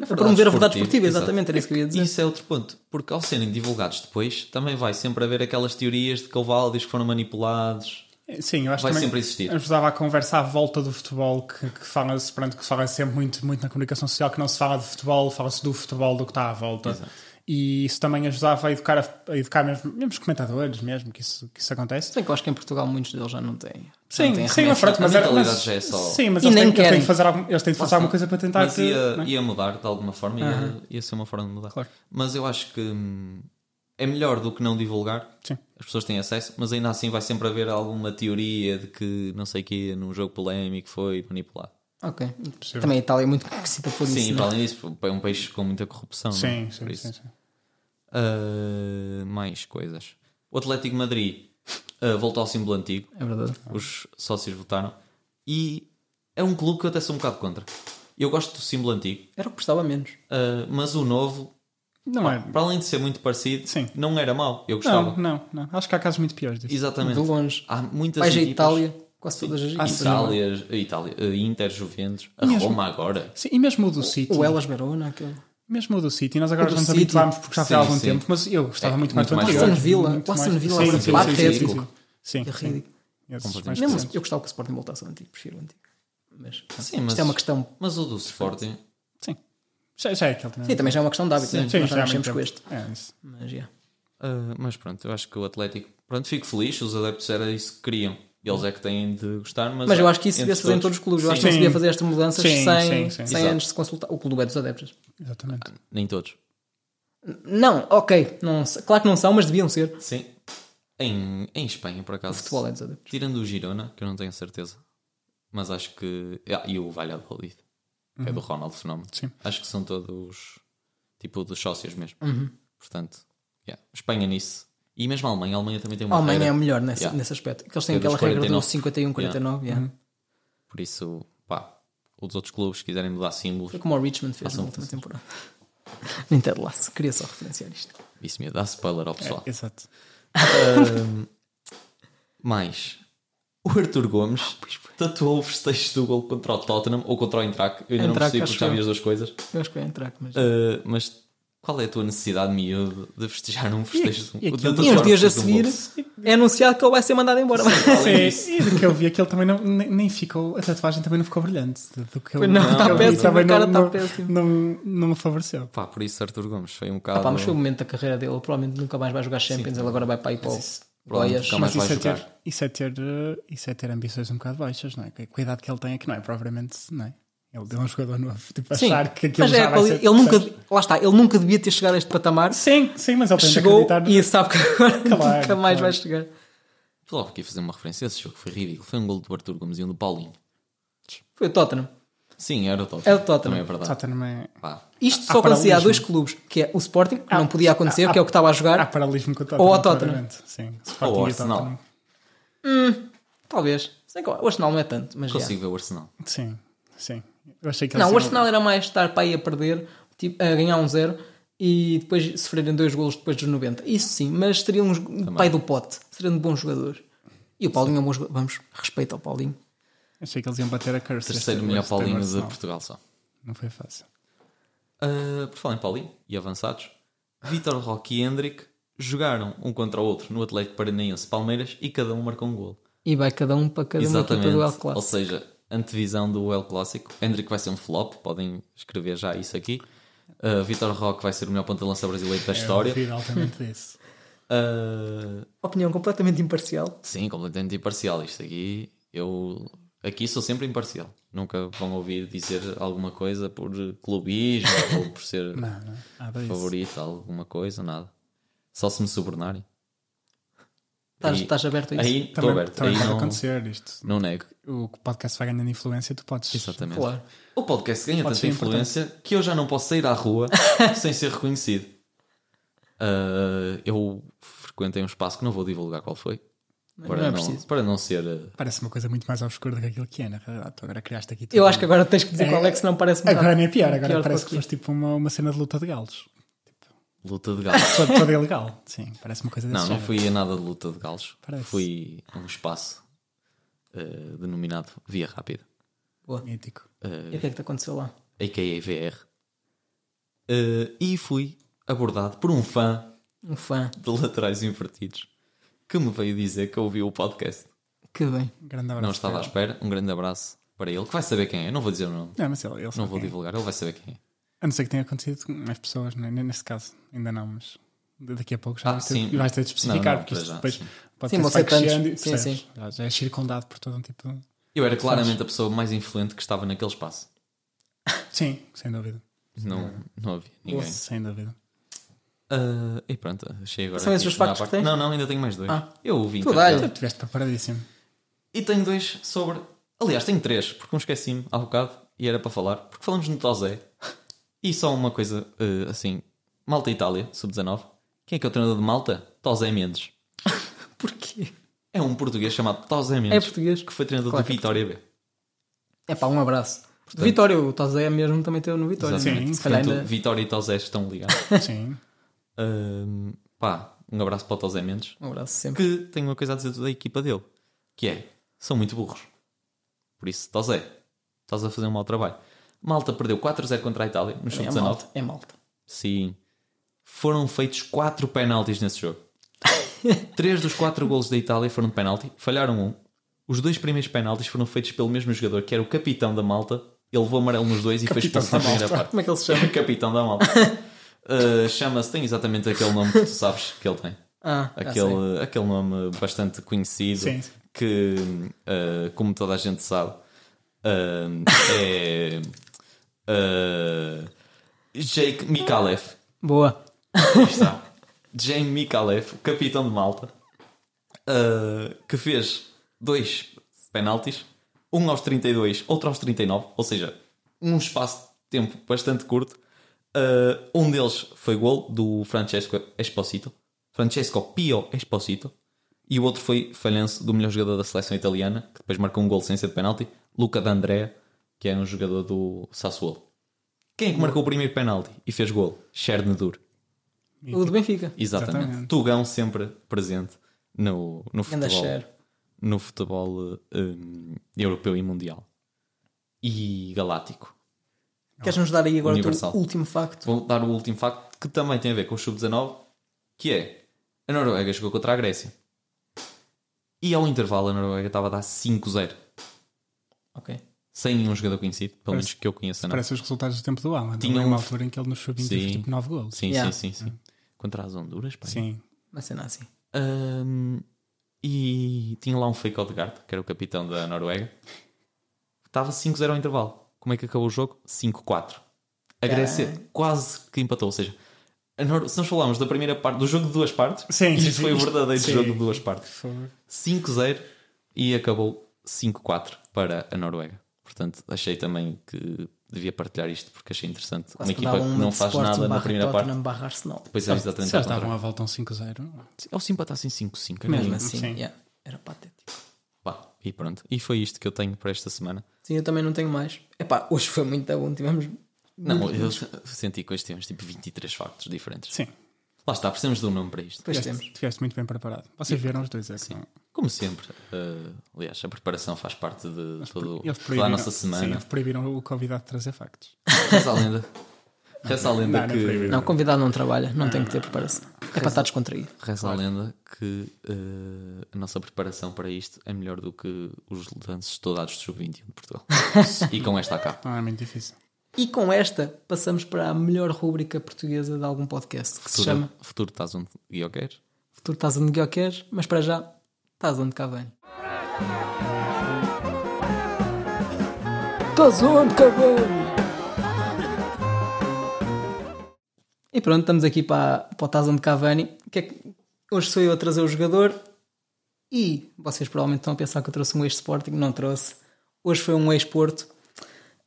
[SPEAKER 2] a, promover a verdade
[SPEAKER 3] desportiva,
[SPEAKER 2] esportiva,
[SPEAKER 3] É exato.
[SPEAKER 2] exatamente, era isso que eu ia dizer.
[SPEAKER 3] Isso é outro ponto, porque ao serem divulgados depois, também vai sempre haver aquelas teorias de que houve áudios que foram manipulados.
[SPEAKER 4] É, Sim, eu acho
[SPEAKER 3] Vai
[SPEAKER 4] que
[SPEAKER 3] sempre existir.
[SPEAKER 4] ajudava a conversa à volta do futebol, que, que fala-se pronto, que fala sempre muito, muito na comunicação social, que não se fala de futebol, fala-se do futebol, do que está à volta. E isso também ajudava a educar, a, a educar mesmo, mesmo os comentadores, mesmo que isso, que isso acontece.
[SPEAKER 2] Sei que eu acho que em Portugal muitos deles já não têm. já não
[SPEAKER 4] Sim,
[SPEAKER 2] têm
[SPEAKER 4] sim, mas
[SPEAKER 2] remessa.
[SPEAKER 4] pronto, mas
[SPEAKER 3] A
[SPEAKER 4] era. Mas,
[SPEAKER 3] mentalidade já é só-
[SPEAKER 4] Sim, mas
[SPEAKER 2] E
[SPEAKER 4] eles
[SPEAKER 2] nem
[SPEAKER 4] têm, eles têm
[SPEAKER 2] querem.
[SPEAKER 4] de fazer, algum, eles têm de fazer alguma coisa para tentar.
[SPEAKER 3] Mas
[SPEAKER 4] te-
[SPEAKER 3] ia,
[SPEAKER 4] não é?
[SPEAKER 3] ia mudar de alguma forma, ia, ia ser uma forma de mudar.
[SPEAKER 4] Claro.
[SPEAKER 3] Mas eu acho que hum, é melhor do que não divulgar.
[SPEAKER 4] Sim.
[SPEAKER 3] As pessoas têm acesso, mas ainda assim vai sempre haver alguma teoria de que não sei o que num jogo polémico foi manipulado.
[SPEAKER 2] Ok. Também a Itália é muito conhecida por isso.
[SPEAKER 3] Sim, e
[SPEAKER 2] não é?
[SPEAKER 3] para além disso, é um país com muita corrupção. não é?
[SPEAKER 4] Sim,
[SPEAKER 3] Por
[SPEAKER 4] sim,
[SPEAKER 3] isso.
[SPEAKER 4] sim, sim.
[SPEAKER 3] Ah, mais coisas. O Atlético de Madrid ah, voltou ao símbolo antigo.
[SPEAKER 2] É verdade.
[SPEAKER 4] Ah.
[SPEAKER 3] Os sócios votaram. E é um clube que eu até sou um bocado contra. Eu gosto do símbolo antigo,
[SPEAKER 2] Era o que gostava menos.
[SPEAKER 3] ah, mas o novo,
[SPEAKER 4] Não é.
[SPEAKER 3] para além de ser muito parecido,
[SPEAKER 4] Sim.
[SPEAKER 3] não era mau. Eu gostava.
[SPEAKER 4] Não, não, não. Acho que há casos muito piores disso.
[SPEAKER 3] Exatamente.
[SPEAKER 2] De longe.
[SPEAKER 3] Há muitas
[SPEAKER 2] Vais a
[SPEAKER 3] equipas-
[SPEAKER 2] Itália, quase todas as
[SPEAKER 4] Ah,
[SPEAKER 2] equipas.
[SPEAKER 4] sim.
[SPEAKER 3] Itália, Itália, eh, Inter, Juventus, a
[SPEAKER 4] Mesmo.
[SPEAKER 3] Roma agora.
[SPEAKER 4] Sim, e mesmo o do City.
[SPEAKER 2] O Elas Verona, aquele.
[SPEAKER 4] Mesmo o do City. Nós agora
[SPEAKER 2] O do
[SPEAKER 4] já nos
[SPEAKER 2] City.
[SPEAKER 4] habituámos porque já foi há
[SPEAKER 3] Sim,
[SPEAKER 4] algum
[SPEAKER 3] sim.
[SPEAKER 4] tempo, mas eu gostava
[SPEAKER 3] É,
[SPEAKER 4] muito mais do
[SPEAKER 3] muito mais
[SPEAKER 4] anterior.
[SPEAKER 2] Aston Villa.
[SPEAKER 4] Muito
[SPEAKER 2] O Aston
[SPEAKER 4] mais-
[SPEAKER 2] Villa
[SPEAKER 4] sim,
[SPEAKER 2] agora
[SPEAKER 4] sim,
[SPEAKER 3] foi
[SPEAKER 4] sim,
[SPEAKER 3] atlético.
[SPEAKER 4] sim, sim. Sim,
[SPEAKER 2] É
[SPEAKER 4] sim.
[SPEAKER 2] ridículo.
[SPEAKER 4] Esses mais
[SPEAKER 3] Completamente.
[SPEAKER 2] Mesmo,
[SPEAKER 4] recentes.
[SPEAKER 2] eu gostava que o Sporting voltasse ao antigo, prefiro o antigo. Mas,
[SPEAKER 3] Sim, mas,
[SPEAKER 2] isto é uma questão.
[SPEAKER 3] mas o do Sporting.
[SPEAKER 4] Sim. Já, já é aquele também.
[SPEAKER 2] Sim, também já é uma questão de hábito. né? Nós já
[SPEAKER 4] já há muito
[SPEAKER 2] nascemos com
[SPEAKER 4] tempo.
[SPEAKER 2] este.
[SPEAKER 4] É, isso.
[SPEAKER 2] Mas, yeah.
[SPEAKER 3] ah, mas pronto, eu acho que o Atlético. Pronto, fico feliz, os adeptos era isso que queriam. Eles é que têm de gostar, mas.
[SPEAKER 2] Mas eu
[SPEAKER 3] há-
[SPEAKER 2] acho que isso
[SPEAKER 3] entre
[SPEAKER 2] devia-se fazer em todos os clubes. Eu acho que não se
[SPEAKER 4] Sim.
[SPEAKER 2] devia fazer estas mudanças
[SPEAKER 4] Sim,
[SPEAKER 2] sem,
[SPEAKER 4] sim, sim.
[SPEAKER 2] sem
[SPEAKER 3] Exato.
[SPEAKER 2] antes de se consultar. O clube é dos adeptos.
[SPEAKER 4] Exatamente.
[SPEAKER 2] Ah,
[SPEAKER 3] Nem todos.
[SPEAKER 2] Não, ok. Não, se- claro que não são, mas deviam ser.
[SPEAKER 3] Sim. Em, em Espanha, por acaso.
[SPEAKER 2] Futebol é dos adeptos.
[SPEAKER 3] Tirando o Girona, que eu não tenho certeza. Mas acho que. Ah, e o Valladolid, que é do
[SPEAKER 2] Uhum.
[SPEAKER 3] Ronaldo Fenómeno.
[SPEAKER 4] Sim.
[SPEAKER 3] Acho que são todos. Tipo, dos sócios mesmo.
[SPEAKER 2] Uhum.
[SPEAKER 3] Portanto, yeah. Espanha nisso. E mesmo a Alemanha. A Alemanha também tem uma
[SPEAKER 2] A Alemanha é
[SPEAKER 3] regra,
[SPEAKER 2] o melhor nesse,
[SPEAKER 3] Yeah.
[SPEAKER 2] nesse aspecto. Que eles têm
[SPEAKER 3] É dos
[SPEAKER 2] aquela regra do
[SPEAKER 3] 49.
[SPEAKER 2] 51-49. yeah.
[SPEAKER 3] Por isso, pá. Os outros clubes que quiserem mudar símbolos.
[SPEAKER 2] Foi como o Richmond fez na última temporada. [LAUGHS] Nintendo Lasso. Queria só referenciar isto.
[SPEAKER 3] Isso me dá spoiler ao
[SPEAKER 2] É.
[SPEAKER 3] pessoal.
[SPEAKER 4] É, Exato.
[SPEAKER 3] Ahm, mais. O Arthur
[SPEAKER 2] Ah,
[SPEAKER 3] Gomes tatuou o festejo do gol contra o Tottenham ou contra o Eintracht. Eu ainda não
[SPEAKER 2] Eintracht,
[SPEAKER 3] percebi porque
[SPEAKER 2] acho
[SPEAKER 3] já vi
[SPEAKER 2] eu.
[SPEAKER 3] as duas coisas.
[SPEAKER 2] Eu acho que vai entrar, mas.
[SPEAKER 3] Uh, mas qual é a tua necessidade, miúdo, de festejar um festejo
[SPEAKER 4] e
[SPEAKER 3] de um
[SPEAKER 4] aquilo-
[SPEAKER 3] de
[SPEAKER 2] E uns
[SPEAKER 3] tatuar
[SPEAKER 2] dias a
[SPEAKER 3] um festejo de um
[SPEAKER 2] seguir é anunciado que ele vai ser mandado [LAUGHS] embora. É
[SPEAKER 4] Sim, e do que eu vi, aquele também não, nem, nem ficou, a tatuagem também não ficou brilhante. Do- Do que eu,
[SPEAKER 2] Pois não,
[SPEAKER 4] do que
[SPEAKER 2] tá
[SPEAKER 4] eu vi,
[SPEAKER 2] péssimo,
[SPEAKER 4] também
[SPEAKER 2] a cara
[SPEAKER 4] não-
[SPEAKER 2] tá
[SPEAKER 4] não-
[SPEAKER 2] péssimo.
[SPEAKER 4] Não, não me favoreceu.
[SPEAKER 3] Pá, por isso Arthur Gomes foi um
[SPEAKER 2] Ah,
[SPEAKER 3] bocado.
[SPEAKER 2] pá, mas foi o momento da carreira dele. Ele provavelmente nunca mais vai jogar Champions. Ele agora vai para aí para o
[SPEAKER 3] provavelmente
[SPEAKER 2] Goiás.
[SPEAKER 3] nunca
[SPEAKER 4] Mas
[SPEAKER 3] mais
[SPEAKER 4] isso
[SPEAKER 3] vai
[SPEAKER 4] é, ter,
[SPEAKER 3] jogar.
[SPEAKER 4] isso, é ter, eh, isso é ter ambições um bocado baixas, não é? Que- Cuidado que ele tem aqui, não é? Propriamente, não é? Ele deu um jogador novo, [LAUGHS] tipo,
[SPEAKER 2] Sim,
[SPEAKER 4] achar que aquilo
[SPEAKER 2] mas
[SPEAKER 4] já
[SPEAKER 2] é a
[SPEAKER 4] vai
[SPEAKER 2] quali-
[SPEAKER 4] ser...
[SPEAKER 2] ele nunca,
[SPEAKER 4] percebes?
[SPEAKER 2] lá está, ele nunca devia ter chegado a este patamar.
[SPEAKER 4] Sim, sim, mas ele tem
[SPEAKER 2] Chegou
[SPEAKER 4] de acreditar...
[SPEAKER 2] e sabe que agora
[SPEAKER 4] Claro,
[SPEAKER 2] nunca mais
[SPEAKER 4] claro.
[SPEAKER 2] vai chegar.
[SPEAKER 3] Estou logo aqui a fazer uma referência. Esse jogo foi ridículo. Foi um gol do Arthur Gomes e um do Paulinho.
[SPEAKER 2] Foi o Tottenham.
[SPEAKER 3] Sim, era o Tottenham.
[SPEAKER 2] É o Tottenham.
[SPEAKER 3] Também é verdade.
[SPEAKER 4] Tottenham é...
[SPEAKER 3] Pá,
[SPEAKER 2] Isto
[SPEAKER 4] Há
[SPEAKER 2] só acontecia a
[SPEAKER 4] paralelismo.
[SPEAKER 2] dois clubes, que é o Sporting, que
[SPEAKER 4] Ah,
[SPEAKER 2] não podia acontecer, que é o que estava a jogar.
[SPEAKER 4] Há paralelismo com o Tottenham.
[SPEAKER 2] Ou ao Tottenham.
[SPEAKER 4] claramente. Sim.
[SPEAKER 3] Ou
[SPEAKER 4] Sporting
[SPEAKER 3] o
[SPEAKER 4] e
[SPEAKER 3] Arsenal.
[SPEAKER 4] Tottenham.
[SPEAKER 2] Talvez. Sei que o Arsenal não é tanto, mas já.
[SPEAKER 3] Consigo ver o Arsenal.
[SPEAKER 4] Sim, sim. Eu achei que eles
[SPEAKER 2] Não, o
[SPEAKER 4] iam-
[SPEAKER 2] Arsenal era mais estar para aí a perder, tipo, a ganhar um zero e depois sofrerem dois golos depois dos 90. Isso sim, mas seria um jo- pai do pote, seria um bom jogador. E o Paulinho é um bom jogador. Vamos, respeito ao Paulinho.
[SPEAKER 4] Achei que eles iam bater a curse.
[SPEAKER 3] Terceiro
[SPEAKER 4] este-
[SPEAKER 3] melhor
[SPEAKER 4] este ano
[SPEAKER 3] Paulinho de
[SPEAKER 4] Arsenal.
[SPEAKER 3] Portugal só. Eh,
[SPEAKER 4] Não foi fácil.
[SPEAKER 3] Uh, por falar em Paulinho e avançados, Vitor Roque Hendrick jogaram um contra o outro no Atlético Paranaense Palmeiras e cada um marcou um gol.
[SPEAKER 2] E vai cada um para cada uma equipa do El
[SPEAKER 3] Ou
[SPEAKER 2] Clássico.
[SPEAKER 3] seja, antevisão do El Clássico. Hendrick vai ser um flop, podem escrever já isso aqui. Uh, Vitor Roque vai ser o melhor ponta-lança brasileiro
[SPEAKER 4] É,
[SPEAKER 3] da história.
[SPEAKER 4] ouvi altamente disso.
[SPEAKER 3] Uh,
[SPEAKER 2] Opinião completamente imparcial.
[SPEAKER 3] sim, completamente imparcial. Isto aqui, eu. Aqui sou sempre imparcial. Nunca vão ouvir dizer alguma coisa por clubismo [LAUGHS] ou por ser
[SPEAKER 4] Não, não. Ah, bem isso.
[SPEAKER 3] favorito, alguma coisa, nada. Só se me subornarem.
[SPEAKER 2] Estás,
[SPEAKER 3] Aí-
[SPEAKER 2] estás aberto a isso?
[SPEAKER 3] Aí estou
[SPEAKER 4] Também,
[SPEAKER 3] aberto.
[SPEAKER 4] também
[SPEAKER 3] Aí
[SPEAKER 4] pode
[SPEAKER 3] não,
[SPEAKER 4] acontecer isto.
[SPEAKER 3] não nego.
[SPEAKER 4] O podcast vai ganhando influência, tu podes.
[SPEAKER 3] Exatamente.
[SPEAKER 2] Claro.
[SPEAKER 3] O podcast ganha
[SPEAKER 4] Pode
[SPEAKER 3] tanta
[SPEAKER 4] ser importante.
[SPEAKER 3] influência que eu já não posso sair à
[SPEAKER 4] [LAUGHS]
[SPEAKER 3] rua sem ser reconhecido. Ah, eu frequentei um espaço que não vou divulgar qual foi. Para
[SPEAKER 2] não é
[SPEAKER 3] não,
[SPEAKER 2] preciso.
[SPEAKER 3] para não ser. ah,
[SPEAKER 4] Parece uma coisa muito mais obscura do que aquilo que é, na realidade. Tu agora criaste aqui.
[SPEAKER 2] Eu
[SPEAKER 4] tudo.
[SPEAKER 2] acho que agora tens que dizer
[SPEAKER 4] É-
[SPEAKER 2] qual é que senão parece-me.
[SPEAKER 4] Agora nem é pior, agora
[SPEAKER 2] Pior do
[SPEAKER 4] parece
[SPEAKER 2] que
[SPEAKER 4] que foste tipo uma, uma cena de luta de galos.
[SPEAKER 3] luta de
[SPEAKER 4] [LAUGHS]
[SPEAKER 3] galos.
[SPEAKER 4] Toda, toda ilegal.
[SPEAKER 2] [LAUGHS]
[SPEAKER 4] Sim, parece uma coisa desse
[SPEAKER 3] não, não
[SPEAKER 4] género.
[SPEAKER 3] fui a nada de luta de galos.
[SPEAKER 4] Parece.
[SPEAKER 3] Fui a um espaço ah, denominado Via Rápida,
[SPEAKER 4] Mítico.
[SPEAKER 2] E o que é que te aconteceu lá?
[SPEAKER 3] a.k.a. VR. Ah, e fui abordado por um fã
[SPEAKER 2] Um fã.
[SPEAKER 3] de laterais invertidos que me veio dizer que ouviu o podcast.
[SPEAKER 2] Que bem.
[SPEAKER 4] Um grande abraço.
[SPEAKER 3] Não estava à espera. Um grande abraço para ele, que vai saber quem é. Eu não vou dizer o nome,
[SPEAKER 4] Não, mas ele, ele
[SPEAKER 3] não
[SPEAKER 4] sabe
[SPEAKER 3] vou
[SPEAKER 4] quem é.
[SPEAKER 3] divulgar, ele vai saber quem é.
[SPEAKER 4] A não ser que tenha acontecido com mais pessoas, né? neste caso, ainda não, mas de- daqui a pouco já
[SPEAKER 3] Ah,
[SPEAKER 4] vais,
[SPEAKER 3] sim.
[SPEAKER 4] ter, vais ter de
[SPEAKER 3] Não,
[SPEAKER 4] especificar,
[SPEAKER 3] não,
[SPEAKER 4] porque
[SPEAKER 3] para
[SPEAKER 4] isto
[SPEAKER 3] já,
[SPEAKER 4] depois
[SPEAKER 3] sim.
[SPEAKER 4] pode
[SPEAKER 2] Sim,
[SPEAKER 4] ser
[SPEAKER 2] vão
[SPEAKER 4] vai
[SPEAKER 2] ser tantos.
[SPEAKER 4] crescendo e-
[SPEAKER 2] Sim,
[SPEAKER 4] percebes?
[SPEAKER 2] sim.
[SPEAKER 4] Já- Já é circundado por todo um tipo de...
[SPEAKER 3] Eu era claramente a pessoa mais influente que estava naquele espaço.
[SPEAKER 4] Sim, sem dúvida.
[SPEAKER 2] é.
[SPEAKER 3] Não, não havia ninguém.
[SPEAKER 4] Sem dúvida.
[SPEAKER 3] Ah, e pronto, achei agora.
[SPEAKER 2] São
[SPEAKER 3] aqui
[SPEAKER 2] esses os
[SPEAKER 3] na
[SPEAKER 2] factos que
[SPEAKER 3] parte-
[SPEAKER 2] tens?
[SPEAKER 3] Não, não, ainda tenho mais dois.
[SPEAKER 2] Ah.
[SPEAKER 3] Eu ouvi.
[SPEAKER 2] Tu
[SPEAKER 3] então,
[SPEAKER 2] dá-lhe.
[SPEAKER 3] já.
[SPEAKER 4] Estiveste preparadíssimo.
[SPEAKER 3] [LAUGHS] E tenho dois sobre. Aliás, tenho três, porque um esqueci-me há bocado e era para falar, porque falamos no Tozé. E só uma coisa eh, assim: Malta Itália, sub-19. Quem é que é o treinador de Malta? Tozé Mendes.
[SPEAKER 2] Porquê?
[SPEAKER 3] É um português chamado Tozé
[SPEAKER 2] É
[SPEAKER 3] Mendes,
[SPEAKER 2] português.
[SPEAKER 3] que foi treinador
[SPEAKER 2] Claro
[SPEAKER 3] do
[SPEAKER 2] que é
[SPEAKER 3] Vitória B.
[SPEAKER 2] É pá, um abraço. Vitória, o Tozé é mesmo também teve no Vitória.
[SPEAKER 4] Exatamente.
[SPEAKER 2] Sim,
[SPEAKER 4] Sim,
[SPEAKER 2] se calhar
[SPEAKER 3] Portanto,
[SPEAKER 2] ainda.
[SPEAKER 3] Vitória e Tozé estão ligados.
[SPEAKER 4] [LAUGHS] Sim.
[SPEAKER 3] Ahm, pá, um abraço para o Tozé Mendes,
[SPEAKER 2] Um abraço sempre.
[SPEAKER 3] que tem uma coisa a dizer da equipa dele, que é, são muito burros. Por isso, Tozé, estás a fazer um mau trabalho. Malta perdeu 4-0 contra a Itália, no
[SPEAKER 2] É
[SPEAKER 3] chão 19.
[SPEAKER 2] malta. É malta.
[SPEAKER 3] Sim. Foram feitos 4 penaltis nesse
[SPEAKER 4] [LAUGHS]
[SPEAKER 3] jogo. 3 dos 4 golos da Itália foram de penalti, falharam um. Os dois primeiros penaltis foram feitos pelo mesmo jogador, que era o capitão da Malta. Ele levou amarelo nos dois e foi
[SPEAKER 4] Capitão
[SPEAKER 3] expulso na
[SPEAKER 4] da
[SPEAKER 3] primeira
[SPEAKER 4] Malta.
[SPEAKER 3] parte.
[SPEAKER 2] Como é que ele se chama?
[SPEAKER 3] Capitão
[SPEAKER 2] [LAUGHS]
[SPEAKER 3] da Malta. Uh, Chama-se, tem exatamente aquele nome que tu sabes que ele tem.
[SPEAKER 2] Ah, já sei.
[SPEAKER 3] Aquele, aquele nome bastante conhecido
[SPEAKER 4] Sim, sim.
[SPEAKER 3] que, uh, como toda a gente sabe, uh, é uh, Jake Mikalev.
[SPEAKER 2] Boa.
[SPEAKER 3] Aí está. Jamie Mikalev, o capitão de Malta, uh, que fez dois penaltis, um aos 32, outro aos 39, ou seja, um espaço de tempo bastante curto. Uh, um deles foi gol do Francesco Esposito, Francesco Pio Esposito, e o outro foi falhanço do melhor jogador da seleção italiana, que depois marcou um gol sem ser de penalti, Luca D'Andrea, que é um jogador do Sassuolo. Quem é que marcou o primeiro penalti e fez gol? Chernedur.
[SPEAKER 2] O do Benfica.
[SPEAKER 3] Exatamente.
[SPEAKER 4] Exatamente.
[SPEAKER 3] Tugão sempre presente no, no
[SPEAKER 2] Ganda
[SPEAKER 3] futebol,
[SPEAKER 2] cheiro.
[SPEAKER 3] no futebol eh, hum, europeu e mundial. E galáctico.
[SPEAKER 2] Queres-nos dar aí agora o
[SPEAKER 3] Universal.
[SPEAKER 2] teu último facto?
[SPEAKER 3] Vou dar o último facto que também tem a ver com o sub-19, que é a Noruega jogou contra a Grécia. E ao intervalo a Noruega estava a dar 5-0,
[SPEAKER 2] Ok.
[SPEAKER 3] sem nenhum jogador conhecido, pelo menos que eu conheça. Não.
[SPEAKER 4] Parece os resultados do tempo do Alan.
[SPEAKER 3] Tinha
[SPEAKER 4] Tinha
[SPEAKER 3] um-
[SPEAKER 4] uma altura em que ele nos subiu
[SPEAKER 3] Sim.
[SPEAKER 4] tipo 9 golos.
[SPEAKER 3] Sim,
[SPEAKER 2] Yeah.
[SPEAKER 3] sim, sim, sim. Contra as Honduras, pá.
[SPEAKER 4] Sim.
[SPEAKER 2] Uma cena assim.
[SPEAKER 3] Ahm, e tinha lá um fake Odegaard, que era o capitão da Noruega. Estava 5-0 ao intervalo. Como é que acabou o jogo? 5-4. A Grécia quase que empatou. Ou seja, a Nor- se nós falarmos da primeira parte, do jogo de duas partes,
[SPEAKER 4] Sim,
[SPEAKER 3] isto
[SPEAKER 4] sim,
[SPEAKER 3] foi o
[SPEAKER 4] sim.
[SPEAKER 3] verdadeiro
[SPEAKER 4] Sim.
[SPEAKER 3] jogo de duas partes.
[SPEAKER 4] Foi-
[SPEAKER 3] 5-0 e acabou 5-4 para a Noruega. Portanto, achei também que devia partilhar isto porque achei interessante.
[SPEAKER 2] Quase
[SPEAKER 3] uma equipa
[SPEAKER 2] dava
[SPEAKER 3] que
[SPEAKER 2] um
[SPEAKER 3] não
[SPEAKER 2] de
[SPEAKER 3] faz
[SPEAKER 2] Sporting
[SPEAKER 3] nada na
[SPEAKER 2] barra Ah,
[SPEAKER 3] primeira parte,
[SPEAKER 2] Tottenham barra Arsenal.
[SPEAKER 3] depois é exatamente
[SPEAKER 4] Se
[SPEAKER 3] ao
[SPEAKER 4] eles davam
[SPEAKER 3] contrário. É
[SPEAKER 4] a volta a um 5-0.
[SPEAKER 3] Ou se empatassem 5-5. era
[SPEAKER 2] Mesmo
[SPEAKER 3] lindo.
[SPEAKER 2] assim,
[SPEAKER 4] Sim.
[SPEAKER 2] yeah, era patético.
[SPEAKER 3] Pá, e pronto. E foi isto que eu tenho para esta semana.
[SPEAKER 2] Sim, eu também não tenho mais. Epá, hoje foi muito bom. Tivemos.
[SPEAKER 3] Não, eu senti que hoje temos tipo 23 factos diferentes.
[SPEAKER 4] Sim.
[SPEAKER 3] Lá está, precisamos de um nome para isto.
[SPEAKER 2] Pois temos.
[SPEAKER 4] Tiveste tiveste muito bem preparado. Vocês viram os dois, é que não.
[SPEAKER 3] Como sempre, eh, aliás, a preparação faz parte de todo,
[SPEAKER 4] Eles
[SPEAKER 3] toda a
[SPEAKER 4] proibiram,
[SPEAKER 3] nossa
[SPEAKER 4] Sim,
[SPEAKER 3] semana.
[SPEAKER 4] eles proibiram o convidado de trazer factos.
[SPEAKER 3] Reza a lenda. Reza a lenda
[SPEAKER 4] Não, não
[SPEAKER 3] que.
[SPEAKER 4] proibiram.
[SPEAKER 2] Não, convidado não trabalha, não tem que ter preparação. É para estar descontraído.
[SPEAKER 3] Reza a lenda que eh, a nossa preparação para isto é melhor do que os lances estudados do Sub-21 de
[SPEAKER 4] [LAUGHS]
[SPEAKER 3] Portugal. e com esta cá.
[SPEAKER 4] Não é muito difícil.
[SPEAKER 2] E com esta passamos para a melhor rúbrica portuguesa de algum podcast que se chama
[SPEAKER 3] Futuro, futuro estás onde eu queres?
[SPEAKER 2] Futuro estás onde eu queres, mas para já estás onde cá vem. Estás onde cá vem. E pronto, estamos aqui para, para o Taz onde Cavani. Que é que- hoje sou eu a trazer o jogador e vocês provavelmente estão a pensar que eu trouxe um ex-Sporting, não trouxe. Hoje foi um ex-Porto.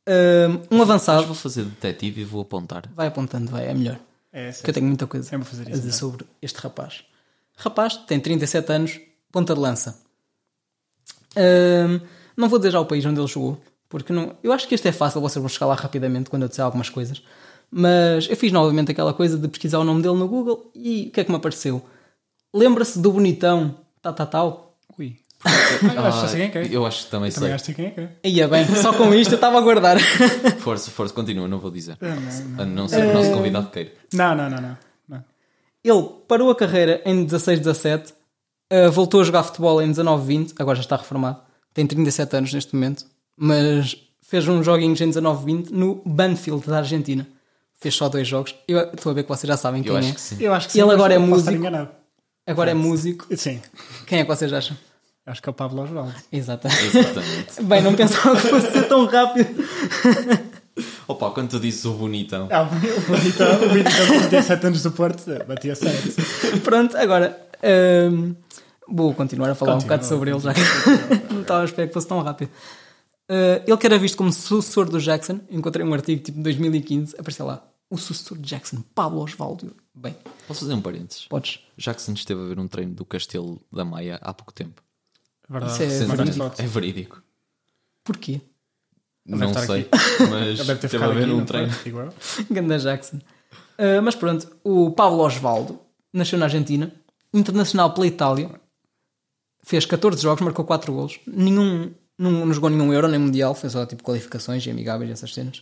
[SPEAKER 2] Um, um
[SPEAKER 3] Mas
[SPEAKER 2] avançado.
[SPEAKER 3] vou fazer detetive e vou apontar.
[SPEAKER 2] Vai apontando, vai, é melhor.
[SPEAKER 4] É,
[SPEAKER 2] Porque eu tenho muita coisa
[SPEAKER 4] Sempre fazer
[SPEAKER 2] a
[SPEAKER 4] isso,
[SPEAKER 2] dizer
[SPEAKER 4] então.
[SPEAKER 2] sobre este rapaz. Rapaz, tem 37 anos, ponta de lança. Ahm, não vou dizer já o país onde ele jogou, porque não, eu acho que este é fácil, vocês vão chegar lá rapidamente quando eu disser algumas coisas. Mas eu fiz novamente aquela coisa de pesquisar o nome dele no Google e o que é que me apareceu? Lembra-se do bonitão, tal, tal, tal?
[SPEAKER 4] Ui. eu acho que sei quem é que é.
[SPEAKER 3] eu acho que também
[SPEAKER 4] Também
[SPEAKER 3] sei.
[SPEAKER 4] acho que sei quem é que é.
[SPEAKER 2] Ia bem, só com isto eu estava a guardar. [LAUGHS]
[SPEAKER 3] Força, força, continua, não vou dizer.
[SPEAKER 4] É,
[SPEAKER 3] A não ser que o nosso convidado queira.
[SPEAKER 4] Não, não, não, não. não.
[SPEAKER 2] Ele parou a carreira em 16-17, uh, voltou a jogar futebol em 19-20, agora já está reformado, tem 37 anos neste momento, mas fez uns joguinhos em 19-20 no Banfield da Argentina. Fez só dois jogos. Eu estou a ver que vocês já sabem quem
[SPEAKER 3] Eu
[SPEAKER 2] é.
[SPEAKER 3] acho que sim.
[SPEAKER 4] Eu acho que sim.
[SPEAKER 2] Ele
[SPEAKER 4] mas
[SPEAKER 2] agora é
[SPEAKER 4] posso estar
[SPEAKER 2] músico.
[SPEAKER 4] enganado.
[SPEAKER 2] Agora é músico.
[SPEAKER 4] Sim.
[SPEAKER 2] Quem é que vocês acham?
[SPEAKER 4] Acho que é o Pablo Osvaldo.
[SPEAKER 2] Exato.
[SPEAKER 3] Exatamente. [LAUGHS]
[SPEAKER 2] Bem, não pensava que fosse ser tão rápido.
[SPEAKER 3] Opa, quando tu dizes o bonitão,
[SPEAKER 4] Ah, o Bonitão, o Bonitão com 17 anos do Porto, eh, batia 7.
[SPEAKER 2] Pronto, agora hum, vou continuar a falar um
[SPEAKER 4] Continua.
[SPEAKER 2] bocado sobre ele já que [LAUGHS] não estava a esperar que fosse tão rápido. Uh, ele que era visto como sucessor do Jackson, encontrei um artigo tipo de 2015, apareceu lá, o sucessor de Jackson, Pablo Osvaldo. Bem,
[SPEAKER 3] posso fazer um parênteses?
[SPEAKER 2] podes.
[SPEAKER 3] Jackson esteve a ver um treino do Castelo da Maia há pouco tempo.
[SPEAKER 4] Verdade.
[SPEAKER 2] Isso é
[SPEAKER 4] Marcos
[SPEAKER 2] verídico.
[SPEAKER 4] Fox.
[SPEAKER 3] É verídico.
[SPEAKER 2] Porquê?
[SPEAKER 3] Não
[SPEAKER 4] estar
[SPEAKER 3] sei, [LAUGHS] mas
[SPEAKER 4] Ele deve ter
[SPEAKER 3] esteve
[SPEAKER 4] ficado
[SPEAKER 3] a ver
[SPEAKER 4] aqui
[SPEAKER 3] um
[SPEAKER 4] no
[SPEAKER 3] treino.
[SPEAKER 4] Porto, digo eu.
[SPEAKER 2] [LAUGHS] Ganda Jackson. Uh, mas pronto, o Pablo Osvaldo nasceu na Argentina, internacional pela Itália, fez 14 jogos, marcou 4 golos, nenhum, não, não jogou nenhum Euro nem Mundial, fez só tipo qualificações e amigáveis essas cenas.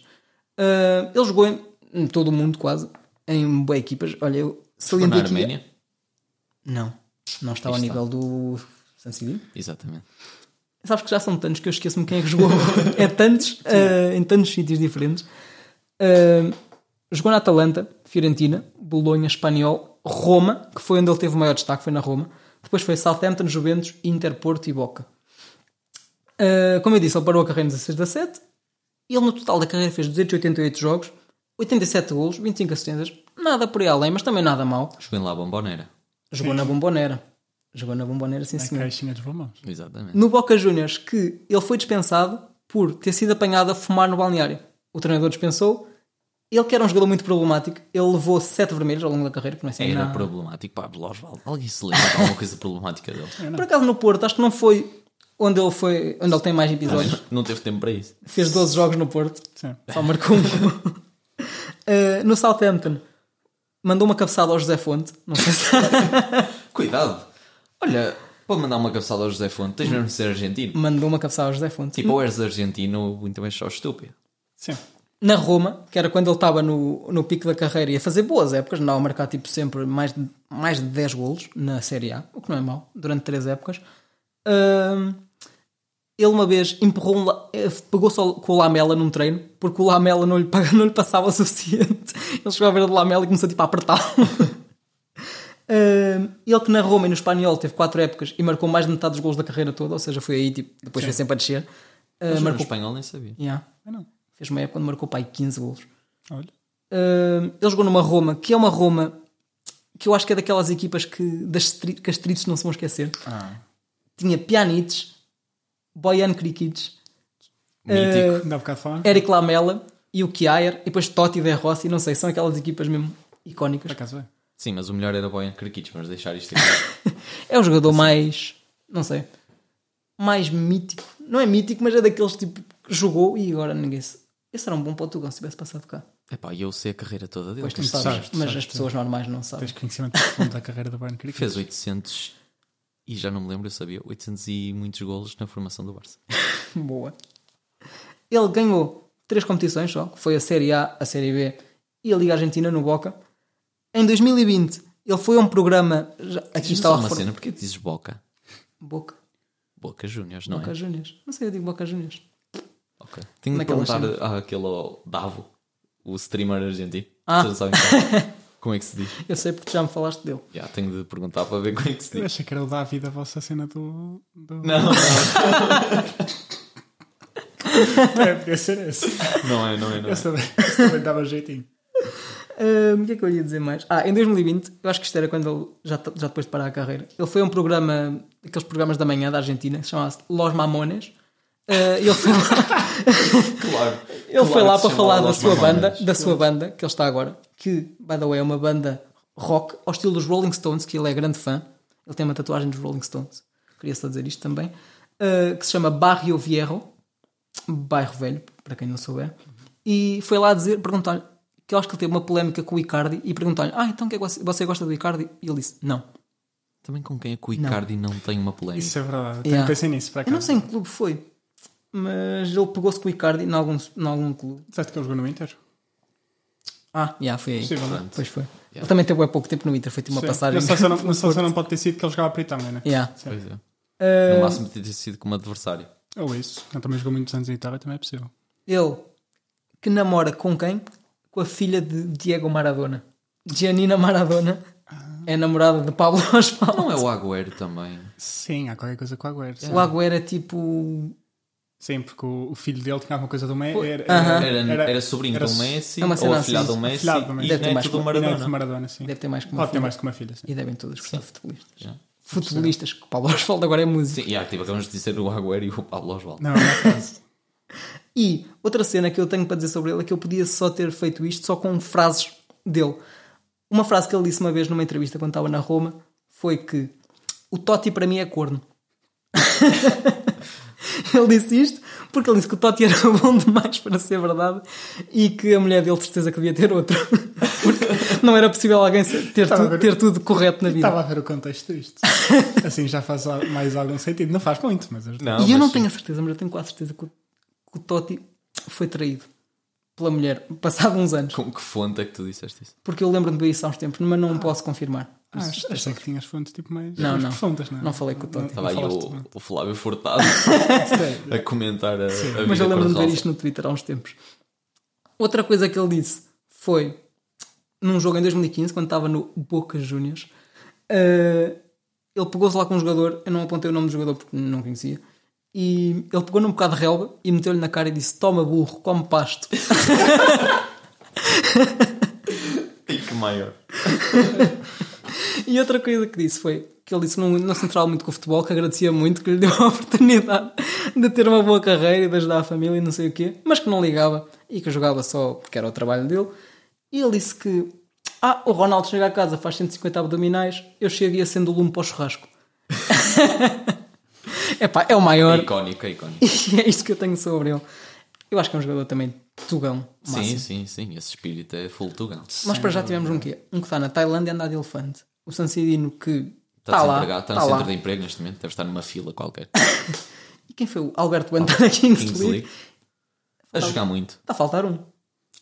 [SPEAKER 2] Uh, ele jogou em, em todo o mundo quase, em boas equipas. Olha, eu
[SPEAKER 4] um
[SPEAKER 3] Foi na
[SPEAKER 2] salientei aqui...
[SPEAKER 3] Arménia?
[SPEAKER 2] Não, não estava ao
[SPEAKER 3] Isto
[SPEAKER 2] nível do San Siro.
[SPEAKER 3] Exatamente.
[SPEAKER 2] Sabes que já são tantos que eu esqueço-me quem é que jogou. é tantos, eh, em tantos sítios diferentes. Eh, jogou na Atalanta, Fiorentina, Bolonha, Espanhol, Roma, que foi onde ele teve o maior destaque, foi na Roma. Depois foi Southampton, Juventus, Inter, Porto e Boca. Eh, como eu disse, ele parou a carreira em 16 da 7. Ele no total da carreira fez 288 jogos, 87 golos, 25 assistências. Nada por aí além, mas também nada mal.
[SPEAKER 3] Jogou lá a Bombonera.
[SPEAKER 2] Jogou na Bombonera. Jogou na Bombonera, sim senhor.
[SPEAKER 4] Caixinha dos bombons.
[SPEAKER 3] Exatamente.
[SPEAKER 2] no Boca Juniors que ele foi dispensado por ter sido apanhado a fumar no balneário. O treinador dispensou. Ele que era um jogador muito problemático, ele levou sete vermelhos ao longo da carreira, que não é assim
[SPEAKER 3] Era
[SPEAKER 2] nada.
[SPEAKER 3] problemático. Pablo Osvaldo. Alguém se lembra de alguma coisa problemática dele? [LAUGHS]
[SPEAKER 2] Por acaso no Porto, acho que não foi onde ele foi, onde ele tem mais episódios.
[SPEAKER 3] Mas Não teve tempo para isso.
[SPEAKER 2] Fez 12 jogos no Porto,
[SPEAKER 4] Sim.
[SPEAKER 2] só marcou um. Eh, no Southampton, mandou uma cabeçada ao José Fonte, não sei se
[SPEAKER 3] Cuidado. Olha, pode mandar uma cabeçada ao José Fonte. Tens mesmo de ser
[SPEAKER 4] Hum.
[SPEAKER 3] argentino.
[SPEAKER 2] mandou uma cabeçada ao José Fonte.
[SPEAKER 3] Tipo, ou és argentino ou então és só estúpido.
[SPEAKER 4] Sim.
[SPEAKER 2] na Roma, que era quando ele estava no, no pico da carreira e a fazer boas épocas, não a marcar tipo sempre mais de, mais de 10 golos na Série A, o que não é mau, durante 3 épocas. Ahm, ele uma vez empurrou um, la- eh, pegou só com o Lamela num treino, porque o Lamela não lhe, pag- [LAUGHS] não lhe passava o suficiente. Ele chegou à beira do Lamela e começou tipo, a apertá-lo. [LAUGHS] Ahm, ele que na Roma e no Espanhol teve 4 épocas e marcou mais de metade dos golos da carreira toda, ou seja, foi aí, tipo, depois foi sempre a descer. Ah,
[SPEAKER 3] Mas no
[SPEAKER 2] marcou,
[SPEAKER 3] espanhol nem sabia.
[SPEAKER 2] Yeah.
[SPEAKER 4] Ah, não.
[SPEAKER 2] Fez uma época quando marcou pai 15 golos.
[SPEAKER 4] Olha.
[SPEAKER 2] Uh, ele jogou numa Roma, que é uma Roma que eu acho que é daquelas equipas que, das, tri- que as tribos não se vão esquecer.
[SPEAKER 4] Ah.
[SPEAKER 2] Tinha Pjanic, Bojan Krikic, Eh,
[SPEAKER 3] Mítico.
[SPEAKER 4] Dá um bocado de fome.
[SPEAKER 2] Eric Lamela e o Kjaer, e depois Totti De Rossi, não sei, são aquelas equipas mesmo
[SPEAKER 4] Por
[SPEAKER 2] icónicas.
[SPEAKER 4] acaso é.
[SPEAKER 3] Sim, mas o melhor era Boyan Krikic. Vamos deixar isto
[SPEAKER 2] [LAUGHS]
[SPEAKER 3] aqui.
[SPEAKER 2] É o jogador mais, não sei, mais mítico. Não é mítico, mas é daqueles tipo que jogou e agora ninguém se... Esse era um bom Portugal se tivesse passado cá.
[SPEAKER 3] Epá, e eu sei a carreira toda dele.
[SPEAKER 2] Pois tu
[SPEAKER 4] tu
[SPEAKER 2] sabes,
[SPEAKER 4] sabes, tu
[SPEAKER 2] mas
[SPEAKER 4] sabes,
[SPEAKER 2] as
[SPEAKER 4] tu
[SPEAKER 2] pessoas normais não sabem.
[SPEAKER 4] Tens conhecimento profundo da carreira do Brian Crick.
[SPEAKER 3] Fez 800 e já não me lembro, eu sabia. 800 e muitos golos na formação do Barça.
[SPEAKER 2] Boa. Ele ganhou três competições só, que foi a Série A, a Série B e a Liga Argentina no Boca. Em 2020, Ele foi a um programa. já- aqui
[SPEAKER 3] Diz-me
[SPEAKER 2] está
[SPEAKER 3] só
[SPEAKER 2] a
[SPEAKER 3] é uma
[SPEAKER 2] refor-
[SPEAKER 3] cena, porque dizes Boca?
[SPEAKER 2] Boca.
[SPEAKER 3] Boca Juniors, não
[SPEAKER 2] Boca é
[SPEAKER 3] é?
[SPEAKER 2] Juniors. Não sei, eu digo Boca Juniors.
[SPEAKER 3] Ok. Tenho de
[SPEAKER 2] Naquelas
[SPEAKER 3] perguntar àquele ao Davo, o streamer argentino.
[SPEAKER 2] Ah.
[SPEAKER 3] Vocês não sabem quem é.
[SPEAKER 2] [LAUGHS]
[SPEAKER 3] como é que se diz?
[SPEAKER 2] Eu sei porque já me falaste dele.
[SPEAKER 3] Já, tenho de perguntar para ver como é que se
[SPEAKER 4] Eu
[SPEAKER 3] diz.
[SPEAKER 4] achei que era o David a vossa cena do. do...
[SPEAKER 3] Não, não,
[SPEAKER 4] [LAUGHS] É, podia ser esse.
[SPEAKER 3] não é, não é, não é.
[SPEAKER 4] Esse também, esse também dava jeitinho.
[SPEAKER 2] Ahm, o que é que eu ia dizer mais? Ah, em 2020, eu acho que isto era quando ele, já, t- já depois de parar a carreira, ele foi a um programa, aqueles programas da manhã da Argentina, que se chamava Los Mamones. Ah, ele foi lá,
[SPEAKER 3] [LAUGHS] Claro.
[SPEAKER 2] ele foi lá para falar da sua banda,
[SPEAKER 3] Mamones.
[SPEAKER 2] da sua banda, que ele está agora, que, by the way, é uma banda rock, ao estilo dos Rolling Stones, que ele é grande fã. Ele tem uma tatuagem dos Rolling Stones, queria só dizer isto também, ah, que se chama Barrio Viejo, bairro velho, para quem não souber, e foi lá dizer, perguntar-lhe, que eu acho que ele teve uma polémica com o Icardi, e perguntar-lhe, ah, então o que é que você, você gosta do Icardi? E ele disse, não.
[SPEAKER 3] Também com quem é que o Icardi não, tem uma polémica?
[SPEAKER 4] Isso é verdade. Eu
[SPEAKER 2] Yeah.
[SPEAKER 4] Também pensei nisso, para
[SPEAKER 2] Eu
[SPEAKER 4] acaso.
[SPEAKER 2] não sei em que clube foi, mas ele pegou-se com o Icardi em algum, em algum clube.
[SPEAKER 4] Disseste que ele jogou no Inter?
[SPEAKER 2] Ah, já, foi aí.
[SPEAKER 4] Possível, não é?
[SPEAKER 2] Pois foi. Ele também teve há pouco tempo no Inter, foi tipo uma
[SPEAKER 4] Sim.
[SPEAKER 2] passagem.
[SPEAKER 4] Na seleção não,
[SPEAKER 3] [LAUGHS]
[SPEAKER 4] na seleção não pode ter sido que ele jogava para a Itália,
[SPEAKER 2] [LAUGHS]
[SPEAKER 4] né?
[SPEAKER 2] Yeah.
[SPEAKER 3] Pois é.
[SPEAKER 2] Ah,
[SPEAKER 3] No máximo ter sido como adversário.
[SPEAKER 4] Ou isso. Ele também jogou muitos anos em Itália, também é possível.
[SPEAKER 2] ele, que namora com quem? Com a filha de Diego Maradona. Giannina Maradona
[SPEAKER 4] Ah.
[SPEAKER 2] é namorada de Pablo [LAUGHS] Osvaldo.
[SPEAKER 3] Não é o Agüero também.
[SPEAKER 4] Sim, há qualquer coisa com a Agüero. sim.
[SPEAKER 2] O Agüero é tipo
[SPEAKER 4] Sim, porque o, o filho dele tinha alguma coisa do Messi.
[SPEAKER 2] Pois,
[SPEAKER 4] Era,
[SPEAKER 2] aham.
[SPEAKER 3] Era, Ah, era, sobrinho
[SPEAKER 4] era
[SPEAKER 3] do Messi,
[SPEAKER 2] é uma
[SPEAKER 3] ou
[SPEAKER 2] cena
[SPEAKER 3] afilhado
[SPEAKER 2] assim,
[SPEAKER 3] do Messi,
[SPEAKER 4] afilhado do Messi.
[SPEAKER 3] e
[SPEAKER 2] Deve ter
[SPEAKER 3] neto
[SPEAKER 2] mais
[SPEAKER 3] do
[SPEAKER 2] com-
[SPEAKER 4] Maradona.
[SPEAKER 3] Maradona.
[SPEAKER 4] De Maradona sim.
[SPEAKER 2] Deve ter mais que uma
[SPEAKER 4] Pode ter
[SPEAKER 2] filha.
[SPEAKER 4] mais que uma filha, sim.
[SPEAKER 2] E devem todas gostar de futebolistas.
[SPEAKER 3] Já.
[SPEAKER 2] Futebolistas, que o Paulo Osvaldo agora é músico.
[SPEAKER 3] Sim, e há, tipo, acabamos de dizer o Agüero e o Pablo Osvaldo.
[SPEAKER 4] Não, não é fácil.
[SPEAKER 2] E outra cena que eu tenho para dizer sobre ele é que eu podia só ter feito isto só com frases dele. Uma frase que ele disse uma vez numa entrevista quando estava na Roma foi que o Totti para mim é corno. [LAUGHS] ele disse isto porque ele disse que o Totti era [LAUGHS] bom demais para ser verdade e que a mulher dele de certeza que devia ter outro. [LAUGHS] porque não era possível alguém ser- ter,
[SPEAKER 4] Estava a
[SPEAKER 2] tu-
[SPEAKER 4] ver.
[SPEAKER 2] ter tudo correto na vida.
[SPEAKER 4] Estava a ver o
[SPEAKER 2] [LAUGHS]
[SPEAKER 4] contexto disto. Assim já faz al- mais algum sentido. Não faz muito, mas.
[SPEAKER 3] Não,
[SPEAKER 2] e eu
[SPEAKER 3] mas
[SPEAKER 2] não
[SPEAKER 3] sim.
[SPEAKER 2] tenho a certeza, mas eu tenho quase certeza que o, que o Totti foi traído pela mulher [LAUGHS] passado uns anos.
[SPEAKER 3] Com que fonte é que tu disseste isso?
[SPEAKER 2] Porque eu lembro-me disso há uns tempos, mas não posso confirmar.
[SPEAKER 4] Ah, ach- achei que tinhas fontes tipo mais,
[SPEAKER 2] Não,
[SPEAKER 4] mais
[SPEAKER 2] não.
[SPEAKER 4] profundas, não é?
[SPEAKER 2] Não falei com o Totti.
[SPEAKER 3] Estava aí
[SPEAKER 4] falaste, não.
[SPEAKER 3] o, o
[SPEAKER 2] [LAUGHS]
[SPEAKER 3] Flávio Furtado a comentar a, a vida
[SPEAKER 2] Mas eu lembro-me de ver
[SPEAKER 3] cor-de-rosa.
[SPEAKER 2] isto no Twitter há uns tempos. Outra coisa que ele disse foi num jogo em 2015, quando estava no Boca Juniors, eh, ele pegou-se lá com um jogador, eu não apontei o nome do jogador porque não conhecia, e ele pegou num bocado de relva e meteu-lhe na cara e disse: Toma burro, come pasto.
[SPEAKER 3] E que maior.
[SPEAKER 2] E outra coisa que disse foi que ele disse que não, não se centrava muito com o futebol, que agradecia muito, que lhe deu [LAUGHS] a oportunidade de ter uma boa carreira e de ajudar a família e não sei o quê, mas que não ligava e que jogava só porque era o trabalho dele. E ele disse que ah, o Ronaldo chega a casa, faz 150 abdominais, eu chego e acendo o lume para o churrasco. [LAUGHS] Epá, é o
[SPEAKER 3] É
[SPEAKER 2] maior [LAUGHS]
[SPEAKER 3] icónico, é icónico.
[SPEAKER 2] e é isto que eu tenho sobre ele. Eu acho que é um jogador também tugão, é máximo.
[SPEAKER 3] Sim, sim, sim. Esse espírito é full tugão.
[SPEAKER 2] Mas para já tivemos um quê? Um que está na Tailândia a andar de elefante. O Sancidino que está,
[SPEAKER 3] Está
[SPEAKER 2] Tá lá.
[SPEAKER 3] desempregado,
[SPEAKER 2] Está
[SPEAKER 3] está no centro
[SPEAKER 2] lá. Tá
[SPEAKER 3] de emprego neste momento, deve estar numa fila qualquer.
[SPEAKER 2] E quem foi o Alberto Antônio Kingsley?
[SPEAKER 3] Kingsley. A jogar muito.
[SPEAKER 2] Está a faltar um.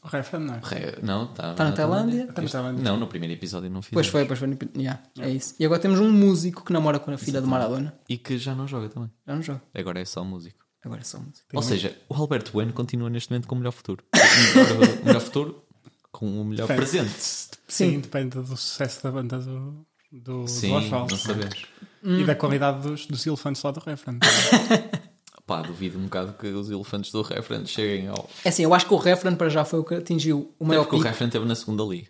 [SPEAKER 4] O Refra não é.
[SPEAKER 3] Re- Não, tá está
[SPEAKER 2] Está Tá na Tailândia.
[SPEAKER 4] Também estava a dizer.
[SPEAKER 3] Não, no primeiro episódio não fiz.
[SPEAKER 2] Pois foi, pois foi. no- Yeah, é isso. E agora temos um músico que namora com a filha de Maradona.
[SPEAKER 3] E que já não joga também.
[SPEAKER 2] Já não joga.
[SPEAKER 3] Agora é só músico.
[SPEAKER 2] Agora é só músico.
[SPEAKER 3] Ou seja, o Alberto Bueno continua neste momento com o melhor futuro. [LAUGHS] O melhor, o melhor futuro com o melhor
[SPEAKER 4] Tem.
[SPEAKER 3] presente.
[SPEAKER 4] Sim.
[SPEAKER 2] Sim.
[SPEAKER 4] depende do sucesso da banda do, do, do
[SPEAKER 3] Sim,
[SPEAKER 4] Oswald. é?
[SPEAKER 3] não sabemos.
[SPEAKER 4] E
[SPEAKER 2] Hum.
[SPEAKER 4] da qualidade dos, dos elefantes lá do Refra.
[SPEAKER 2] Ah,
[SPEAKER 3] Pá, duvido um bocado que os elefantes do Referent cheguem ao.
[SPEAKER 2] É assim, eu acho que o Refren para já foi o que atingiu o
[SPEAKER 3] Até
[SPEAKER 2] maior
[SPEAKER 3] porque o
[SPEAKER 2] pico.
[SPEAKER 3] Referent esteve na segunda liga.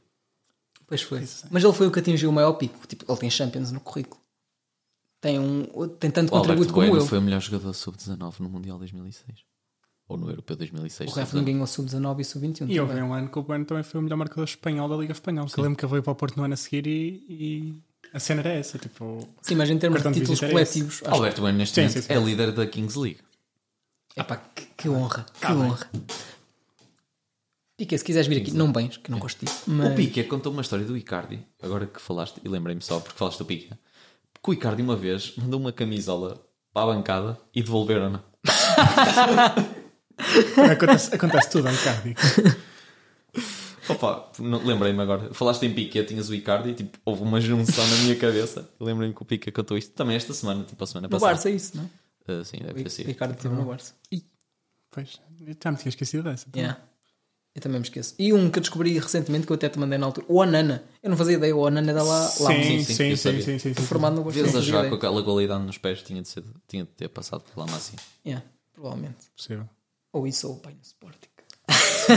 [SPEAKER 2] Pois foi. Mas ele foi o que atingiu o maior pico. Tipo, ele tem Champions no currículo. Tem, um, tem tanto
[SPEAKER 3] O Alberto
[SPEAKER 2] contributo como
[SPEAKER 3] Bueno
[SPEAKER 2] eu.
[SPEAKER 3] foi o melhor jogador sub-19 no Mundial 2006. Ou no Europeu 2006.
[SPEAKER 2] O Refren ganhou sub-19 e sub-21.
[SPEAKER 4] E houve
[SPEAKER 2] também.
[SPEAKER 4] um ano que o Bueno também foi o melhor marcador espanhol da Liga Espanhola. Que eu lembro que ele veio para o Porto no ano a seguir e, e a cena era essa. Tipo,
[SPEAKER 2] Sim, mas em termos de
[SPEAKER 4] Cartão de
[SPEAKER 2] títulos
[SPEAKER 4] visita era esse.
[SPEAKER 2] coletivos, acho
[SPEAKER 3] Alberto Bueno neste
[SPEAKER 4] Sim,
[SPEAKER 3] momento
[SPEAKER 4] sim, sim.
[SPEAKER 3] é líder da Kings League.
[SPEAKER 2] Epá, que, que honra, que
[SPEAKER 4] Tá
[SPEAKER 2] honra. Piquet, se quiseres vir aqui, não bens, que não gosto de ti.
[SPEAKER 3] O
[SPEAKER 2] Mas...
[SPEAKER 3] Piqué contou uma história do Icardi, agora que falaste, e lembrei-me só porque falaste do Piqué. Porque o Icardi uma vez mandou uma camisola para a bancada e devolveram-na.
[SPEAKER 4] é um acontece, acontece tudo ao Icardi.
[SPEAKER 3] Opa, não- lembrei-me agora. Falaste em Piquet, tinhas o Icardi e tipo, houve uma junção na minha cabeça. Lembrei-me que o Piquet cantou isto também esta semana, tipo a semana
[SPEAKER 2] No
[SPEAKER 3] passada.
[SPEAKER 2] Barça é isso, não?
[SPEAKER 3] Ah, sim, deve ter
[SPEAKER 2] O
[SPEAKER 3] sido.
[SPEAKER 2] Ricardo teve no Barça.
[SPEAKER 4] Pois, eu já me tinha esquecido dessa.
[SPEAKER 2] Yeah. Eu também me esqueço. E um que descobri recentemente que eu até te mandei na altura. O Anana. Eu não fazia ideia. O Anana é da lá. lá
[SPEAKER 4] Sim,
[SPEAKER 3] sim,
[SPEAKER 4] sim,
[SPEAKER 3] eu
[SPEAKER 4] sim,
[SPEAKER 3] sabia.
[SPEAKER 4] sim, sim, sim.
[SPEAKER 2] Formado no Barça.
[SPEAKER 3] Vezes
[SPEAKER 2] não
[SPEAKER 3] a
[SPEAKER 2] fazia
[SPEAKER 3] jogar com
[SPEAKER 2] ideia.
[SPEAKER 3] aquela qualidade nos pés tinha de, ser, tinha de ter passado pela Massi.
[SPEAKER 2] Yeah, provavelmente.
[SPEAKER 4] Possível.
[SPEAKER 2] Ou isso ou o pai no Sporting.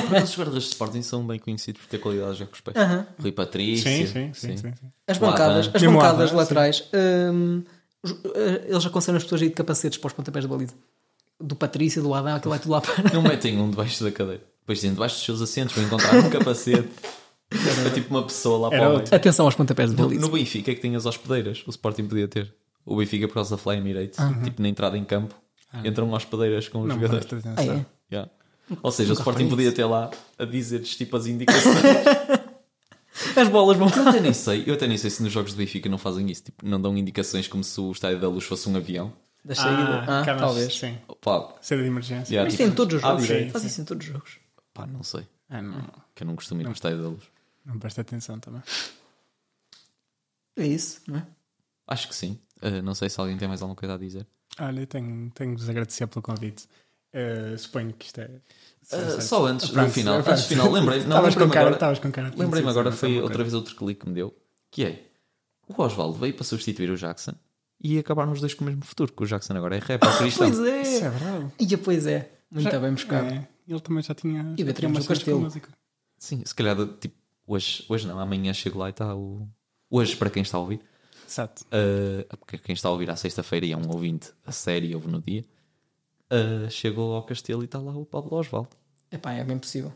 [SPEAKER 3] Por acaso os guardas de Sporting são bem conhecidos por ter qualidade de jogo com os pés. Rui Patrício.
[SPEAKER 4] Sim, sim, sim, sim, sim.
[SPEAKER 2] As
[SPEAKER 3] Lá,
[SPEAKER 2] bancadas,
[SPEAKER 3] né?
[SPEAKER 2] as
[SPEAKER 4] Mesmo lá,
[SPEAKER 2] bancadas
[SPEAKER 4] né?
[SPEAKER 2] laterais, hum, os- eh, eles aconselham as pessoas a ir de capacetes para os pontapés da baliza. Do Patrício, do Adão, aquilo vai tudo lá para. [LAUGHS]
[SPEAKER 3] Não metem um debaixo da cadeira. Depois dizem debaixo dos seus assentos para encontrar um capacete. É tipo uma pessoa lá
[SPEAKER 4] Era
[SPEAKER 3] para o meio.
[SPEAKER 4] outro.
[SPEAKER 2] Atenção aos pontapés da
[SPEAKER 3] No,
[SPEAKER 2] baliza.
[SPEAKER 3] no Benfica é que tem as hospedeiras. O Sporting podia ter. O Benfica, por causa da Fly Emirates, tipo na entrada em campo, entram hospedeiras com os
[SPEAKER 4] Não me
[SPEAKER 3] jogadores.
[SPEAKER 4] presta
[SPEAKER 2] Ah,
[SPEAKER 4] atenção.
[SPEAKER 2] é?
[SPEAKER 3] Yeah. Ou seja, o Sporting podia ter lá a dizer-lhes tipo
[SPEAKER 2] [LAUGHS]
[SPEAKER 3] as indicações.
[SPEAKER 2] As bolas
[SPEAKER 4] [LAUGHS] Ah,
[SPEAKER 2] vão.
[SPEAKER 3] eu, até nem sei, eu até nem sei se nos jogos do Benfica não fazem isso. Tipo, não dão indicações como se o Estádio da Luz fosse um avião.
[SPEAKER 2] Da saída.
[SPEAKER 4] Ah,
[SPEAKER 2] Ah,
[SPEAKER 4] camas,
[SPEAKER 2] talvez.
[SPEAKER 4] Sim.
[SPEAKER 3] Opa,
[SPEAKER 4] Saída de emergência.
[SPEAKER 3] yeah,
[SPEAKER 2] Mas isso
[SPEAKER 3] tipo,
[SPEAKER 2] tem em todos os
[SPEAKER 3] à
[SPEAKER 2] jogos.
[SPEAKER 3] direita.
[SPEAKER 2] Faz isso em todos os jogos.
[SPEAKER 3] Pá, não sei.
[SPEAKER 4] Ah, não.
[SPEAKER 3] Que eu não costumo ir para o Estádio da Luz.
[SPEAKER 4] Não me presta atenção também.
[SPEAKER 2] É isso, não
[SPEAKER 3] Então,
[SPEAKER 2] é?
[SPEAKER 3] Acho que sim. Ah, não sei se alguém tem mais alguma coisa a dizer.
[SPEAKER 4] Olha, eu tenho, tenho de vos agradecer pelo convite. Eh, suponho que isto é.
[SPEAKER 3] Ah, só antes do
[SPEAKER 4] Pronto,
[SPEAKER 3] final,
[SPEAKER 4] pronto.
[SPEAKER 3] antes do final, lembrei, não,
[SPEAKER 4] Estavas com
[SPEAKER 3] lembrei-me
[SPEAKER 4] cara,
[SPEAKER 3] agora,
[SPEAKER 4] estavas com cara. de
[SPEAKER 3] lembrei-me
[SPEAKER 4] conhecido, é?
[SPEAKER 3] agora
[SPEAKER 4] mas
[SPEAKER 3] foi
[SPEAKER 4] alguma
[SPEAKER 3] outra
[SPEAKER 4] coisa.
[SPEAKER 3] vez outro clique que me deu, que é o Oswaldo veio para substituir o Jackson e acabaram os dois com o mesmo futuro, que o Jackson agora é
[SPEAKER 4] [LAUGHS]
[SPEAKER 3] rapper cristão.
[SPEAKER 2] Pois
[SPEAKER 4] Isso é
[SPEAKER 2] é.
[SPEAKER 4] verdade.
[SPEAKER 2] Ia, pois é. Muito
[SPEAKER 4] Já-
[SPEAKER 2] bem buscado.
[SPEAKER 4] É, ele também já tinha. já
[SPEAKER 2] E
[SPEAKER 4] tinha
[SPEAKER 2] Beatriz do
[SPEAKER 4] umas cenas com
[SPEAKER 2] Castelo.
[SPEAKER 4] música.
[SPEAKER 3] Sim, se calhar tipo, hoje, hoje não, amanhã chego lá e está o. Hoje, para quem está a ouvir,
[SPEAKER 4] Exato.
[SPEAKER 3] ah, porque quem está a ouvir à sexta-feira e é um ouvinte a série ouve no dia, ah, chegou ao Castelo e está lá o Pablo Oswaldo.
[SPEAKER 2] Epá, é bem possível.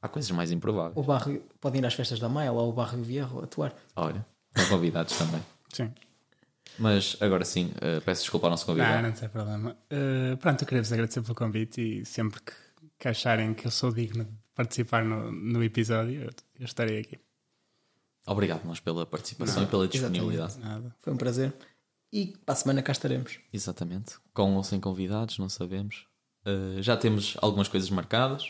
[SPEAKER 3] Há coisas mais improváveis.
[SPEAKER 2] O barrio, podem ir às festas da Maia lá ao barrio Vierro atuar.
[SPEAKER 3] Olha, estão convidados também.
[SPEAKER 4] Sim.
[SPEAKER 3] Mas agora sim, ah, peço desculpa ao nosso convidado.
[SPEAKER 4] Não, não tem problema. Eh, pronto, eu queria vos agradecer pelo convite e sempre que, que acharem que eu sou digno de participar no, no episódio, eu, eu estarei aqui.
[SPEAKER 3] Obrigado nós pela participação e pela disponibilidade.
[SPEAKER 4] Nada.
[SPEAKER 2] Foi um prazer. E para a semana cá estaremos.
[SPEAKER 3] Exatamente. Com ou sem convidados, não sabemos. Uh, já temos algumas coisas marcadas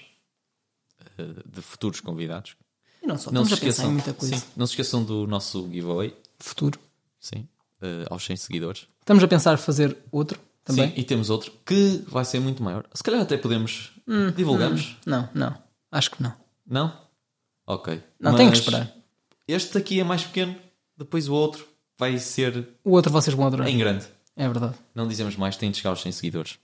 [SPEAKER 3] uh, de futuros convidados.
[SPEAKER 2] E não só,
[SPEAKER 3] Não
[SPEAKER 2] estamos
[SPEAKER 3] se
[SPEAKER 2] a pensar em
[SPEAKER 3] esqueçam.
[SPEAKER 2] muita coisa.
[SPEAKER 3] Sim, não se esqueçam do nosso giveaway.
[SPEAKER 2] Futuro.
[SPEAKER 3] Sim. Uh, aos 100 seguidores.
[SPEAKER 2] Estamos a pensar fazer outro também?
[SPEAKER 3] Sim, e temos outro que vai ser muito maior. Se calhar até podemos.
[SPEAKER 2] Hum,
[SPEAKER 3] Divulgamos?
[SPEAKER 2] Não, não. Acho que não.
[SPEAKER 3] Não? Ok.
[SPEAKER 2] hum. Não, tem que
[SPEAKER 3] Mas
[SPEAKER 2] esperar.
[SPEAKER 3] Este aqui é mais pequeno, depois o outro vai ser
[SPEAKER 2] O outro vocês vão adorar.
[SPEAKER 3] em grande.
[SPEAKER 2] É verdade.
[SPEAKER 3] Não dizemos mais, tem de chegar aos 100 seguidores.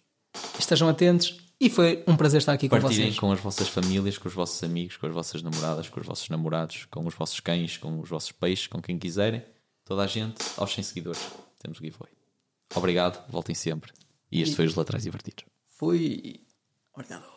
[SPEAKER 2] Estejam atentos e foi um prazer estar aqui com
[SPEAKER 3] Partilhem
[SPEAKER 2] vocês.
[SPEAKER 3] com as vossas famílias, com os vossos amigos, com as vossas namoradas, com os vossos namorados, com os vossos cães, com os vossos peixes, com quem quiserem. Toda a gente, aos 100 seguidores, temos o giveaway. Obrigado, voltem sempre. E este foi os Laterais Divertidos.
[SPEAKER 2] Fui. Obrigado.